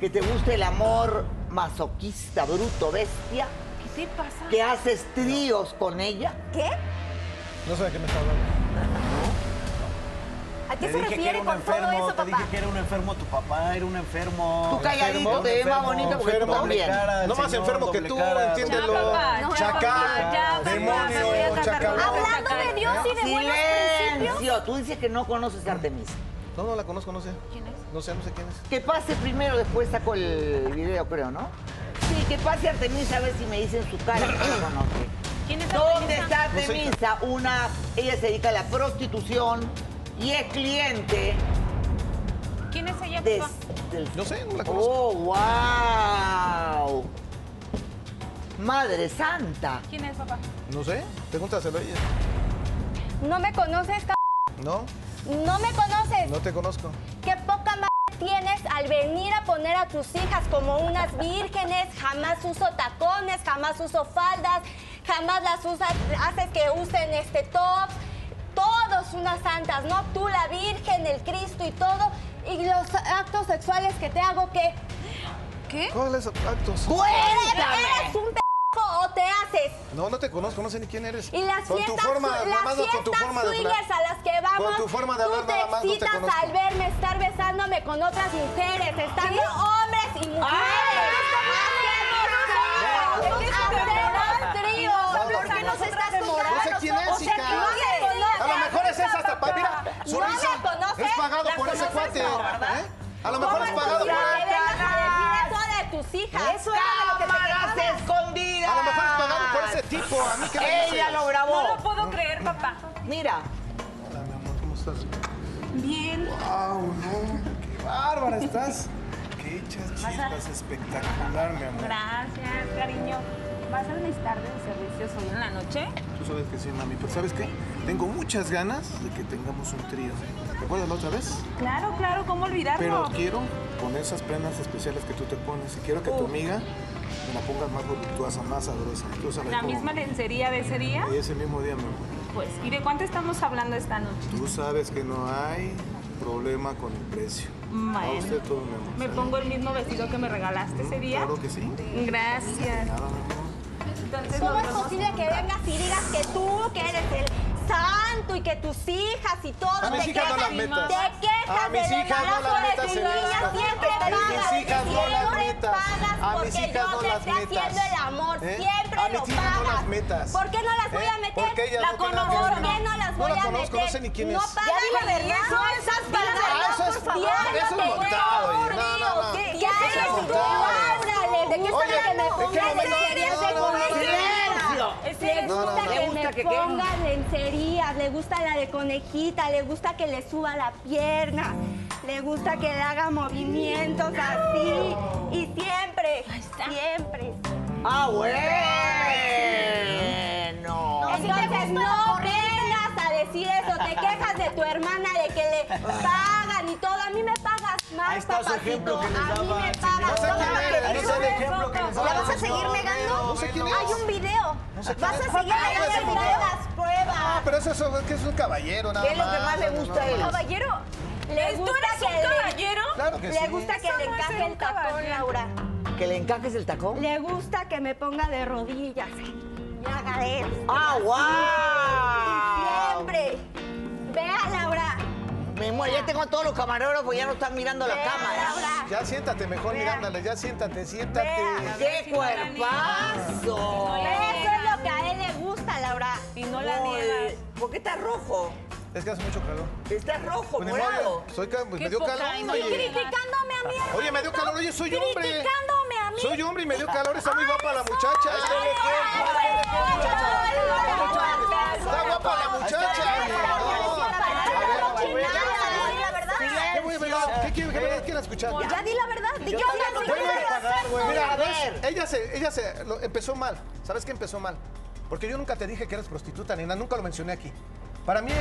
[SPEAKER 1] que te gusta el amor masoquista, bruto, bestia,
[SPEAKER 10] ¿Qué te pasa?
[SPEAKER 1] que haces tríos con ella.
[SPEAKER 15] ¿Qué?
[SPEAKER 9] No sé de qué me está hablando.
[SPEAKER 15] ¿A qué
[SPEAKER 14] Te
[SPEAKER 15] se
[SPEAKER 14] dije que
[SPEAKER 15] refiere
[SPEAKER 14] era un
[SPEAKER 15] con todo
[SPEAKER 14] enfermo,
[SPEAKER 15] eso,
[SPEAKER 14] Te
[SPEAKER 15] papá?
[SPEAKER 14] dije que era un enfermo tu papá, era un enfermo.
[SPEAKER 1] Tú calladito, te ves más bonito porque tú también.
[SPEAKER 9] No más enfermo que tú, entiéndelo.
[SPEAKER 10] Ah,
[SPEAKER 9] Chacal, demonio, chacal.
[SPEAKER 1] Hablando
[SPEAKER 9] de Dios y de buenos
[SPEAKER 1] Silencio,
[SPEAKER 9] principios.
[SPEAKER 1] tú dices que no conoces a Artemisa.
[SPEAKER 9] No, no la conozco, no sé.
[SPEAKER 10] ¿Quién es?
[SPEAKER 9] No sé, no sé quién es.
[SPEAKER 1] Que pase primero, después saco el video, creo, ¿no? Sí, que pase Artemisa a ver si me dicen su cara, que no la conozco.
[SPEAKER 10] ¿Quién es
[SPEAKER 1] ¿Dónde está
[SPEAKER 10] No sé, hija.
[SPEAKER 1] Artemisa? Una, ella se dedica a la prostitución y es cliente
[SPEAKER 10] ¿Quién es ella,
[SPEAKER 1] de-
[SPEAKER 10] papá?
[SPEAKER 1] del...
[SPEAKER 9] No sé, no la conozco.
[SPEAKER 1] ¡Oh, wow! Madre santa.
[SPEAKER 10] ¿Quién es, papá?
[SPEAKER 9] No sé, pregúntaselo a ella.
[SPEAKER 16] No me conoces, c...
[SPEAKER 9] No,
[SPEAKER 16] No me conoces.
[SPEAKER 9] no te conozco.
[SPEAKER 16] Qué poca m tienes al venir a poner a tus hijas como unas vírgenes. Jamás uso tacones, jamás uso faldas, jamás las usas, haces que usen este top. Todos unas santas, ¿no? Tú, la Virgen, el Cristo y todo. Y los actos sexuales que te hago, ¿qué?
[SPEAKER 10] ¿Qué?
[SPEAKER 9] ¿Cuáles actos?
[SPEAKER 16] ¿Eres, eres un p o te haces?
[SPEAKER 9] No, no te conozco, no sé ni quién eres.
[SPEAKER 16] Y las
[SPEAKER 9] con tu
[SPEAKER 16] fiestas,
[SPEAKER 9] forma,
[SPEAKER 16] las
[SPEAKER 9] nada más con tu
[SPEAKER 16] fiestas
[SPEAKER 9] forma de hablar.
[SPEAKER 16] swingers a las que vamos,
[SPEAKER 9] Con tu forma de
[SPEAKER 16] tú
[SPEAKER 9] hablar
[SPEAKER 16] te
[SPEAKER 9] nada más no te
[SPEAKER 16] excitas
[SPEAKER 9] conozco.
[SPEAKER 16] al verme estar besándome con otras mujeres, estando hombres y mujeres. Hacemos tríos, hacemos tríos.
[SPEAKER 9] ¿Por qué nos estás No sé quién es, hija. A lo mejor es esa hasta Mira, su
[SPEAKER 16] No me
[SPEAKER 9] risa
[SPEAKER 16] conoces,
[SPEAKER 9] es pagado
[SPEAKER 16] las
[SPEAKER 9] por ese
[SPEAKER 16] conoces,
[SPEAKER 9] cuate.
[SPEAKER 16] no, ¿verdad?
[SPEAKER 9] ¿eh? A lo mejor es pagado por
[SPEAKER 16] Que
[SPEAKER 9] él.
[SPEAKER 16] vengas a decir eso de tus hijas.
[SPEAKER 1] Eso
[SPEAKER 16] era lo que te
[SPEAKER 1] ¡Cámaras escondidas!
[SPEAKER 9] A lo mejor es pagado por ese tipo. A mí que me
[SPEAKER 1] Ella
[SPEAKER 9] dices.
[SPEAKER 1] lo grabó.
[SPEAKER 10] No lo puedo creer, papá.
[SPEAKER 1] Mira,
[SPEAKER 9] Hola, mi amor, ¿cómo estás?
[SPEAKER 10] Bien.
[SPEAKER 9] Wow, no, qué bárbara estás. Qué hechas chispas, espectacular, mi amor.
[SPEAKER 10] Gracias, cariño. ¿Vas a necesitar de servicios hoy en la noche?
[SPEAKER 9] Tú sabes que sí, mami, pero ¿sabes qué? Tengo muchas ganas de que tengamos un trío. ¿Te acuerdas la otra vez?
[SPEAKER 10] Claro, claro, ¿cómo
[SPEAKER 9] Pero
[SPEAKER 10] olvidarlo?
[SPEAKER 9] quiero con esas prendas especiales que tú te pones y quiero que tu amiga me la ponga más voluptuosa, más sabrosa. Tú sabes
[SPEAKER 10] La
[SPEAKER 9] cómo.
[SPEAKER 10] misma lencería de ese día.
[SPEAKER 9] Y ese mismo día, mi amor.
[SPEAKER 10] Pues, ¿y de cuánto estamos hablando esta noche?
[SPEAKER 9] Tú sabes que no hay problema con el precio. A
[SPEAKER 10] Bueno.
[SPEAKER 9] usted todo, mi amor.
[SPEAKER 10] Me
[SPEAKER 9] ¿sale?
[SPEAKER 10] pongo el mismo vestido que me regalaste ese día.
[SPEAKER 9] Claro que sí.
[SPEAKER 10] Gracias.
[SPEAKER 9] Nada, mi amor.
[SPEAKER 10] Entonces,
[SPEAKER 16] ¿Cómo
[SPEAKER 10] nos
[SPEAKER 16] es
[SPEAKER 10] vemos.
[SPEAKER 16] posible que vengas y digas que tú, que eres el santo y que tus hijas y todo
[SPEAKER 9] A mis
[SPEAKER 16] te
[SPEAKER 9] hijas no
[SPEAKER 16] quejas,
[SPEAKER 9] las metas.
[SPEAKER 16] te
[SPEAKER 9] A
[SPEAKER 16] quejas
[SPEAKER 9] mis
[SPEAKER 16] del
[SPEAKER 9] hijas no
[SPEAKER 16] embarazo
[SPEAKER 9] las
[SPEAKER 16] de
[SPEAKER 9] metas
[SPEAKER 16] tus
[SPEAKER 9] en
[SPEAKER 16] niñas,
[SPEAKER 9] esto.
[SPEAKER 16] siempre
[SPEAKER 9] A mis
[SPEAKER 16] pagas,
[SPEAKER 9] hijas no las
[SPEAKER 16] siempre
[SPEAKER 9] metas.
[SPEAKER 16] pagas
[SPEAKER 9] A mis
[SPEAKER 16] porque
[SPEAKER 9] hijas
[SPEAKER 16] yo
[SPEAKER 9] no
[SPEAKER 16] te
[SPEAKER 9] las
[SPEAKER 16] estoy
[SPEAKER 9] metas.
[SPEAKER 16] haciendo el amor,
[SPEAKER 9] ¿Eh?
[SPEAKER 16] siempre
[SPEAKER 9] A mis
[SPEAKER 16] lo
[SPEAKER 9] hijas no
[SPEAKER 16] pagas.
[SPEAKER 9] las metas.
[SPEAKER 16] ¿Por qué no las voy
[SPEAKER 9] ¿Eh?
[SPEAKER 16] a meter?
[SPEAKER 9] Porque ellas
[SPEAKER 16] la
[SPEAKER 9] no
[SPEAKER 16] conozco, ¿por
[SPEAKER 9] conocen.
[SPEAKER 16] qué no las
[SPEAKER 9] No
[SPEAKER 16] voy
[SPEAKER 9] la
[SPEAKER 16] a
[SPEAKER 9] conozco,
[SPEAKER 16] meter?
[SPEAKER 9] no sé ni quién
[SPEAKER 16] No
[SPEAKER 9] es.
[SPEAKER 16] pagas
[SPEAKER 15] Ya di la
[SPEAKER 16] ni
[SPEAKER 15] verdad.
[SPEAKER 16] eso, esas
[SPEAKER 9] Ah,
[SPEAKER 16] palabras,
[SPEAKER 9] eso es-
[SPEAKER 16] por favor.
[SPEAKER 9] eso es montado, oye. No, no, no.
[SPEAKER 16] ¿Qué,
[SPEAKER 9] Eso es montado.
[SPEAKER 16] ¿De qué
[SPEAKER 9] Oye,
[SPEAKER 16] están hablando?
[SPEAKER 9] ¿de qué
[SPEAKER 16] Una
[SPEAKER 9] momento?
[SPEAKER 16] serie
[SPEAKER 9] No, no, no,
[SPEAKER 16] de
[SPEAKER 9] no.
[SPEAKER 16] mujeres.
[SPEAKER 1] silencio.
[SPEAKER 10] Ese
[SPEAKER 16] Le
[SPEAKER 17] No, no,
[SPEAKER 16] gusta
[SPEAKER 17] no.
[SPEAKER 16] que
[SPEAKER 17] ¿Le gusta
[SPEAKER 16] me
[SPEAKER 17] que qué?
[SPEAKER 16] pongan lencerías, le gusta la de conejita, le gusta que le suba la pierna, le gusta que le haga movimientos así. Y siempre, siempre.
[SPEAKER 1] ¡Ah, bueno!
[SPEAKER 16] Entonces no
[SPEAKER 13] este
[SPEAKER 16] vengas a decir eso, te quejas de tu hermana de que le pagan y todo. A mí me pagas más,
[SPEAKER 17] Ahí está su
[SPEAKER 16] papacito.
[SPEAKER 17] ejemplo que nos
[SPEAKER 16] a mí
[SPEAKER 17] daba,
[SPEAKER 16] me
[SPEAKER 17] chiquita.
[SPEAKER 16] pagas
[SPEAKER 17] No sé quién
[SPEAKER 16] más.
[SPEAKER 17] eres, no sé el ejemplo que nos daba
[SPEAKER 16] ¿La vas a
[SPEAKER 17] nuestro
[SPEAKER 16] seguir negando?
[SPEAKER 9] No sé quién
[SPEAKER 16] Hay
[SPEAKER 9] es.
[SPEAKER 16] un video.
[SPEAKER 9] No sé quién
[SPEAKER 16] Vas a
[SPEAKER 9] es.
[SPEAKER 16] seguir
[SPEAKER 9] Ah, pues,
[SPEAKER 16] negando
[SPEAKER 9] sí.
[SPEAKER 16] pruebas,
[SPEAKER 9] Ah,
[SPEAKER 16] pruebas.
[SPEAKER 9] pero eso, eso es que es un caballero, nada
[SPEAKER 16] ¿Qué es lo que más le
[SPEAKER 9] no,
[SPEAKER 16] gusta a
[SPEAKER 9] no,
[SPEAKER 16] él?
[SPEAKER 9] no.
[SPEAKER 16] Caballero, Le
[SPEAKER 13] ¿Tú
[SPEAKER 16] gusta
[SPEAKER 13] eres
[SPEAKER 16] que
[SPEAKER 13] un
[SPEAKER 16] le-
[SPEAKER 13] caballero? Claro que
[SPEAKER 16] le
[SPEAKER 13] sí.
[SPEAKER 16] gusta que
[SPEAKER 13] Eso
[SPEAKER 16] le
[SPEAKER 13] no es
[SPEAKER 16] encaje
[SPEAKER 13] ser un
[SPEAKER 16] el tacón,
[SPEAKER 13] caballero.
[SPEAKER 16] Laura.
[SPEAKER 1] ¿Que le encajes el tacón?
[SPEAKER 16] Le gusta que me ponga de rodillas y haga esto.
[SPEAKER 1] ¡Ah, guau!
[SPEAKER 16] Siempre. Vea, Laura.
[SPEAKER 1] Me muero, ya tengo a todos los camarógrafos,
[SPEAKER 17] pues
[SPEAKER 1] ya no están mirando la cámara.
[SPEAKER 9] Ya siéntate mejor, Mirándole, ya siéntate, siéntate.
[SPEAKER 1] ¡Qué cuerpazo!
[SPEAKER 16] Eso es lo que a él le gusta, Laura.
[SPEAKER 17] Y no la
[SPEAKER 16] Uy.
[SPEAKER 17] niegas. ¿Por qué estás rojo?
[SPEAKER 9] Es que hace mucho calor.
[SPEAKER 17] Estás rojo,
[SPEAKER 9] Pues ni modo,
[SPEAKER 17] morado.
[SPEAKER 9] soy ca- pues me dio calor. oye.
[SPEAKER 16] Criticándome a mí,
[SPEAKER 9] Oye, me dio
[SPEAKER 16] hermano.
[SPEAKER 9] calor, oye, soy hombre.
[SPEAKER 16] Criticándome a mí.
[SPEAKER 9] Soy hombre y me dio calor, está muy guapa la
[SPEAKER 16] Ay,
[SPEAKER 9] muchacha. Está guapa la muchacha. Oye, no.
[SPEAKER 16] la verdad.
[SPEAKER 9] ¿Qué voy a ver? ¿Qué quiero- qué verdad quieren escuchar?
[SPEAKER 16] Ya di la verdad. Di
[SPEAKER 9] Yo
[SPEAKER 16] que
[SPEAKER 9] te
[SPEAKER 16] hablas
[SPEAKER 9] la
[SPEAKER 16] de
[SPEAKER 9] voy a
[SPEAKER 16] verdad.
[SPEAKER 9] pagar, güey. Mira,
[SPEAKER 16] A ver.
[SPEAKER 9] ¿ves? ella se, ella se lo- empezó mal. ¿Sabes qué empezó mal? Porque yo nunca te dije que eras prostituta, nena, nunca lo mencioné aquí. Para mí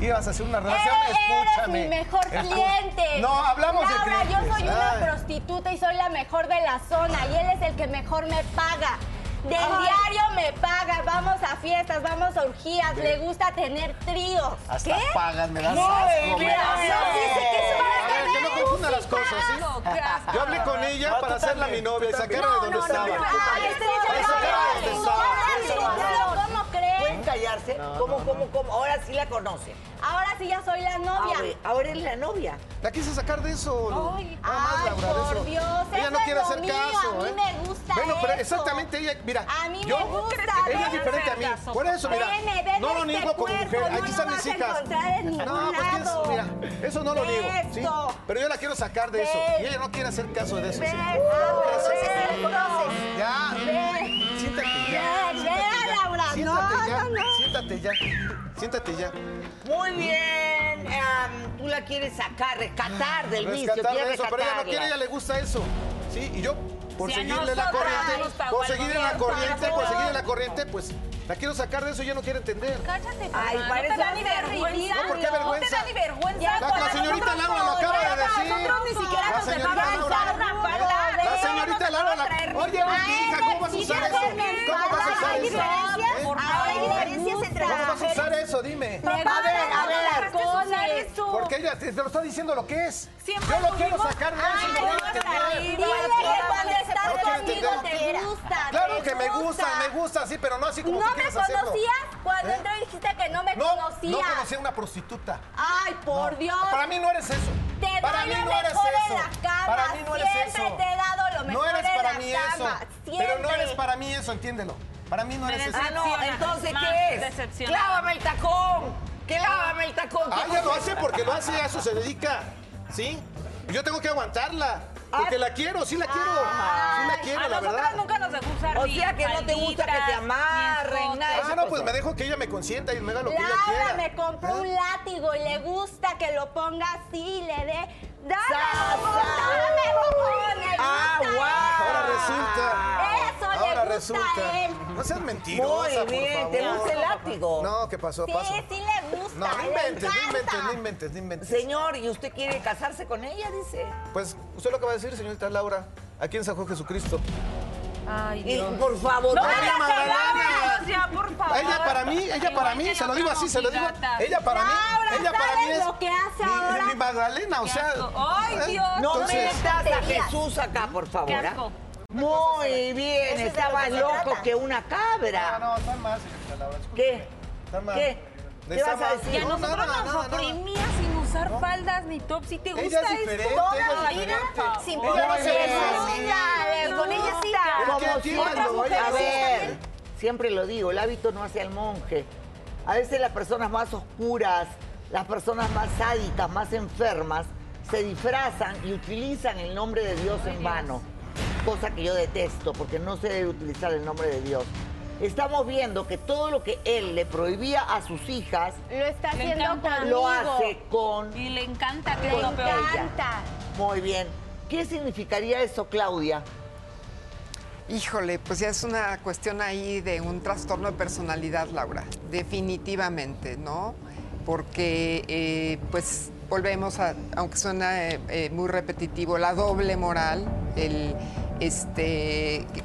[SPEAKER 9] ibas a hacer una relación,
[SPEAKER 16] Eres
[SPEAKER 9] escúchame.
[SPEAKER 16] mi mejor
[SPEAKER 9] Escu-
[SPEAKER 16] cliente.
[SPEAKER 9] No, hablamos de
[SPEAKER 16] Laura,
[SPEAKER 9] clientes.
[SPEAKER 16] yo soy una
[SPEAKER 9] Ay.
[SPEAKER 16] prostituta y soy la mejor de la zona y él es el que mejor me paga. Del
[SPEAKER 17] Ay.
[SPEAKER 16] diario me paga, vamos a fiestas, vamos a orgías, le gusta tener tríos.
[SPEAKER 17] Hasta pagan, me das
[SPEAKER 16] No,
[SPEAKER 17] asco, me
[SPEAKER 16] mira,
[SPEAKER 17] das
[SPEAKER 16] Dios
[SPEAKER 17] asco.
[SPEAKER 16] dice que es para
[SPEAKER 9] A ver, que no confunda las cosas, ¿sí?
[SPEAKER 16] No, qué asco.
[SPEAKER 9] Yo hablé con ella
[SPEAKER 17] Ah,
[SPEAKER 9] para
[SPEAKER 17] tú
[SPEAKER 9] hacerla mi
[SPEAKER 17] también,
[SPEAKER 9] novia y
[SPEAKER 17] tú
[SPEAKER 9] sacarla
[SPEAKER 17] también.
[SPEAKER 9] de donde
[SPEAKER 17] No, no,
[SPEAKER 9] estaba.
[SPEAKER 17] no, no,
[SPEAKER 16] Ay, este ya
[SPEAKER 9] Para sacarla de donde estaba.
[SPEAKER 16] ¿Cómo crees?
[SPEAKER 17] ¿Pueden callarse? ¿Cómo, cómo, cómo? Ahora sí la conocen.
[SPEAKER 16] Ahora sí ya soy la novia.
[SPEAKER 17] Ahora- Ahora es la novia.
[SPEAKER 9] La quise sacar de eso. Lu.
[SPEAKER 16] Ay,
[SPEAKER 9] Nada más,
[SPEAKER 16] ay,
[SPEAKER 9] Laura, de
[SPEAKER 16] por
[SPEAKER 9] eso.
[SPEAKER 16] Dios,
[SPEAKER 9] Ella
[SPEAKER 16] eso
[SPEAKER 9] no
[SPEAKER 16] es
[SPEAKER 9] quiere
[SPEAKER 16] lo
[SPEAKER 9] hacer
[SPEAKER 16] mío,
[SPEAKER 9] caso.
[SPEAKER 16] a mí
[SPEAKER 9] ¿eh?
[SPEAKER 16] me gusta
[SPEAKER 9] Bueno, pero
[SPEAKER 16] eso.
[SPEAKER 9] exactamente ella, mira.
[SPEAKER 16] A mí
[SPEAKER 9] yo,
[SPEAKER 16] me gusta.
[SPEAKER 9] Ella
[SPEAKER 16] ven.
[SPEAKER 9] es diferente a mí. Por eso, mira.
[SPEAKER 16] Veme, ven
[SPEAKER 9] no lo
[SPEAKER 16] este
[SPEAKER 9] niego como
[SPEAKER 16] cuerpo,
[SPEAKER 9] mujer.
[SPEAKER 16] no
[SPEAKER 9] Aquí
[SPEAKER 16] lo
[SPEAKER 9] están
[SPEAKER 16] vas
[SPEAKER 9] mis
[SPEAKER 16] a
[SPEAKER 9] hijas.
[SPEAKER 16] encontrar en ningún
[SPEAKER 9] no, pues que eso,
[SPEAKER 16] lado.
[SPEAKER 9] mira. Eso no lo niego. ¿sí?
[SPEAKER 16] Beso.
[SPEAKER 9] Pero yo la quiero sacar de eso.
[SPEAKER 16] Beso.
[SPEAKER 9] Y ella no quiere hacer caso de eso. ¿sí?
[SPEAKER 16] Beso.
[SPEAKER 9] Gracias.
[SPEAKER 16] Beso.
[SPEAKER 9] Ya.
[SPEAKER 16] Ve.
[SPEAKER 9] Siéntate ya.
[SPEAKER 16] Ya,
[SPEAKER 9] siéntate
[SPEAKER 16] ya,
[SPEAKER 9] ya,
[SPEAKER 16] Laura, no,
[SPEAKER 9] Siéntate ya.
[SPEAKER 16] no, no.
[SPEAKER 9] Siéntate ya. Siéntate ya.
[SPEAKER 17] Muy bien.
[SPEAKER 9] em,
[SPEAKER 17] tú la quieres sacar, rescatar del vicio.
[SPEAKER 9] rescatar
[SPEAKER 17] quieres
[SPEAKER 9] eso, pero ella no
[SPEAKER 17] rescatarla.
[SPEAKER 9] quiere, ella le gusta eso. Sí, y yo por
[SPEAKER 17] Si a
[SPEAKER 9] seguirle la
[SPEAKER 17] nosotras
[SPEAKER 9] corriente,
[SPEAKER 17] nos pagó
[SPEAKER 9] por
[SPEAKER 17] el
[SPEAKER 9] seguirle la
[SPEAKER 17] gobierno,
[SPEAKER 9] corriente,
[SPEAKER 17] por
[SPEAKER 9] por seguirle
[SPEAKER 17] favor.
[SPEAKER 9] la corriente, pues la quiero sacar de eso, ella no quiere entender.
[SPEAKER 13] Cállate,
[SPEAKER 17] Ay,
[SPEAKER 13] mamá,
[SPEAKER 17] para
[SPEAKER 13] no te
[SPEAKER 17] eso
[SPEAKER 13] da ni
[SPEAKER 17] hace
[SPEAKER 13] vergüenza.
[SPEAKER 17] vergüenza. No, ¿por qué
[SPEAKER 13] te
[SPEAKER 17] vergüenza?
[SPEAKER 13] da ni vergüenza.
[SPEAKER 17] Ya,
[SPEAKER 9] La,
[SPEAKER 17] cuando
[SPEAKER 9] la señorita
[SPEAKER 17] nosotros
[SPEAKER 9] Laura lo acaba de
[SPEAKER 17] nos-
[SPEAKER 9] decir.
[SPEAKER 17] nosotros ni siquiera
[SPEAKER 9] La
[SPEAKER 17] nos
[SPEAKER 9] señorita
[SPEAKER 17] dejaban
[SPEAKER 9] Laura.
[SPEAKER 17] usar una falda, de
[SPEAKER 9] La
[SPEAKER 17] eso no
[SPEAKER 9] señorita
[SPEAKER 17] nos
[SPEAKER 9] Laura.
[SPEAKER 17] dejaba traer
[SPEAKER 9] La... Oye,
[SPEAKER 17] ninguna.
[SPEAKER 9] mi hija, ¿cómo vas a
[SPEAKER 17] Ay,
[SPEAKER 9] usar
[SPEAKER 17] quisiera
[SPEAKER 9] eso?
[SPEAKER 17] verme
[SPEAKER 9] ¿Cómo vas a usar
[SPEAKER 17] falda, ¿hay
[SPEAKER 9] eso?
[SPEAKER 17] diferencias?
[SPEAKER 9] ¿Eh?
[SPEAKER 17] Por favor. Hay diferencias entre
[SPEAKER 9] ¿Cómo vas a
[SPEAKER 17] mujeres.
[SPEAKER 9] usar eso? Dime.
[SPEAKER 17] Me gusta
[SPEAKER 16] a ver, tacones.
[SPEAKER 9] Porque ella te, te lo está diciendo lo que es.
[SPEAKER 16] Siempre
[SPEAKER 9] Yo lo quiero
[SPEAKER 16] tuvimos-
[SPEAKER 9] sacar de eso
[SPEAKER 16] Ay,
[SPEAKER 9] y lo voy a
[SPEAKER 16] Laura,
[SPEAKER 9] entender.
[SPEAKER 16] dile que cuando estás
[SPEAKER 9] No quiero
[SPEAKER 16] conmigo
[SPEAKER 9] entender.
[SPEAKER 16] te gusta,
[SPEAKER 9] Claro
[SPEAKER 16] te
[SPEAKER 9] que me gusta,
[SPEAKER 16] gusta.
[SPEAKER 9] me gusta, sí, pero no así como
[SPEAKER 16] ¿No
[SPEAKER 9] tú
[SPEAKER 16] me
[SPEAKER 9] quieres hacerlo.
[SPEAKER 16] conocías? Cuando
[SPEAKER 9] ¿Eh?
[SPEAKER 16] entré dijiste que no me
[SPEAKER 9] No, no
[SPEAKER 16] conocías.
[SPEAKER 9] conocía una prostituta.
[SPEAKER 16] Ay, por Dios.
[SPEAKER 9] Para mí no eres eso.
[SPEAKER 16] Te doy
[SPEAKER 9] para
[SPEAKER 16] lo
[SPEAKER 9] mí no
[SPEAKER 16] mejor
[SPEAKER 9] eres
[SPEAKER 16] en
[SPEAKER 9] eso.
[SPEAKER 16] la cama.
[SPEAKER 9] Para mí no eres
[SPEAKER 16] Siempre
[SPEAKER 9] eso.
[SPEAKER 16] te he dado lo mejor
[SPEAKER 9] no eres
[SPEAKER 16] en
[SPEAKER 9] para
[SPEAKER 16] la
[SPEAKER 9] mí
[SPEAKER 16] cama.
[SPEAKER 9] eso. Pero no
[SPEAKER 16] Siempre.
[SPEAKER 9] eres para mí eso, entiéndelo. Para mí no
[SPEAKER 17] Me
[SPEAKER 9] eres eso.
[SPEAKER 17] Ah, no, entonces,
[SPEAKER 13] Más
[SPEAKER 17] ¿qué es?
[SPEAKER 13] decepciona.
[SPEAKER 17] Clávame el tacón. Que lávame el tacón.
[SPEAKER 9] Ah, ella lo hace porque lo hace, a eso se dedica. ¿Sí? Yo tengo que aguantarla. Porque la quiero, sí la quiero. Sí la quiero,
[SPEAKER 13] a
[SPEAKER 9] la
[SPEAKER 13] nosotras
[SPEAKER 9] verdad.
[SPEAKER 13] nunca nos dejó usar
[SPEAKER 17] O sea, que no te gusta que te amarren, nada de
[SPEAKER 9] Ah,
[SPEAKER 17] esas
[SPEAKER 9] no, pues
[SPEAKER 17] cosas.
[SPEAKER 9] me dejo que ella me consienta y me haga lo que ella
[SPEAKER 16] Laura
[SPEAKER 9] quiera.
[SPEAKER 16] me compró un látigo y le gusta que lo ponga así y le dé.
[SPEAKER 17] Sa,
[SPEAKER 16] ¡Dame
[SPEAKER 17] sa.
[SPEAKER 16] botón! ¡Dame
[SPEAKER 17] Ah, guau.
[SPEAKER 9] Ahora resulta.
[SPEAKER 16] Eso le
[SPEAKER 9] Ahora
[SPEAKER 16] gusta a
[SPEAKER 9] resulta.
[SPEAKER 16] él.
[SPEAKER 9] No seas mentirosa,
[SPEAKER 17] Muy bien,
[SPEAKER 9] por favor.
[SPEAKER 17] ¿te gusta el látigo?
[SPEAKER 9] No, ¿qué pasó?
[SPEAKER 16] Sí,
[SPEAKER 9] Paso.
[SPEAKER 16] sí le gusta.
[SPEAKER 9] No, no
[SPEAKER 16] le
[SPEAKER 9] inventes, no
[SPEAKER 16] encanta.
[SPEAKER 9] inventes, no inventes, no inventes.
[SPEAKER 17] Señor, ¿y usted quiere casarse con ella? Dice.
[SPEAKER 9] Pues, ¿usted lo que va a decir, señorita Laura? ¿A quién sacó Jesucristo?
[SPEAKER 13] Ay,
[SPEAKER 17] Y,
[SPEAKER 13] Dios.
[SPEAKER 17] Eh, por favor,
[SPEAKER 13] No
[SPEAKER 17] dame
[SPEAKER 13] hagas
[SPEAKER 17] más
[SPEAKER 13] palabras,
[SPEAKER 17] ganas.
[SPEAKER 13] ya, por favor.
[SPEAKER 9] Ella para mí, ella para mí, se lo digo así, se lo digo. Ella para mí,
[SPEAKER 16] Laura,
[SPEAKER 9] ella para mí
[SPEAKER 16] ¿sabes
[SPEAKER 9] es
[SPEAKER 16] lo que hace ahora?
[SPEAKER 9] mi, mi Magdalena, o
[SPEAKER 16] Qué
[SPEAKER 9] sea.
[SPEAKER 16] asco. Ay,
[SPEAKER 9] ¿eh?
[SPEAKER 16] Dios,
[SPEAKER 17] No
[SPEAKER 9] Entonces,
[SPEAKER 17] metas a
[SPEAKER 16] tonterías.
[SPEAKER 17] Jesús acá, por favor.
[SPEAKER 16] Qué
[SPEAKER 17] ¿ah?
[SPEAKER 16] asco.
[SPEAKER 17] Muy bien,
[SPEAKER 9] Eso es de
[SPEAKER 17] está
[SPEAKER 9] lo
[SPEAKER 17] más
[SPEAKER 9] que se
[SPEAKER 17] loco
[SPEAKER 9] trata.
[SPEAKER 17] que una
[SPEAKER 9] No,
[SPEAKER 17] cabra.
[SPEAKER 9] no, está mal, señorita Laura.
[SPEAKER 17] ¿Qué?
[SPEAKER 9] Está mal.
[SPEAKER 17] ¿Qué? ¿Qué
[SPEAKER 9] Está
[SPEAKER 17] vas a
[SPEAKER 9] mal.
[SPEAKER 17] decir?
[SPEAKER 13] Y a
[SPEAKER 9] No,
[SPEAKER 13] nosotros
[SPEAKER 9] nada,
[SPEAKER 13] nos
[SPEAKER 9] nada, nada.
[SPEAKER 13] oprimía sin usar faldas ni tops. Si te
[SPEAKER 9] Ella
[SPEAKER 13] gusta
[SPEAKER 9] es diferente,
[SPEAKER 13] toda
[SPEAKER 9] ella es
[SPEAKER 13] la vida,
[SPEAKER 9] diferente.
[SPEAKER 13] sin
[SPEAKER 9] Ella
[SPEAKER 13] poder
[SPEAKER 9] no se
[SPEAKER 13] ser
[SPEAKER 9] besa
[SPEAKER 13] ella.
[SPEAKER 9] así.
[SPEAKER 13] Ella,
[SPEAKER 12] Con ella sí.
[SPEAKER 9] Es que
[SPEAKER 17] Como
[SPEAKER 9] atiéndanlo,
[SPEAKER 17] siempre,
[SPEAKER 9] oye,
[SPEAKER 17] a
[SPEAKER 9] sí,
[SPEAKER 17] ver, siempre lo digo, el hábito no hace al monje. A veces las personas más oscuras, las personas más sádicas, más enfermas, se disfrazan y utilizan el nombre de Dios en vano. Cosa que yo detesto, porque no se debe utilizar el nombre de Dios.
[SPEAKER 1] Estamos viendo que todo lo que él le prohibía a sus hijas,
[SPEAKER 12] Lo está
[SPEAKER 1] Le
[SPEAKER 12] haciendo
[SPEAKER 1] encanta.
[SPEAKER 12] conmigo.
[SPEAKER 1] Lo hace con-
[SPEAKER 10] Y le encanta que
[SPEAKER 12] Le
[SPEAKER 10] es lo peor.
[SPEAKER 12] encanta.
[SPEAKER 1] muy bien. ¿Qué significaría eso, Claudia?
[SPEAKER 5] Híjole, pues ya es una cuestión ahí de un trastorno de personalidad, Laura, definitivamente, ¿no? Porque eh, pues volvemos a, aunque suena eh, eh, muy repetitivo, la doble moral, el este que-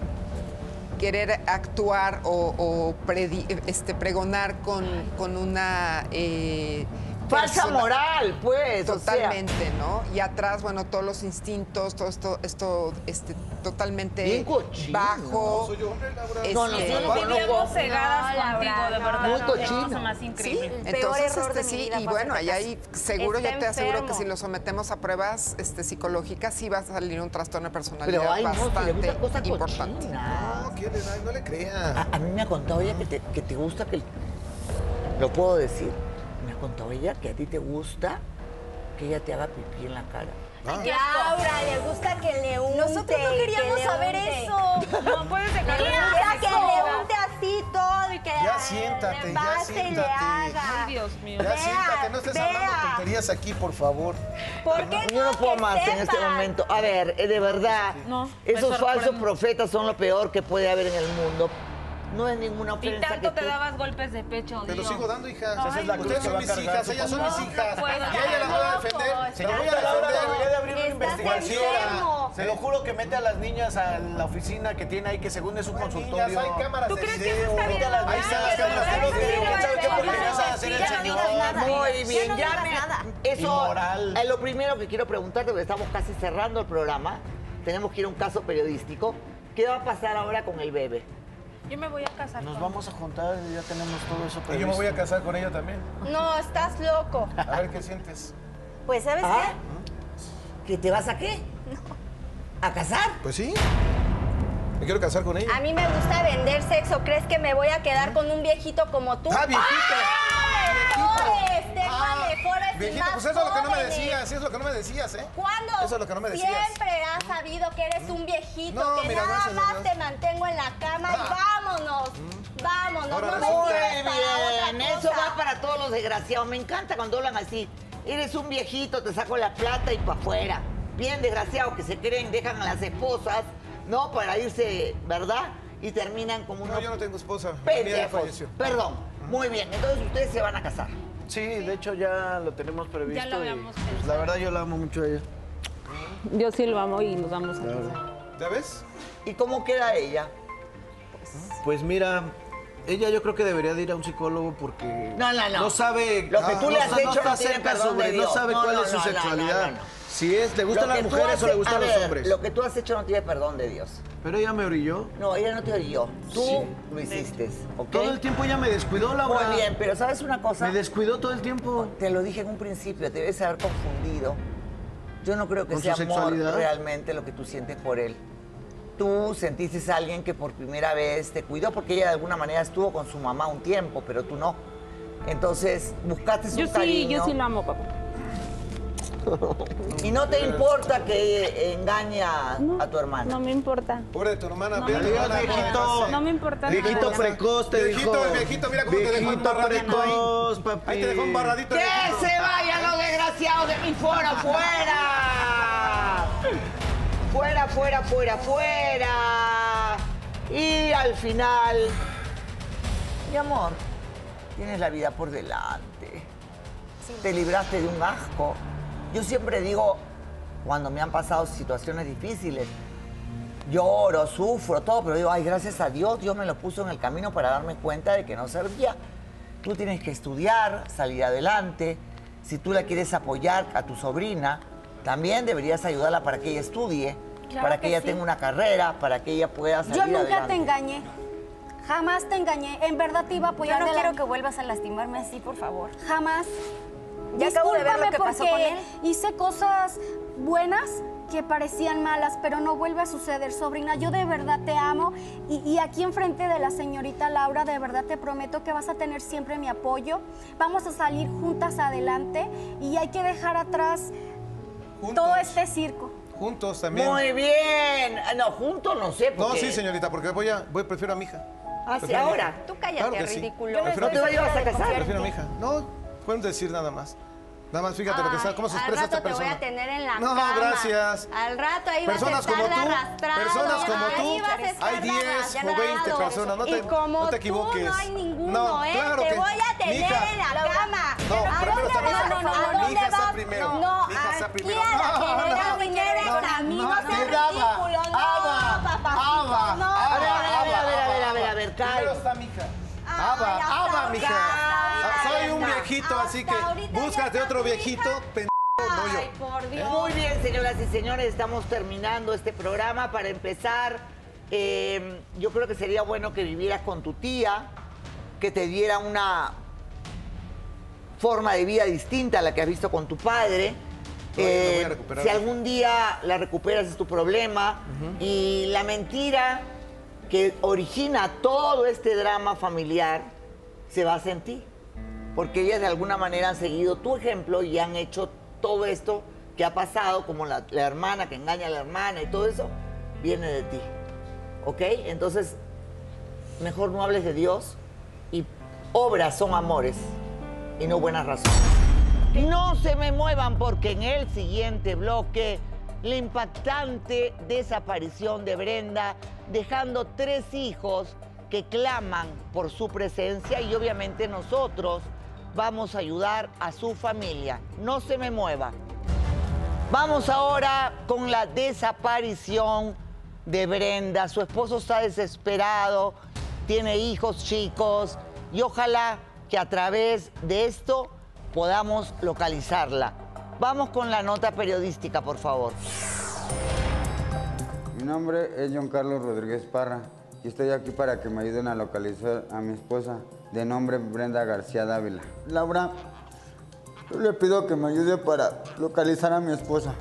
[SPEAKER 5] querer actuar o, o predi- este, pregonar con, con una eh,
[SPEAKER 1] Falsa
[SPEAKER 5] persona-
[SPEAKER 1] moral, pues, o sea.
[SPEAKER 5] Totalmente, ¿no? Y atrás, bueno, todos los instintos, todo esto, esto, este, totalmente
[SPEAKER 1] Bien cochino.
[SPEAKER 5] bajo. este,
[SPEAKER 1] No, soy
[SPEAKER 9] hombre, Laura.
[SPEAKER 1] No, no, yo no
[SPEAKER 10] Nos vivíamos
[SPEAKER 1] conozco.
[SPEAKER 10] cegadas
[SPEAKER 12] No, Laura,
[SPEAKER 10] contigo, de
[SPEAKER 12] no,
[SPEAKER 10] verdad.
[SPEAKER 12] muy
[SPEAKER 10] no teníamos
[SPEAKER 12] cochino.
[SPEAKER 10] a más increíble.
[SPEAKER 12] Sí. El peor
[SPEAKER 5] Entonces,
[SPEAKER 12] error
[SPEAKER 5] este,
[SPEAKER 12] de mi
[SPEAKER 5] sí,
[SPEAKER 12] vida
[SPEAKER 5] y
[SPEAKER 12] fue
[SPEAKER 5] bueno, ahí
[SPEAKER 12] hacerte
[SPEAKER 5] hay,
[SPEAKER 12] caso.
[SPEAKER 5] seguro,
[SPEAKER 12] Está
[SPEAKER 5] yo te aseguro que
[SPEAKER 12] enfermo.
[SPEAKER 5] si lo sometemos a pruebas este, psicológicas, sí va a salir un trastorno de personalidad
[SPEAKER 1] Pero hay no, que le
[SPEAKER 5] bastante
[SPEAKER 1] gusta cosa
[SPEAKER 5] importante.
[SPEAKER 1] cochina.
[SPEAKER 9] No le creas.
[SPEAKER 1] A, a mí me ha contado ella que te, que te gusta que... Lo puedo decir. Me ha contado ella que a ti te gusta que ella te haga pipí en la cara.
[SPEAKER 10] Ah.
[SPEAKER 9] Ah.
[SPEAKER 16] Laura, le gusta que le unte.
[SPEAKER 12] Nosotros no queríamos
[SPEAKER 16] que le
[SPEAKER 12] saber
[SPEAKER 16] unte.
[SPEAKER 12] eso. No
[SPEAKER 16] pues,
[SPEAKER 12] puedes dejar
[SPEAKER 16] Le gusta que le unte así todo y que
[SPEAKER 9] Ya siéntate,
[SPEAKER 16] le
[SPEAKER 9] ya
[SPEAKER 16] pase y le
[SPEAKER 9] siéntate.
[SPEAKER 16] haga.
[SPEAKER 10] Ay, Dios mío.
[SPEAKER 9] Ya siéntate, no estés hablando
[SPEAKER 16] vea.
[SPEAKER 9] tonterías aquí, por favor.
[SPEAKER 16] ¿Por qué
[SPEAKER 1] Yo no puedo
[SPEAKER 16] que
[SPEAKER 1] más en este
[SPEAKER 16] sepan?
[SPEAKER 1] momento. A ver, eh, de verdad,
[SPEAKER 10] No, eso
[SPEAKER 1] esos
[SPEAKER 10] lo
[SPEAKER 1] falsos
[SPEAKER 10] ponemos.
[SPEAKER 1] profetas son lo peor que puede haber en el mundo. No es ninguna ofensa.
[SPEAKER 10] Y tanto
[SPEAKER 1] que
[SPEAKER 10] te
[SPEAKER 1] tú-
[SPEAKER 10] dabas golpes de pecho.
[SPEAKER 9] Te lo
[SPEAKER 10] digo.
[SPEAKER 9] sigo dando, hija.
[SPEAKER 10] Esa es la cruz
[SPEAKER 9] Ustedes
[SPEAKER 10] que
[SPEAKER 9] son
[SPEAKER 10] va a
[SPEAKER 9] mis
[SPEAKER 10] cargar
[SPEAKER 9] hijas, ¿eh?
[SPEAKER 10] tu
[SPEAKER 9] ellas son mis
[SPEAKER 10] papá.
[SPEAKER 9] hijas.
[SPEAKER 10] No puedo.
[SPEAKER 9] Y ella las voy a defender.
[SPEAKER 12] Estás
[SPEAKER 9] Se las voy
[SPEAKER 14] Señorita
[SPEAKER 9] a
[SPEAKER 14] Laura, debería de
[SPEAKER 9] defender.
[SPEAKER 14] abrir una
[SPEAKER 12] Estás
[SPEAKER 14] investigación.
[SPEAKER 12] enfermo.
[SPEAKER 14] Se lo juro que mete a las niñas a la oficina que tiene ahí, que según es su
[SPEAKER 9] Niñas,
[SPEAKER 14] consultorio.
[SPEAKER 9] hay cámaras
[SPEAKER 10] ¿Tú
[SPEAKER 9] de
[SPEAKER 10] crees que eso está
[SPEAKER 9] video.
[SPEAKER 10] bien?
[SPEAKER 14] Ahí están las cámaras de video. ¿Quién sabe qué porquerías a hacer el
[SPEAKER 12] Ya no digas
[SPEAKER 14] señor?
[SPEAKER 12] nada.
[SPEAKER 1] Muy bien,
[SPEAKER 12] Ya no digas
[SPEAKER 1] ya, me-
[SPEAKER 12] nada.
[SPEAKER 1] Eso
[SPEAKER 14] Inmoral.
[SPEAKER 1] es lo primero que quiero preguntarte, porque estamos casi cerrando el programa. Tenemos que ir a un caso periodístico. ¿Qué va a pasar ahora con el bebé?
[SPEAKER 10] Yo me voy a casar
[SPEAKER 14] Nos
[SPEAKER 10] con-
[SPEAKER 14] vamos a juntar, ya tenemos todo eso
[SPEAKER 9] Y
[SPEAKER 14] previsto.
[SPEAKER 9] yo me voy a casar con ella también.
[SPEAKER 16] No, estás loco.
[SPEAKER 9] A ver qué sientes.
[SPEAKER 12] Pues, ¿sabes
[SPEAKER 1] ¿Ah?
[SPEAKER 12] qué?
[SPEAKER 1] ¿Que te vas a qué? ¿A casar?
[SPEAKER 9] Pues sí. Me quiero casar con ella.
[SPEAKER 16] A mí me gusta vender sexo. ¿Crees que me voy a quedar con un viejito como tú?
[SPEAKER 9] ¡Ah, viejito!
[SPEAKER 16] ¡Mejores! ¡Deja
[SPEAKER 9] Ah,
[SPEAKER 16] mejores y
[SPEAKER 9] Viejito,
[SPEAKER 16] más
[SPEAKER 9] pues eso es lo que no me
[SPEAKER 16] jóvenes!
[SPEAKER 9] decías, eso es lo que no me decías, ¿eh?
[SPEAKER 16] ¿Cuándo?
[SPEAKER 9] Eso es lo que no me decías.
[SPEAKER 16] Siempre has sabido que eres un viejito,
[SPEAKER 9] No,
[SPEAKER 16] que
[SPEAKER 9] mira,
[SPEAKER 16] nada
[SPEAKER 9] gracias a
[SPEAKER 16] más
[SPEAKER 9] Dios. Ah. Mm.
[SPEAKER 16] te mantengo en la cama y vámonos. Vámonos,
[SPEAKER 9] Ahora
[SPEAKER 16] no me
[SPEAKER 9] resulta-
[SPEAKER 1] Muy
[SPEAKER 16] quieres para
[SPEAKER 1] bien,
[SPEAKER 16] otra
[SPEAKER 1] eso
[SPEAKER 16] cosa.
[SPEAKER 1] va para todos los desgraciados. Me encanta cuando hablan así. Eres un viejito, te saco la plata y para afuera. Bien desgraciados que se creen, dejan a las esposas, ¿no? Para irse, ¿verdad? Y terminan como unos
[SPEAKER 9] No, yo no tengo esposa. La mía ya
[SPEAKER 1] pendejos.
[SPEAKER 9] falleció.
[SPEAKER 1] Perdón. Muy bien, entonces ustedes se van a casar.
[SPEAKER 14] Sí, de hecho ya lo tenemos previsto.
[SPEAKER 10] Ya lo
[SPEAKER 14] y,
[SPEAKER 10] habíamos
[SPEAKER 14] pues,
[SPEAKER 10] pensado.
[SPEAKER 14] La verdad yo la amo mucho a ella.
[SPEAKER 13] Yo sí lo amo y nos vamos a casar.
[SPEAKER 9] ¿Ya ves?
[SPEAKER 1] ¿Y cómo queda ella?
[SPEAKER 14] Pues mira, ella yo creo que debería de ir a un psicólogo porque
[SPEAKER 1] No, no, no.
[SPEAKER 14] sabe
[SPEAKER 1] Lo que tú
[SPEAKER 14] no,
[SPEAKER 1] le has
[SPEAKER 14] no
[SPEAKER 1] hecho no
[SPEAKER 14] está
[SPEAKER 1] tiene
[SPEAKER 14] cerca
[SPEAKER 1] perdón
[SPEAKER 14] sobre,
[SPEAKER 1] de
[SPEAKER 14] no
[SPEAKER 1] Dios.
[SPEAKER 14] sabe
[SPEAKER 1] No,
[SPEAKER 14] cuál
[SPEAKER 1] no,
[SPEAKER 14] es su
[SPEAKER 1] no, no,
[SPEAKER 14] sexualidad.
[SPEAKER 1] no, no, no.
[SPEAKER 14] Si es le
[SPEAKER 1] Lo
[SPEAKER 14] gustan las
[SPEAKER 1] que tú
[SPEAKER 14] mujeres o le
[SPEAKER 1] haces-
[SPEAKER 14] gustan
[SPEAKER 1] a
[SPEAKER 14] los
[SPEAKER 1] ver,
[SPEAKER 14] hombres.
[SPEAKER 1] Lo que tú has hecho no tiene perdón de Dios.
[SPEAKER 14] Pero ella me orilló.
[SPEAKER 1] No, ella no te orilló. Tú
[SPEAKER 14] Sí.
[SPEAKER 1] lo hiciste, ¿ok?
[SPEAKER 14] Todo el tiempo ella me descuidó,
[SPEAKER 1] Muy
[SPEAKER 14] Laura.
[SPEAKER 1] bien, pero ¿sabes una cosa?
[SPEAKER 14] Me descuidó todo el tiempo.
[SPEAKER 1] Te lo dije en un principio, te debes haber confundido. Yo no creo que
[SPEAKER 14] ¿Con
[SPEAKER 1] sea
[SPEAKER 14] su
[SPEAKER 1] amor
[SPEAKER 14] sexualidad?
[SPEAKER 1] realmente lo que tú sientes por él. Tú sentiste a alguien que por primera vez te cuidó, porque ella de alguna manera estuvo con su mamá un tiempo, pero tú no. Entonces buscaste su
[SPEAKER 13] Yo sí,
[SPEAKER 1] cariño
[SPEAKER 13] yo sí lo amo, papá.
[SPEAKER 1] y no te importa que engañe a, a tu hermana.
[SPEAKER 13] No me importa.
[SPEAKER 9] Pobre de tu hermana,
[SPEAKER 13] No
[SPEAKER 9] ve
[SPEAKER 13] me
[SPEAKER 9] a tu
[SPEAKER 13] importa.
[SPEAKER 9] hermana,
[SPEAKER 14] viejito.
[SPEAKER 13] No me importa.
[SPEAKER 14] Viejito
[SPEAKER 13] nada.
[SPEAKER 14] precoz, te
[SPEAKER 9] Viejito,
[SPEAKER 14] dijo.
[SPEAKER 9] el viejito, mira cómo te dejó
[SPEAKER 14] Viejito
[SPEAKER 9] embarradito ahí.
[SPEAKER 14] precoz, papi.
[SPEAKER 9] Ahí te dejó embarradito.
[SPEAKER 1] ¡Que
[SPEAKER 9] viejito.
[SPEAKER 1] se vayan los desgraciados de mi foro! ¡Fuera! ¡Fuera, fuera, fuera, fuera! Y al final, mi amor, tienes la vida por delante. Te libraste de un asco. Yo siempre digo, cuando me han pasado situaciones difíciles, lloro, sufro, todo, pero digo, ay, gracias a Dios, Dios me lo puso en el camino para darme cuenta de que no servía. Tú tienes que estudiar, salir adelante. Si tú la quieres apoyar a tu sobrina, también deberías ayudarla para que ella estudie,
[SPEAKER 12] Claro
[SPEAKER 1] para que,
[SPEAKER 12] que
[SPEAKER 1] ella
[SPEAKER 12] sí.
[SPEAKER 1] tenga una carrera, para que ella pueda salir
[SPEAKER 11] Yo nunca
[SPEAKER 1] adelante.
[SPEAKER 11] te engañé. Jamás te engañé. En verdad te iba a
[SPEAKER 12] Yo
[SPEAKER 11] apoyar.
[SPEAKER 12] no
[SPEAKER 11] de la-
[SPEAKER 12] quiero que vuelvas a lastimarme así, por favor.
[SPEAKER 11] Jamás.
[SPEAKER 12] Ya acabo de ver lo
[SPEAKER 11] Discúlpame
[SPEAKER 12] que pasó
[SPEAKER 11] porque
[SPEAKER 12] con él.
[SPEAKER 11] Hice cosas buenas que parecían malas, pero no vuelve a suceder, sobrina. Yo de verdad te amo y, y aquí enfrente de la señorita Laura, de verdad te prometo que vas a tener siempre mi apoyo. Vamos a salir juntas adelante y hay que dejar atrás
[SPEAKER 9] Juntos.
[SPEAKER 11] todo este circo.
[SPEAKER 9] Juntos también.
[SPEAKER 1] Muy bien. Ah, No, juntos no sé,
[SPEAKER 9] No,
[SPEAKER 1] porque...
[SPEAKER 9] sí, señorita, porque voy a, voy, prefiero a mi hija.
[SPEAKER 16] Ah,
[SPEAKER 1] Hacia
[SPEAKER 9] Prefiero a mi
[SPEAKER 1] ahora.
[SPEAKER 9] hija.
[SPEAKER 1] Tú cállate,
[SPEAKER 9] que sí.
[SPEAKER 1] ridículo. Yo no
[SPEAKER 9] Prefiero
[SPEAKER 1] estoy
[SPEAKER 9] a mi hija.
[SPEAKER 1] segura de confiar en
[SPEAKER 9] Prefiero a mi
[SPEAKER 1] ti.
[SPEAKER 9] hija. No, pueden decir nada más. Nada más fíjate lo que está, cómo se
[SPEAKER 16] Ay,
[SPEAKER 9] expresa
[SPEAKER 16] al rato
[SPEAKER 9] esta persona.
[SPEAKER 16] te voy a tener en la
[SPEAKER 9] No,
[SPEAKER 16] cama.
[SPEAKER 9] gracias.
[SPEAKER 16] Al rato ahí vas a
[SPEAKER 9] Personas
[SPEAKER 16] estar
[SPEAKER 9] como tú,
[SPEAKER 16] arrastrado.
[SPEAKER 9] personas como
[SPEAKER 16] ahí
[SPEAKER 9] tú,
[SPEAKER 16] vas a estar
[SPEAKER 9] hay 10
[SPEAKER 16] arrastrado.
[SPEAKER 9] o 20 personas, no te-
[SPEAKER 16] y como
[SPEAKER 9] no te
[SPEAKER 16] Tú
[SPEAKER 9] equivoques.
[SPEAKER 16] no hay ninguno,
[SPEAKER 9] No,
[SPEAKER 16] ¿eh?
[SPEAKER 9] claro
[SPEAKER 16] te
[SPEAKER 9] que-
[SPEAKER 16] voy a tener
[SPEAKER 9] Mija.
[SPEAKER 16] en la cama.
[SPEAKER 9] No,
[SPEAKER 16] ¿A
[SPEAKER 9] primero
[SPEAKER 16] dónde
[SPEAKER 9] está mi
[SPEAKER 16] vas?
[SPEAKER 9] hija.
[SPEAKER 16] ¿A
[SPEAKER 9] Mi
[SPEAKER 16] dónde
[SPEAKER 9] hija está
[SPEAKER 16] vas?
[SPEAKER 9] primero.
[SPEAKER 16] No,
[SPEAKER 9] Mi hija está
[SPEAKER 16] aquí
[SPEAKER 9] primero.
[SPEAKER 16] a la
[SPEAKER 9] No,
[SPEAKER 16] primera
[SPEAKER 9] no,
[SPEAKER 16] mujer
[SPEAKER 9] no,
[SPEAKER 16] a mí no
[SPEAKER 9] no,
[SPEAKER 16] seas
[SPEAKER 9] Ava,
[SPEAKER 16] ridículo. No,
[SPEAKER 9] Ava,
[SPEAKER 16] papacito,
[SPEAKER 9] Ava,
[SPEAKER 16] no.
[SPEAKER 9] Ava, Ava, Ava. Primero
[SPEAKER 16] Caio.
[SPEAKER 9] está mi hija. Ava,
[SPEAKER 16] hasta
[SPEAKER 9] Ava,
[SPEAKER 16] ahorita,
[SPEAKER 9] mija. Ah,
[SPEAKER 16] hasta
[SPEAKER 9] Soy un
[SPEAKER 16] ahorita,
[SPEAKER 9] viejito, así que
[SPEAKER 16] hasta ahorita ya
[SPEAKER 9] búscate
[SPEAKER 16] está
[SPEAKER 9] otro
[SPEAKER 16] tu
[SPEAKER 9] viejito, pendejo, no yo.
[SPEAKER 16] por
[SPEAKER 9] Dios.
[SPEAKER 1] Muy bien, señoras y señores, estamos terminando este programa. Para empezar, eh, yo creo que sería bueno que vivieras con tu tía, que te diera una forma de vida distinta a la que has visto con tu padre.
[SPEAKER 9] No, yo no
[SPEAKER 1] Eh,
[SPEAKER 9] voy a recuperar
[SPEAKER 1] si
[SPEAKER 9] eso.
[SPEAKER 1] algún día la recuperas es tu problema. Y la mentira que origina todo este drama familiar se basa en ti porque ellas de alguna manera han seguido tu ejemplo y han hecho todo esto que ha pasado, como la, la hermana que engaña a la hermana y todo eso, viene de ti. ¿Ok? Entonces, mejor no hables de Dios y obras son amores y no buenas razones. No se me muevan porque en el siguiente bloque la impactante desaparición de Brenda, dejando tres hijos que claman por su presencia y obviamente nosotros vamos a ayudar a su familia. No se me mueva. Vamos ahora con la desaparición de Brenda. Su esposo está desesperado, tiene hijos chicos y ojalá que a través de esto podamos localizarla. Vamos con la nota periodística, por favor.
[SPEAKER 2] Mi nombre es John Carlos Rodríguez Parra y estoy aquí para que me ayuden a localizar a mi esposa de nombre Brenda García Dávila. Laura, yo le pido que me ayude para localizar a mi esposa.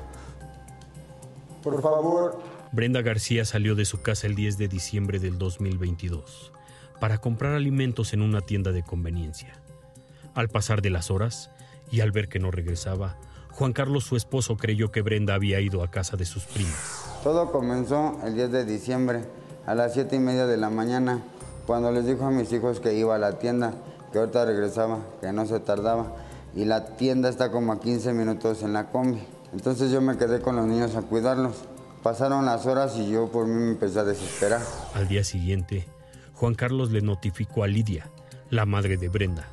[SPEAKER 2] Por favor.
[SPEAKER 3] Brenda García salió de su casa el 10 de diciembre del 2022 para comprar alimentos en una tienda de conveniencia. Al pasar de las horas y al ver que no regresaba, Juan Carlos, su esposo, creyó que Brenda había ido a casa de sus primas.
[SPEAKER 2] Todo comenzó el 10 de diciembre a las 7 y media de la mañana cuando les dijo a mis hijos que iba a la tienda, que ahorita regresaba, que no se tardaba y la tienda está como a 15 minutos en la combi. Entonces yo me quedé con los niños a cuidarlos. Pasaron las horas y yo por mí me empecé a desesperar.
[SPEAKER 3] Al día siguiente, Juan Carlos le notificó a Lidia, la madre de Brenda,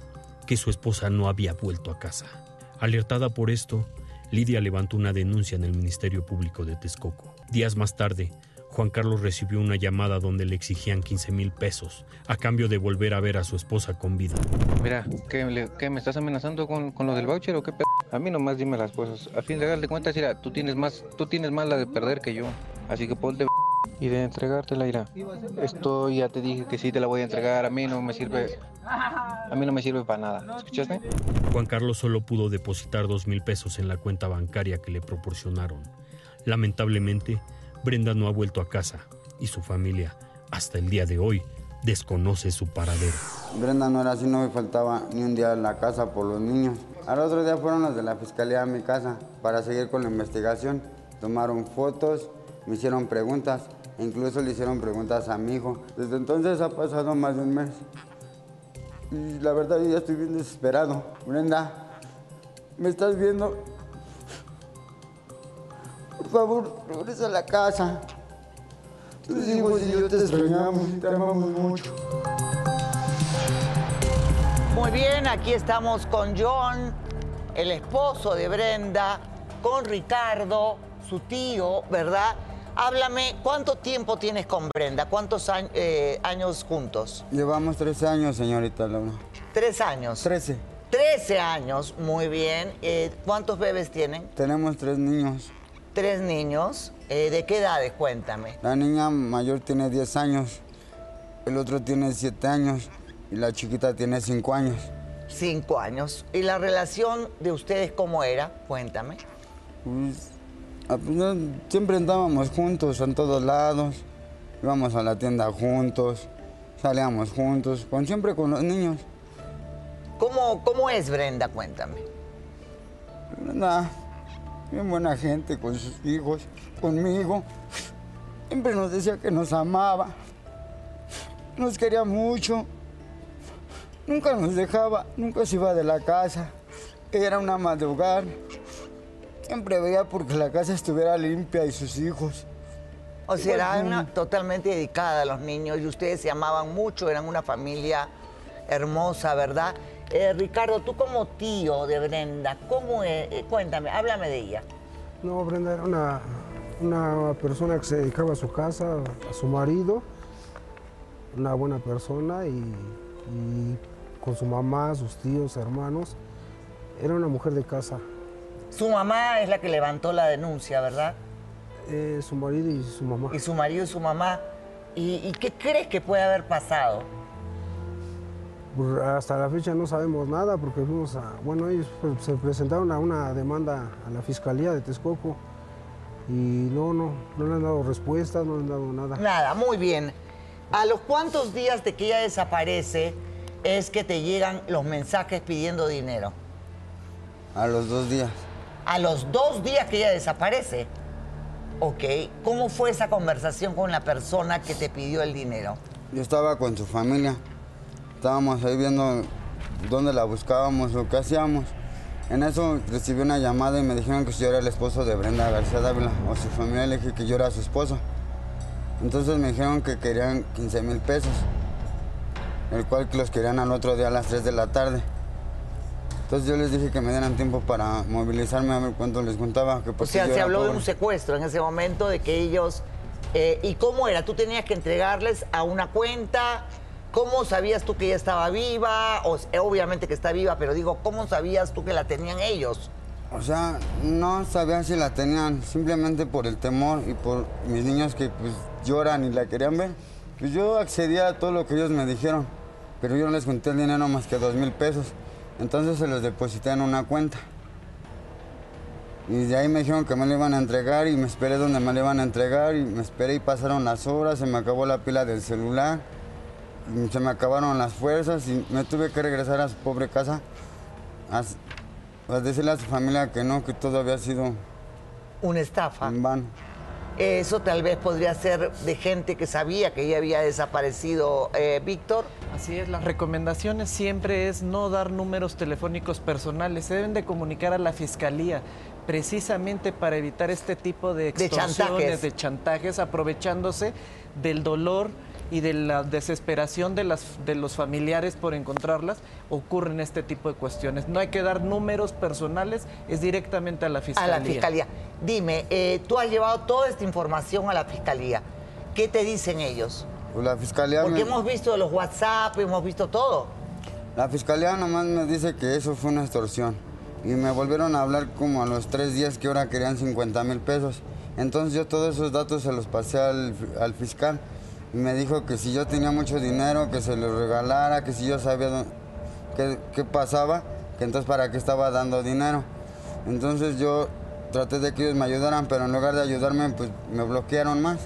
[SPEAKER 3] que su esposa no había vuelto a casa. Alertada por esto, Lidia levantó una denuncia en el Ministerio Público de Texcoco. Días más tarde, Juan Carlos recibió una llamada donde le exigían 15 mil pesos a cambio de volver a ver a su esposa con vida.
[SPEAKER 4] Mira, ¿qué, le- qué, me estás amenazando con, con lo del voucher o qué pedo? A mí nomás dime las cosas. A fin de darle cuentas, mira, tú tienes más, tú tienes más la de perder que yo. Así que ponte y de entregártela, irá. Esto ya te dije que sí te la voy a entregar. A mí no me sirve, a mí no me sirve para nada. ¿Escuchaste?
[SPEAKER 3] Juan Carlos solo pudo depositar dos mil pesos en la cuenta bancaria que le proporcionaron. Lamentablemente, Brenda no ha vuelto a casa y su familia, hasta el día de hoy, desconoce su paradero.
[SPEAKER 2] Brenda no era así, no me faltaba ni un día en la casa por los niños. Al otro día fueron los de la fiscalía a mi casa para seguir con la investigación. Tomaron fotos, me hicieron preguntas, e incluso le hicieron preguntas a mi hijo. Desde entonces ha pasado más de un mes. Y la verdad yo ya estoy bien desesperado. Brenda, ¿me estás viendo? Por favor, regresa a la casa. Tus hijos y yo te extrañamos y te amamos mucho.
[SPEAKER 1] Muy bien, aquí estamos con John, el esposo de Brenda, con Ricardo, su tío, ¿verdad? Háblame, ¿cuánto tiempo tienes con Brenda? ¿Cuántos añ- eh, años juntos?
[SPEAKER 2] Llevamos 13 años, señorita Laura.
[SPEAKER 1] Tres años.
[SPEAKER 2] Trece.
[SPEAKER 1] Trece años, muy bien. Eh, ¿Cuántos bebés tienen?
[SPEAKER 2] Tenemos tres niños.
[SPEAKER 1] Tres niños. Eh, ¿De qué edades? Cuéntame.
[SPEAKER 2] La niña mayor tiene 10 años, el otro tiene 7 años y la chiquita tiene 5 años.
[SPEAKER 1] Cinco años. ¿Y la relación de ustedes cómo era? Cuéntame.
[SPEAKER 2] Pues, apenas siempre andábamos juntos en todos lados, íbamos a la tienda juntos, salíamos juntos, con, siempre con los niños.
[SPEAKER 1] ¿Cómo, ¿Cómo es Brenda? Cuéntame.
[SPEAKER 2] Nada, bien buena gente con sus hijos, conmigo. Siempre nos decía que nos amaba. nos quería mucho. Nunca nos dejaba, nunca se iba de la casa. Era una madrugar. Siempre veía porque la casa estuviera limpia y sus hijos.
[SPEAKER 1] O sea, era una, totalmente dedicada a los niños y ustedes se amaban mucho, eran una familia hermosa, ¿verdad? Eh, Ricardo, tú como tío de Brenda, ¿cómo es? Eh, Cuéntame, háblame de ella.
[SPEAKER 18] No, Brenda era una, una persona que se dedicaba a su casa, a su marido, una buena persona y, y con su mamá, sus tíos, hermanos. Era una mujer de casa.
[SPEAKER 1] Su mamá es la que levantó la denuncia, ¿verdad?
[SPEAKER 18] Eh, su marido y su mamá.
[SPEAKER 1] Y su marido y su mamá. ¿Y, y qué crees que puede haber pasado?
[SPEAKER 18] Pues, Hasta la fecha no sabemos nada porque fuimos a. Bueno, ellos pues, se presentaron a una demanda a la fiscalía de Texcoco y no, no, no le han dado respuestas, no le han dado nada.
[SPEAKER 1] Nada, muy bien. ¿A los cuántos días de que ella desaparece es que te llegan los mensajes pidiendo dinero?
[SPEAKER 2] A los dos días.
[SPEAKER 1] A los dos días que ella desaparece. Ok, ¿cómo fue esa conversación con la persona que te pidió el dinero?
[SPEAKER 2] Yo estaba con su familia. Estábamos ahí viendo dónde la buscábamos, lo que hacíamos. En eso recibí una llamada y me dijeron que yo era el esposo de Brenda García Dávila o su familia. Le dije que yo era su esposo. Entonces me dijeron que querían 15 mil pesos, el cual que los querían al otro día a las 3 de la tarde. Entonces yo les dije que me dieran tiempo para movilizarme a ver cuánto les contaba. Que
[SPEAKER 1] O
[SPEAKER 2] porque
[SPEAKER 1] sea,
[SPEAKER 2] yo
[SPEAKER 1] Pues se
[SPEAKER 2] era
[SPEAKER 1] habló de
[SPEAKER 2] pobre.
[SPEAKER 1] un secuestro en ese momento, de que ellos... eh, ¿Y cómo era? ¿Tú tenías que entregarles a una cuenta? ¿Cómo sabías tú que ella estaba viva? O, eh, obviamente que está viva, pero digo, ¿cómo sabías tú que la tenían ellos?
[SPEAKER 2] O sea, no sabía si la tenían, simplemente por el temor y por mis niños que pues lloran y la querían ver. Pues yo accedía a todo lo que ellos me dijeron, pero yo no les conté el dinero más que dos mil pesos. Entonces se los deposité en una cuenta. Y de ahí me dijeron que me lo iban a entregar y me esperé donde me lo iban a entregar y me esperé y pasaron las horas, se me acabó la pila del celular, y se me acabaron las fuerzas y me tuve que regresar a su pobre casa a, s- a decirle a su familia que no, que todo había sido
[SPEAKER 1] una estafa.
[SPEAKER 2] En vano.
[SPEAKER 1] Eso tal vez podría ser de gente que sabía que ella había desaparecido, eh, Víctor.
[SPEAKER 6] Así es, las recomendaciones siempre es no dar números telefónicos personales. Se deben de comunicar a la fiscalía precisamente para evitar este tipo de extorsiones,
[SPEAKER 1] chantajes.
[SPEAKER 6] de chantajes, aprovechándose del dolor y de la desesperación de, las, de los familiares por encontrarlas, ocurren este tipo de cuestiones. No hay que dar números personales, es directamente a la fiscalía.
[SPEAKER 1] A la fiscalía. Dime, eh, tú has llevado toda esta información a la fiscalía. ¿Qué te dicen ellos?
[SPEAKER 2] Pues la fiscalía.
[SPEAKER 1] Porque
[SPEAKER 2] me-
[SPEAKER 1] hemos visto los WhatsApp, hemos visto todo.
[SPEAKER 2] La fiscalía nomás me dice que eso fue una extorsión. Y me volvieron a hablar como a los tres días que ahora querían 50 mil pesos. Entonces yo todos esos datos se los pasé al, fi- al fiscal. Y me dijo que si yo tenía mucho dinero, que se lo regalara, que si yo sabía dó- qué, qué pasaba, que entonces para qué estaba dando dinero. Entonces yo traté de que ellos me ayudaran, pero en lugar de ayudarme, pues me bloquearon más.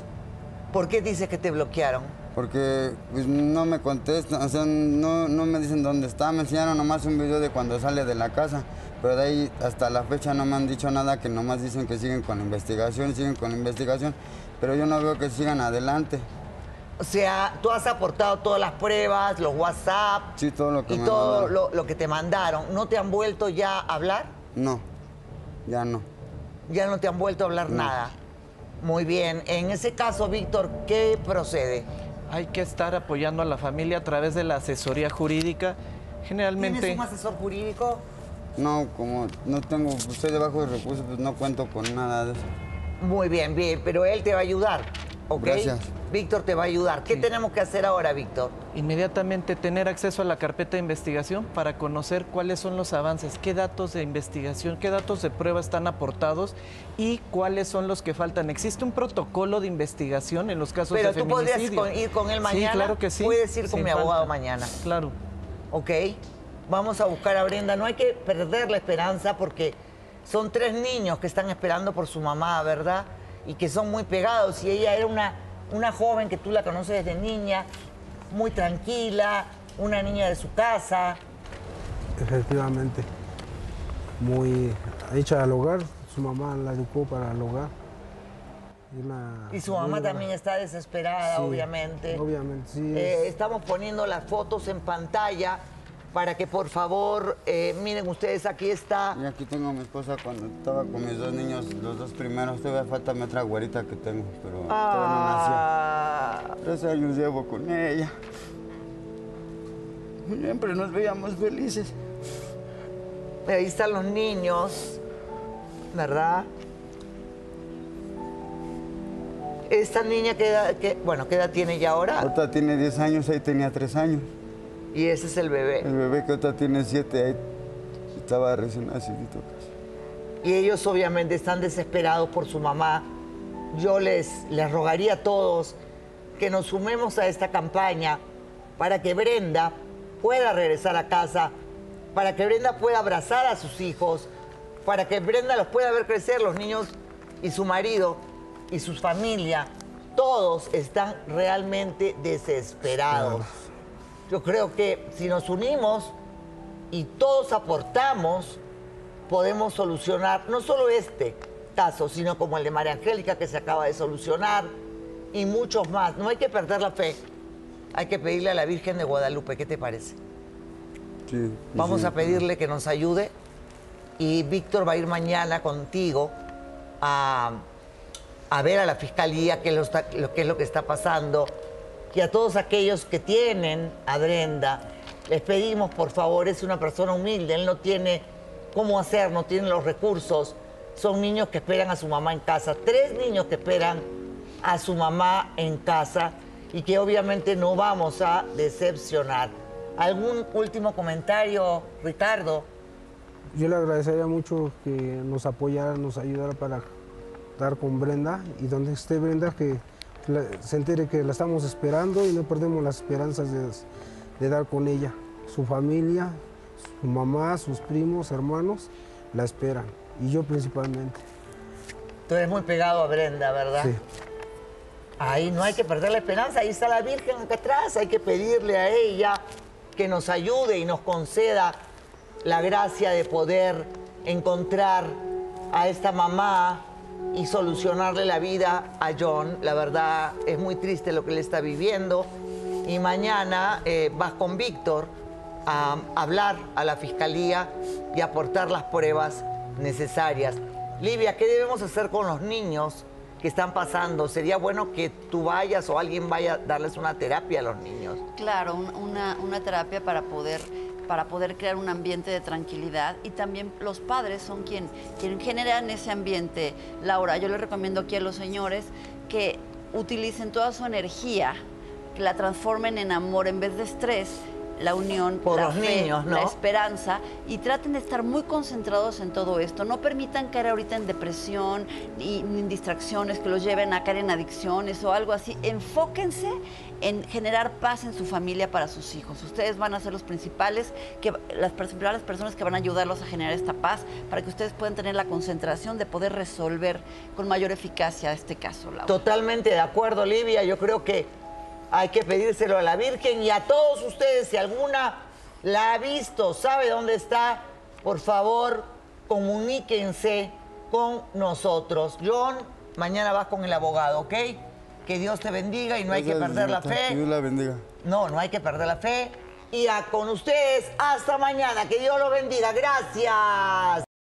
[SPEAKER 1] ¿Por qué dices que te bloquearon?
[SPEAKER 2] Porque pues, no me contestan, o sea, no, no me dicen dónde está. Me enseñaron nomás un video de cuando sale de la casa. Pero de ahí hasta la fecha no me han dicho nada, que nomás dicen que siguen con la investigación, siguen con la investigación. Pero yo no veo que sigan adelante.
[SPEAKER 1] O sea, tú has aportado todas las pruebas, los WhatsApp
[SPEAKER 2] Sí, todo lo que
[SPEAKER 1] y
[SPEAKER 2] me
[SPEAKER 1] todo
[SPEAKER 2] mandaron.
[SPEAKER 1] lo, lo que te mandaron. ¿No te han vuelto ya a hablar?
[SPEAKER 2] No, ya no.
[SPEAKER 1] Ya no te han vuelto a hablar nada. Muy bien. En ese caso, Víctor, ¿qué procede?
[SPEAKER 6] Hay que estar apoyando a la familia a través de la asesoría jurídica. Generalmente...
[SPEAKER 1] ¿Tienes un asesor jurídico?
[SPEAKER 2] No, como no tengo, pues, estoy debajo de recursos, pues no cuento con nada de eso.
[SPEAKER 1] Muy bien, bien, pero él te va a ayudar, ¿ok?
[SPEAKER 2] Gracias.
[SPEAKER 1] Víctor te va a ayudar. ¿Qué tenemos que hacer ahora, Víctor?
[SPEAKER 6] Inmediatamente tener acceso a la carpeta de investigación para conocer cuáles son los avances, qué datos de investigación, qué datos de prueba están aportados y cuáles son los que faltan. Existe un protocolo de investigación en los casos
[SPEAKER 1] Pero
[SPEAKER 6] de
[SPEAKER 1] tú podrías
[SPEAKER 6] feminicidio.
[SPEAKER 1] con- ir con él
[SPEAKER 6] Sí,
[SPEAKER 1] mañana.
[SPEAKER 6] claro que sí.
[SPEAKER 1] Puedes ir con
[SPEAKER 6] sin
[SPEAKER 1] mi abogado
[SPEAKER 6] falta.
[SPEAKER 1] mañana.
[SPEAKER 6] Claro.
[SPEAKER 1] ¿Ok? Vamos a buscar a Brenda. No hay que perder la esperanza porque son tres niños que están esperando por su mamá, ¿verdad? Y que son muy pegados. Y ella era una, una joven que tú la conoces desde niña, muy tranquila, una niña de su casa.
[SPEAKER 18] Efectivamente. Muy hecha al hogar, su mamá la educó para el hogar. Y, una
[SPEAKER 1] Y su mamá
[SPEAKER 18] abuela.
[SPEAKER 1] también está desesperada,
[SPEAKER 18] Sí,
[SPEAKER 1] obviamente.
[SPEAKER 18] Obviamente, sí.
[SPEAKER 1] Eh,
[SPEAKER 18] es-
[SPEAKER 1] estamos poniendo las fotos en pantalla para que por favor, eh, miren ustedes, aquí está.
[SPEAKER 2] Y aquí tengo a mi esposa cuando estaba con mis dos niños, los dos primeros. Todavía falta mi otra güerita que tengo, pero todavía
[SPEAKER 1] Ah.
[SPEAKER 2] no nació. Tres años llevo con ella. Siempre nos veíamos felices.
[SPEAKER 1] Ahí están los niños, ¿verdad? Esta niña que, edad- que- bueno, ¿qué edad tiene ya ahora?
[SPEAKER 2] Otra tiene 10 años, ahí tenía 3 años.
[SPEAKER 1] Y ese es el bebé.
[SPEAKER 2] El bebé que otra tiene 7, ahí estaba recién nacidito. pues.
[SPEAKER 1] Y ellos obviamente están desesperados por su mamá. Yo les, les rogaría a todos que nos sumemos a esta campaña para que Brenda pueda regresar a casa, para que Brenda pueda abrazar a sus hijos, para que Brenda los pueda ver crecer, los niños y su marido y su familia. Todos están realmente desesperados. Yo creo que si nos unimos y todos aportamos, podemos solucionar no solo este caso, sino como el de María Angélica que se acaba de solucionar y muchos más. No hay que perder la fe. Hay que pedirle a la Virgen de Guadalupe, ¿qué te parece?
[SPEAKER 2] Sí,
[SPEAKER 1] Vamos
[SPEAKER 2] sí.
[SPEAKER 1] a pedirle que nos ayude y Víctor va a ir mañana contigo a, a ver a la fiscalía qué, lo está- lo- qué es lo que está pasando. Y a todos aquellos que tienen a Brenda, les pedimos por favor, es una persona humilde, él no tiene cómo hacer, no tiene los recursos. Son niños que esperan a su mamá en casa, tres niños que esperan a su mamá en casa y que obviamente no vamos a decepcionar. ¿Algún último comentario, Ricardo?
[SPEAKER 18] Yo le agradecería mucho que nos apoyara, nos ayudara para dar con Brenda y donde esté Brenda que la- se entere que la estamos esperando y no perdemos las esperanzas de, de dar con ella. Su familia, su mamá, sus primos, hermanos, la esperan y yo principalmente.
[SPEAKER 1] Tú eres muy pegado a Brenda, ¿verdad?
[SPEAKER 18] Sí.
[SPEAKER 1] Ahí no hay que perder la esperanza, ahí está la Virgen acá atrás, hay que pedirle a ella que nos ayude y nos conceda la gracia de poder encontrar a esta mamá y solucionarle la vida a John. La verdad es muy triste lo que él está viviendo y mañana eh, vas con Víctor a hablar a la fiscalía y aportar las pruebas necesarias. Livia, ¿qué debemos hacer con los niños que están pasando? Sería bueno que tú vayas o alguien vaya a darles una terapia a los niños.
[SPEAKER 19] Claro, un- una, una terapia para poder, para poder crear un ambiente de tranquilidad y también los padres son quien, quien generan ese ambiente. Laura, yo les recomiendo aquí a los señores que utilicen toda su energía, que la transformen en amor en vez de estrés, la unión,
[SPEAKER 1] Por
[SPEAKER 19] la
[SPEAKER 1] los
[SPEAKER 19] fe,
[SPEAKER 1] niños, ¿no?
[SPEAKER 19] la esperanza y traten de estar muy concentrados en todo esto. No permitan caer ahorita en depresión y ni en distracciones que los lleven a caer en adicciones o algo así. Enfóquense en generar paz en su familia para sus hijos. Ustedes van a ser los principales, que, las principales personas que van a ayudarlos a generar esta paz para que ustedes puedan tener la concentración de poder resolver con mayor eficacia este caso, Laura.
[SPEAKER 1] Totalmente de acuerdo, Livia. Yo creo que hay que pedírselo a la Virgen y a todos ustedes, si alguna la ha visto, sabe dónde está, por favor, comuníquense con nosotros. John, mañana vas con el abogado, ¿ok? Que Dios te bendiga y no hay que
[SPEAKER 2] Gracias,
[SPEAKER 1] perder la
[SPEAKER 2] señorita. Que
[SPEAKER 1] fe.
[SPEAKER 2] Dios la bendiga.
[SPEAKER 1] No, no hay que perder la fe. Y a- con ustedes, hasta mañana. Que Dios los bendiga. Gracias.